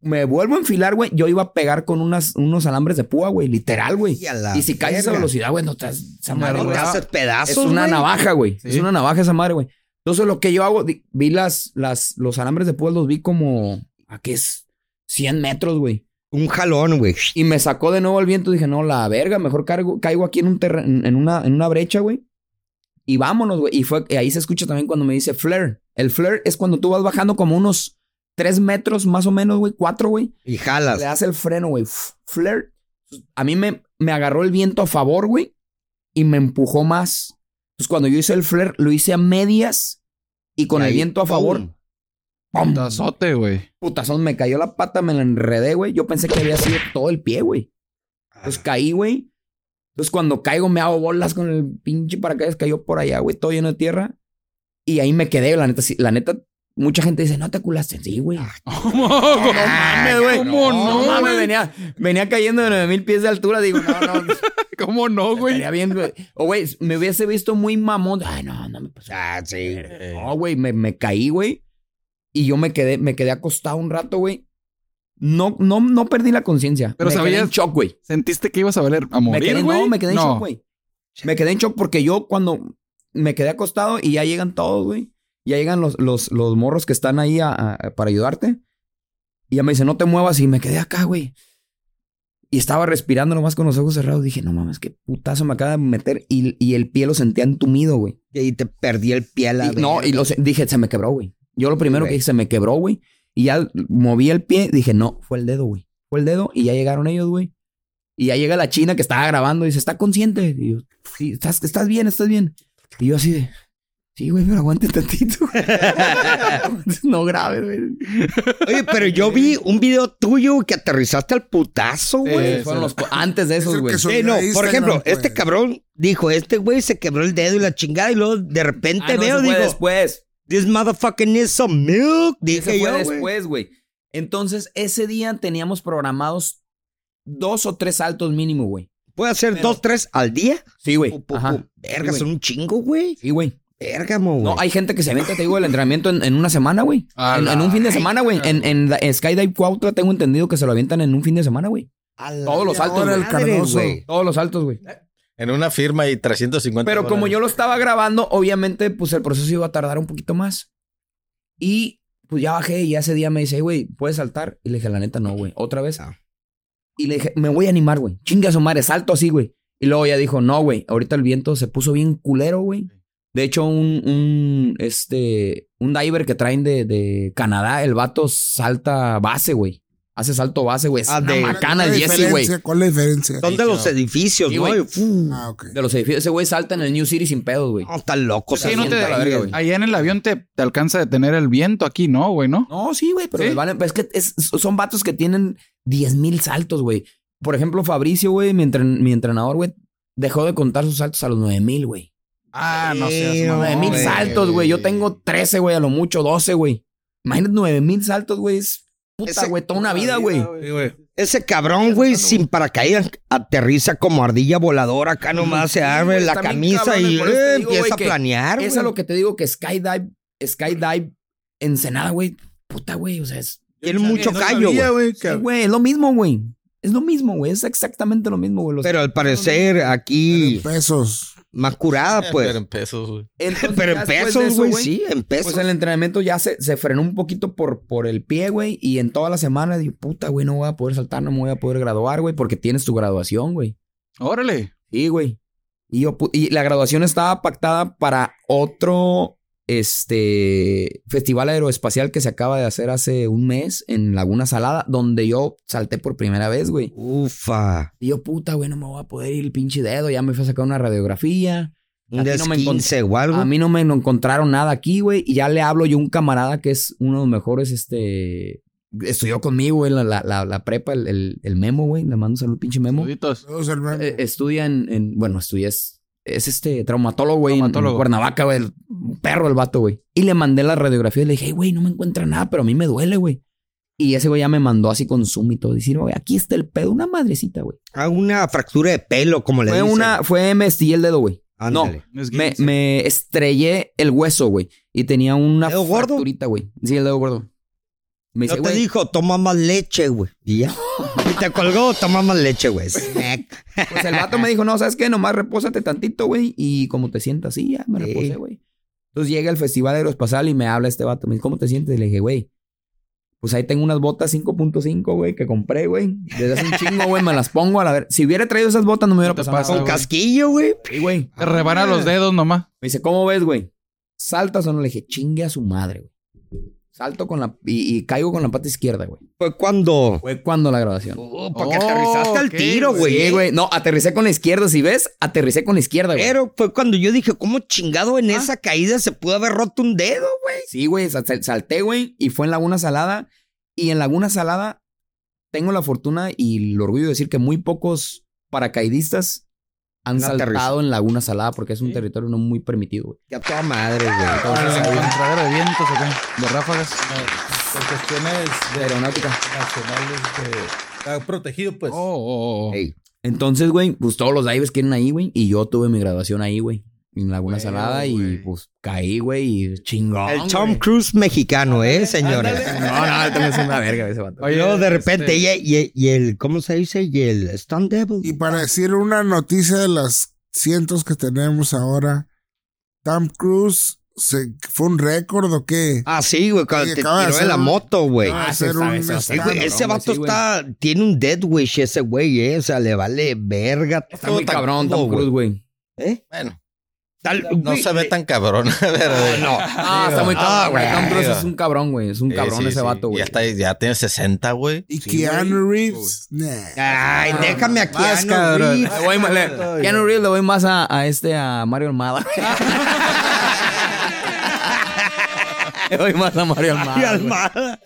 me vuelvo a enfilar, güey, yo iba a pegar con unas, unos alambres de púa, güey, literal, güey.
Y a la
Y si caes a esa
verga.
velocidad, güey, no te has- esa
No,
madre,
no
güey,
te haces pedazos,
Es una
güey.
navaja, güey. Es
Sí.
una navaja esa madre, güey. Entonces lo que yo hago, di- vi las, las, los alambres de púa, los vi como, ¿a qué es? 100 metros, güey.
Un jalón, güey.
Y me sacó de nuevo el viento. Dije, no, la verga, mejor cargo, caigo aquí en, un terre- en, en una, en una brecha, güey. Y vámonos, güey. Y fue, y ahí se escucha también cuando me dice flare. El flare es cuando tú vas bajando como unos tres metros más o menos, güey, cuatro, güey.
Y jalas.
Le das el freno, güey. F- Flare. A mí me, me agarró el viento a favor, güey. Y me empujó más. Entonces, cuando yo hice el flare, lo hice a medias. Y con
Y
el
ahí,
viento a favor,
¡pum!
¡pum!
Tazote, güey.
putazón, me cayó la pata, me la enredé, güey. Yo pensé que había sido todo el pie, güey.
Ah.
Entonces caí, güey. Entonces cuando caigo me hago bolas con el pinche paracaídas. Cayó por allá, güey, todo lleno de tierra. Y ahí me quedé, la neta, sí, la neta, mucha gente dice, no te culaste. Sí, güey.
¿Cómo? ¿Cómo?
mames,
Ah,
güey.
¿Cómo
No,
no,
mames,
güey?
venía, venía cayendo de 9000 pies de altura. Digo, no, no,
¿Cómo no, güey?
estaría bien, güey. O, güey, me hubiese visto muy mamón. Ay, no, no me pasó.
Ah, sí.
eh.
No, güey, me, me caí, güey. Y yo me quedé, me quedé acostado un rato, güey. No, no, no perdí la conciencia.
Pero
me quedé
sabías-
en shock, güey.
¿Sentiste que ibas a valer a
Me quedé,
morir, güey?
no, me quedé en shock, güey. Me quedé en shock porque yo cuando me quedé acostado y ya llegan todos, güey. Ya llegan los, los, los morros que están ahí a- a- para ayudarte. Y ya me dice, no te muevas. Y me quedé acá, güey. Y estaba respirando nomás con los ojos cerrados. Dije, no mames, qué putazo me acaba de meter. Y, y el pie lo sentía entumido, güey.
Y te perdí el pie a la
Y- no,
verga.
y lo se- dije, se me quebró, güey. Yo lo primero
Güey.
que dije, se me quebró, güey. Y ya moví el pie, dije, no, fue el dedo, güey. Fue el dedo y ya llegaron ellos, güey. Y ya llega la china que estaba grabando y dice, ¿está consciente? Y yo, sí, estás, estás bien, estás bien. Y yo así de, sí, güey, pero aguante tantito. güey. no grave, güey.
Oye, pero yo vi un video tuyo que aterrizaste al putazo,
Sí,
güey.
sí,
Fueron los
sí.
co- antes de
Es
esos,
el
güey.
que subió
Sí, Eh, no,
a
por
Instagram,
ejemplo,
pues.
este cabrón dijo, este güey se quebró el dedo y la chingada y luego de repente
Ah, no,
veo,
ese fue
digo,
después.
this motherfucker needs some milk,
Ese
dije
fue
yo, güey.
después, güey. Entonces, ese día teníamos programados dos o tres saltos mínimo, güey.
¿Puedo hacer
Pero-
dos, tres al día?
Sí, güey.
Pu- pu-
Ajá.
pu- Verga,
Sí, güey.
son un chingo, güey.
Sí, güey.
Bérgamo, güey.
No, hay gente que se avienta, te digo, el entrenamiento en, en una semana, güey.
A
En,
la-
en un fin de semana, güey. En, en la- en Skydive Cuautla tengo entendido que se lo avientan en un fin de semana, güey.
A la
Todos los saltos,
madre,
el Cardoso.
güey.
Todos los saltos, güey.
En una firma y 350.
Pero como
dólares.
yo lo estaba grabando, obviamente, pues el proceso iba a tardar un poquito más. Y pues ya bajé y ese día me dice, "Ey, güey, ¿puedes saltar? Y le dije, la neta, no, güey. Otra vez.
Ah.
Y le dije, me voy a animar, güey. Chinga su madre, salto así, güey. Y luego ya dijo, no, güey. Ahorita el viento se puso bien culero, güey. De hecho, un, un, este, un diver que traen de, de Canadá, el vato salta base, güey. Hace salto base, güey. Es
Ah,
una
de-
macana
¿Cuál
el
es la
Jesse, güey.
diferencia? ¿Cuál es la diferencia?
Son de los edificios,
Sí,
¿no?
güey.
Y, fu,
Ah, ok.
De los edificios, ese güey salta en el New City sin pedos, güey.
no, están locos.
Sí, no te-
haciendo ahí, güey.
Allá en el avión te, te alcanza a detener el viento, aquí no, güey, ¿no?
No, sí, güey, pero
¿Sí?
les vale- pues es que es- son vatos que tienen 10 mil saltos, güey. Por ejemplo, Fabricio, güey, mi, entren- mi entrenador, güey, dejó de contar sus saltos a los 9 mil, güey.
Ah, no sé.
Pero,
Nueve mil
güey.
saltos, güey. Yo tengo 13, güey, a lo mucho 12, güey. Imagínate 9 mil saltos, güey. Es puta,
Ese-
güey, toda una vida, güey.
Sí, güey.
Ese cabrón, güey, sin paracaídas, aterriza como ardilla voladora. Acá nomás se
Sí,
abre
güey,
la
están bien
camisa
cabrones,
y
por eso te
eh,
digo, güey,
empieza a
que
planear, güey.
Eso es lo que te digo que skydive, skydive, Ensenada, güey. Puta, güey, o sea, es...
Tiene
Yo
mucho
no
callo,
sabía,
güey.
Sí,
que-
güey, es lo mismo, güey. Es lo mismo, güey. Es exactamente lo mismo, güey. Los-
Pero al parecer aquí,
Pesos.
más curada,
Pero
pues.
en pesos, güey.
Entonces,
Pero
ya
en
después de
pesos,
eso,
güey, sí, en
Pues
pesos.
el entrenamiento ya se, se frenó un poquito por, por el pie, güey. Y en toda la semana digo, puta, güey, no voy a poder saltar, no me voy a poder graduar, güey, porque tienes tu graduación, güey.
Órale.
Sí, güey. Y, yo, pu- y la graduación estaba pactada para otro este, festival aeroespacial que se acaba de hacer hace un mes en Laguna Salada, donde yo salté por primera vez, güey.
Ufa.
Y yo, puta, güey, no me voy a poder ir el pinche dedo. Ya me fui a sacar una radiografía.
Un
A ti no me encont-
desquince o algo.
A mí no me no encontraron nada aquí, güey. Y ya le hablo yo a un camarada que es uno de los mejores, este... Estudió conmigo, güey, la, la, la, la prepa, el, el, el memo, güey. Le mando un saludo, pinche memo.
Saluditos.
Todos el
Eh, estudia en, en- Bueno, estudia... Es, es este traumatólogo, güey. en- En,
Traumatólogo.
Cuernavaca, güey. el- Un perro el vato, güey. Y le mandé la radiografía y le dije, "Hey, güey, no me encuentra nada, pero a mí me duele, güey. Y ese güey ya me mandó así con Zoom y todo. Diciendo, güey, aquí está el pedo. Una madrecita, güey.
Ah, una fractura de pelo, como le
Fue
dicen.
una... Fue... Me estillé el dedo, güey.
Ándale.
Es
Me,
guince.
me estrellé el hueso, güey. Y tenía una
¿Dedo gordo?
fracturita, güey. Sí, el dedo gordo. Me
No
dice,
te
güey,
dijo, toma más leche, güey. Y ya. Y te colgó, toma más leche, güey. Snack.
pues el vato me dijo, no, ¿sabes qué? Nomás repósate tantito, güey. Y como te sientas, sí, ya me
Sí.
reposé, güey. Entonces llega el Festival Aeroespacial y me habla este vato. Me dice, ¿cómo te sientes? Y le dije, güey, pues ahí tengo unas botas 5.5, güey, que compré, güey. Desde hace un chingo, güey, me las pongo a la ver. Si hubiera traído esas botas, no me hubiera
No te
pasado nada,
pasa,
Con
güey.
casquillo, güey.
güey. Sí, güey.
Te rebana los
Ah.
dedos nomás.
Me dice, ¿cómo ves, güey? ¿Saltas o no? Le dije, chingue a su madre, güey. Salto con la... Y, y caigo con la pata izquierda, güey.
Fue cuando.
Fue cuando la grabación.
Oh,
porque aterrizaste al
ok,
tiro,
güey.
güey.
Sí, güey. No, aterricé con la izquierda. Si ves, aterricé con la izquierda, güey.
Pero fue cuando yo dije, ¿cómo chingado en esa caída se pudo haber roto un dedo, güey?
Sí, güey. sal- sal- salté, güey. Y fue en Laguna Salada. Y en Laguna Salada tengo la fortuna y el orgullo de decir que muy pocos paracaidistas han
Han aterrizado.
saltado en Laguna Salada porque es un territorio no muy permitido, güey. Ah,
Ya toda madre, güey.
Con el encontradero de vientos, ¿o qué? De ráfagas.
Por cuestiones
De aeronáutica.
nacionales este, de... Está protegido, pues.
Oh, oh, oh.
Ey.
Entonces, güey, pues todos los divers quieren ahí, güey. Y yo tuve mi graduación ahí, güey. En Laguna
Güey,
Salada y
güey.
pues caí, güey, y chingón.
El Tom
güey.
Cruise mexicano, ¿eh, señores?
No, no, este no es una verga ese vato.
Oye,
Yo de repente,
este,
y, y- y el, ¿cómo se dice? Y el Stone Devil.
Y para decir una noticia de las cientos que tenemos ahora, Tom Cruise se, fue un récord o qué?
Ah, sí, güey, cuando
Oye,
te
acaba de
tiró de
hacer
la
un-
moto, güey.
Ah,
sí,
hacer
sabe,
un
sí, sí,
Sí,
stand-
güey, ese
cabrón,
vato
sí, güey.
está, tiene un dead wish ese güey, ¿eh? O sea, le vale verga.
Está muy
todo
cabrón
todo,
Tom Cruise, güey.
¿Eh?
Bueno,
Tal-
no
güey,
se ve
eh,
tan cabrón. pero-
No,
Ah, está muy
Ah,
cabrón, güey.
güey.
Tom Cruise es un cabrón, güey. Es un
Sí,
cabrón
sí,
ese
sí.
vato, güey.
Ya, está, ya tiene 60, güey.
Y
Sí,
Keanu Reeves. nah.
Ay, déjame aquí.
Más cabrón.
Le voy más- le- Keanu Reeves le voy más a, a este, a Mario Almada. le voy más a Mario Almada. güey.
Almada.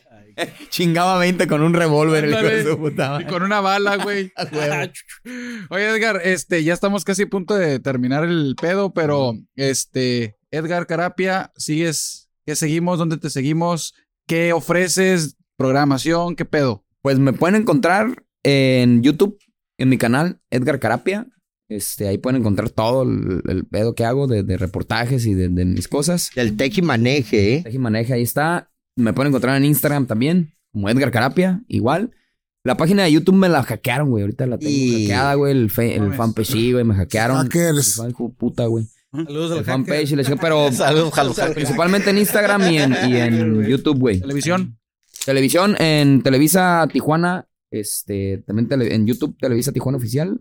Chingaba 20 con un revólver, el hijo de su puta
Y
madre.
con una bala, güey. Oye, Edgar, este, ya estamos casi a punto de terminar el pedo, pero este, Edgar Carapia, sigues, ¿qué seguimos? ¿Dónde te seguimos? ¿Qué ofreces? ¿Programación? ¿Qué pedo?
Pues me pueden encontrar en YouTube, en mi canal, Edgar Carapia. Este, ahí pueden encontrar todo el, el pedo que hago de, de reportajes y de, de mis cosas.
Del tech y maneje, ¿eh?
Teje y Maneje, ahí está. Me pueden encontrar en Instagram también, como Edgar Carapia, igual. La página de YouTube me la hackearon, güey. Ahorita la tengo
Y-
hackeada, güey. El, fe- el
Mames.
fanpage, sí, güey, me hackearon.
Hackers.
El fan- hijo de puta, güey.
Saludos
El
al hacker.
fanpage, y la chica, pero
Salud, jalo, jalo.
principalmente en Instagram y en, y en YouTube, güey.
Televisión.
Televisión, en Televisa Tijuana, este, también tele- en YouTube, Televisa Tijuana Oficial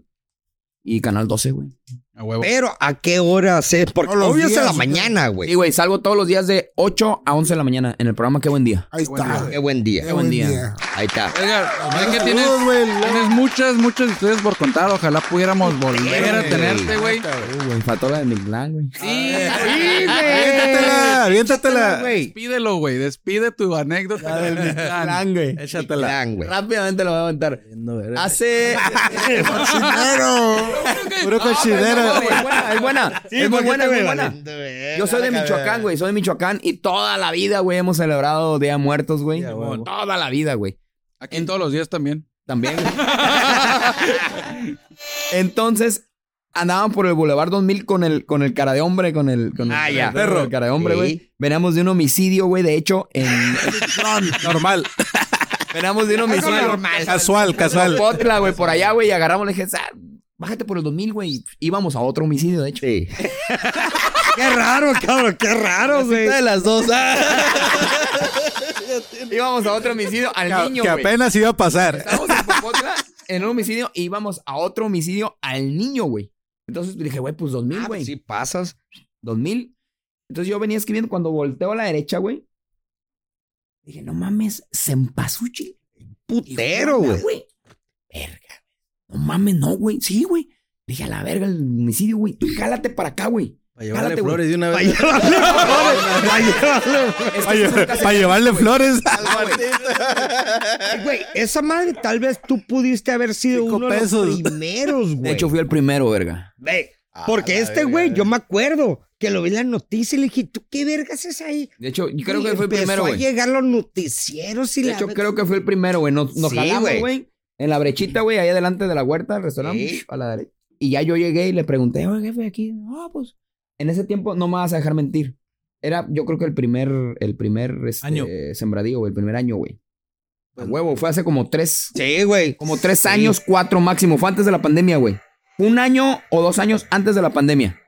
y Canal 12, güey.
A huevo.
Pero ¿a qué hora haces? Porque
Todos los
obvio es a
días,
la
güey.
mañana,
Y,
güey.
güey, salgo todos los días de 8 a 11 de la mañana en el programa Qué Buen Día.
Ahí
Buen
está.
día.
Qué buen día.
Qué buen día.
Ahí está.
Edgar, sé que tienes,
Saludos, güey.
tienes muchas, muchas historias por contar. Ojalá pudiéramos volver a
güey.
tenerte, güey.
Me faltó la de Mictlán, güey.
Sí,
Ah. Aviéntatela, aviéntatela.
Despídelo, güey. Despide tu anécdota.
güey.
Échatela.
Plan, güey.
Rápidamente lo voy a aventar. Hace.
Claro.
Puro cochinero. Es buena. Es muy buena, es muy buena.
Valiendo, este güey.
Yo soy de Michoacán, güey. Soy de Michoacán y toda la vida, güey, hemos celebrado Día de Muertos, güey.
huevo.
Toda la vida, güey.
Aquí en todos los días también.
También. güey. Entonces, andaban por el Boulevard 2000 con el, con el cara de hombre, con el, con el,
Ah, ya.
perro. cara de hombre,
Sí.
güey. Veníamos de un homicidio, güey. De hecho, en,
Normal,
veníamos de un
Algo
homicidio.
normal.
casual, casual.
Popotla, güey, por allá, güey. Y agarramos, le dije, "Ah, bájate por el 2000, güey. Íbamos a otro homicidio, de hecho.
Sí. qué raro, cabrón, qué raro, güey.
de las dos. íbamos a otro homicidio al
Ah. Que-
niño,
que
güey.
apenas iba a pasar.
Estábamos en Popotla en un homicidio y íbamos a otro homicidio al niño, güey. Entonces dije, güey, pues 2000,
Ah,
güey.
sí pasas.
2000. Entonces yo venía escribiendo cuando volteo a la derecha, güey. Dije, no mames, Sempasuchi.
Putero, güey.
Verga. No mames, no, güey. Sí, güey. Dije, a la verga, el homicidio, güey. Tú jálate para acá, güey.
Para llevarle
Jálate, güey.
flores de una vez.
Para llevarle flores, para llevarle-
Es que
Para
esto nunca se
para llevarle flores.
Ay, Güey, esa madre tal vez tú pudiste haber sido
Cinco
uno de
pesos.
los primeros, güey.
De hecho, fui Ah, el primero, verga.
Ve, porque este güey, yo me acuerdo que lo vi en la noticia y le dije, ¿tú qué vergas es ahí?
De hecho, yo creo
Y
que fue el
empezó
primero,
a
güey.
llegar los noticieros y
De
la
hecho, creo que fue el primero, güey. Nos, nos
Sí,
jalamos,
güey.
güey. En la brechita, güey, ahí adelante de la huerta del restaurante,
Sí.
a la derecha. Y ya yo llegué y le pregunté, oye, jefe, aquí. No, pues. En ese tiempo no me vas a dejar mentir. Era, yo creo que el primer, el primer este,
Año.
sembradío, güey, el primer año, güey. A huevo, fue hace como tres,
Sí, güey.
como tres años, cuatro máximo. Fue antes de la pandemia, güey. Un año o dos años antes de la pandemia.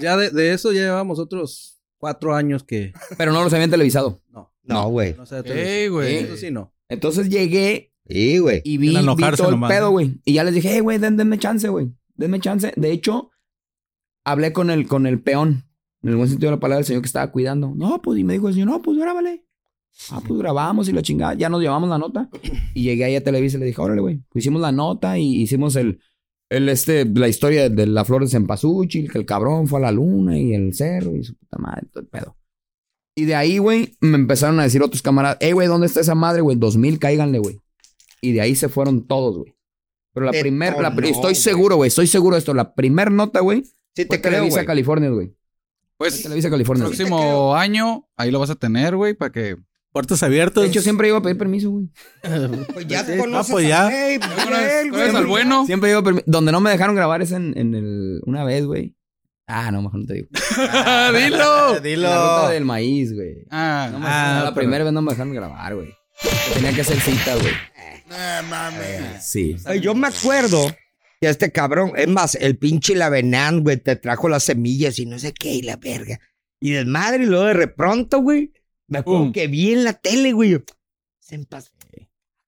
Ya de, de eso ya llevamos otros cuatro años que
Pero no los habían televisado.
no.
No, güey.
No sé,
Ey, güey.
Eso sí, no.
Entonces llegué
Sí, güey.
Y vi,
En
vi
enojarse
todo el
nomás,
pedo,
¿no?
güey. Y ya les dije, hey, güey, den- denme chance, güey. Denme chance. De hecho, hablé con el, con el peón. En el buen sentido de la palabra, el señor que estaba cuidando. No, pues, y me dijo el señor, no, pues, grábale. Ah, pues, grabamos y la chingada. Ya nos llevamos la nota. Y llegué ahí a Televisa y le dije, órale, güey. Hicimos la nota y hicimos el... El este, la historia de la flor de Cempasúchil, que el cabrón fue a la luna y el cerro y su puta madre, todo el pedo. Y de ahí, güey, me empezaron a decir otros camaradas, hey, güey, ¿dónde está esa madre, güey? 2000, cáiganle, güey. Y de ahí se fueron todos, güey. Pero la primera, la, pri-
Detonó,
estoy
güey.
seguro, güey, estoy seguro de esto. La primer nota, güey,
Sí
fue
te creo,
Televisa
güey.
California, güey. Fue
Pues
Televisa California. güey.
próximo año, ahí lo vas a tener, güey, para que.
Puertas abiertas.
De hecho, siempre iba a pedir permiso, güey.
Pues ya
Sí.
conoces
Ah, pues
a-
ya.
Ey, pues, él, güey.
¿Conoces al bueno?
Siempre iba a permiso. Donde no me dejaron grabar es en, en el... Una vez, güey. Ah, no, mejor no te digo.
¡Dilo!
La ruta del maíz, güey.
Ah,
No me-
Ah,
la
pero-
primera vez no me dejaron grabar, güey. Tenía que hacer cita, güey.
No mames.
Sí.
Ay, Yo me acuerdo que este cabrón, es más, el pinche Lavenán, güey, te trajo las semillas y no sé qué, y la verga. Y desmadre, y luego de repronto, güey, me acuerdo
Pum.
que vi en la tele, güey. Se empas-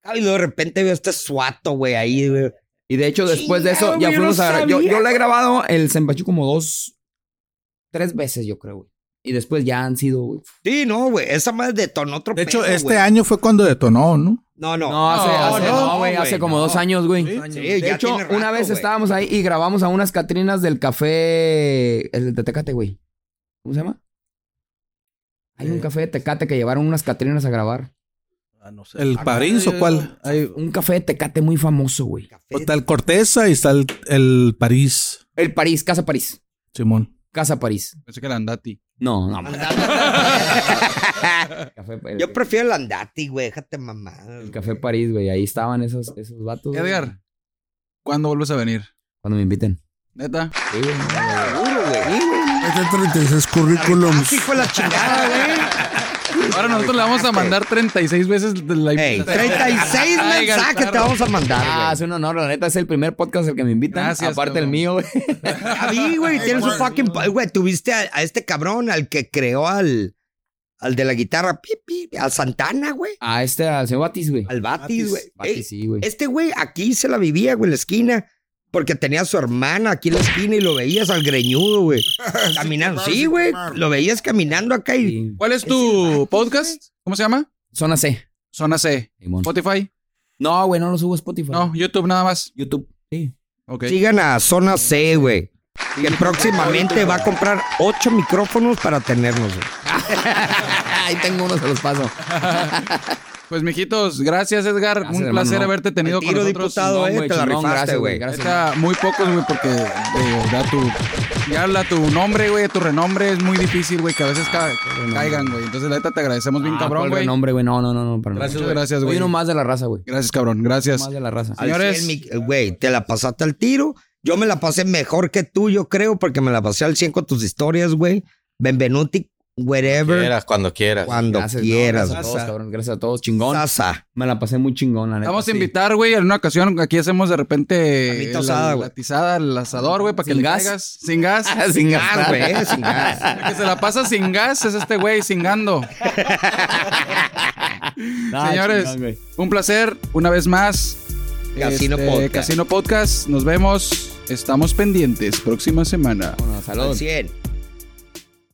Ah, Y luego de repente veo este suato, güey, ahí, güey.
Y de hecho, después de eso,
Chingado,
ya
güey,
fuimos
no
a grabar. Yo,
sabía.
yo le he grabado el Senpachu como dos, tres veces, yo creo, güey. Y después ya han sido, güey.
Sí, no, güey, esa madre detonó otro
De hecho,
pedo,
este
güey.
año fue cuando detonó, ¿no?
No, no.
No, hace,
no,
hace,
no,
no, güey, hace como dos años, güey.
Sí,
De
ya
hecho,
tiene rato,
una vez
güey.
estábamos ahí y grabamos a unas Catrinas del café, el de Tecate, güey. ¿Cómo se llama? Hay un café de Tecate que llevaron unas Catrinas a grabar.
Ah, no sé.
¿El
Ah,
París o cuál? pues,
Ahí-
Un café de Tecate muy famoso, güey.
Está el Corteza y está el, el París,
El París, Casa París.
Simón.
Casa París.
pensé que era Andati.
No, no.
Yo prefiero el andati, güey, déjate mamá.
El Café París, güey. Ahí estaban esos, esos vatos. güey.
Edgar, ¿Cuándo vuelves a venir?
Cuando me inviten.
Neta.
Este 36 currículums.
Hijo de la chingada, güey.
Ahora nosotros le vamos a mandar 36 veces de la
Ey, 36
Ay,
mensajes
Gaspar.
te vamos a mandar,
Ah,
güey.
es un honor, la neta es el primer podcast al que me invitan.
Gracias,
aparte
cabrón.
el mío, güey.
A mí, Ah, güey, tienes un fucking. pa- Güey, tuviste a, a este cabrón, al que creó al. Al de la guitarra, pi, pi, al Santana, güey.
A este, al señor Batis, güey.
Al Batis,
Batis,
güey. Ey,
Batis, sí, güey.
Este güey aquí se la vivía, güey, en la esquina. Porque tenía a su hermana aquí en la esquina y lo veías al greñudo, güey. Caminando.
quemar,
Ah, Sí,
sin
güey.
quemar.
Lo veías caminando acá y.
Sí.
¿Cuál es tu podcast? ¿Cómo se llama?
Zona C.
Zona C.
Simón.
Spotify.
No, güey, no lo subo a Spotify.
No, YouTube nada más.
YouTube. Sí.
Ok.
Sigan a Zona C, güey. Que próximamente va a comprar ocho micrófonos para tenernos, güey.
Ahí tengo uno, se los paso.
Pues, mijitos, gracias, Edgar.
Gracias,
Un placer
hermano.
haberte tenido
Al
con
tiro,
nosotros.
diputado. eh, te la rifaste, güey.
Gracias.
Neta, muy pocos, güey, porque digo, ya tu, ya la, tu nombre, güey, tu renombre es muy difícil, güey, que a veces ca- caigan, güey. Entonces, la neta, te agradecemos bien,
Ah,
cabrón,
cuál
güey.
renombre, güey. No, no, no, no. para nada.
Muchas gracias,
Soy
güey.
uno más de la raza, güey.
Gracias, cabrón.
Uno
Gracias.
más de la raza.
Al
Señores.
cien, mi- Güey, te la pasaste al tiro. Yo me la pasé mejor que tú, yo creo, porque me la pasé al 100 con tus historias, güey. Benvenuti, wherever,
Quieras, cuando quieras.
cuando
Gracias, no,
quieras.
gracias a todos,
Sasa.
cabrón. Gracias a todos. Chingón.
Sasa.
Me la pasé muy chingón, la
Te
neta.
Vamos a
sí.
invitar, güey, en una ocasión. Aquí hacemos de repente
Carnita asada,
la,
güey.
la tizada, el asador, güey, para que le
Sin gas.
caigas. Sin gas.
Sin
Ah,
gastar,
güey,
güey.
eh, sin gas.
El que se la pasa sin gas es este güey, singando.
Ah,
Señores. Un placer, una vez más. Este,
Casino Podcast.
Casino Podcast. Nos vemos. Estamos pendientes. Próxima semana.
Bueno,
Al
salud.
100.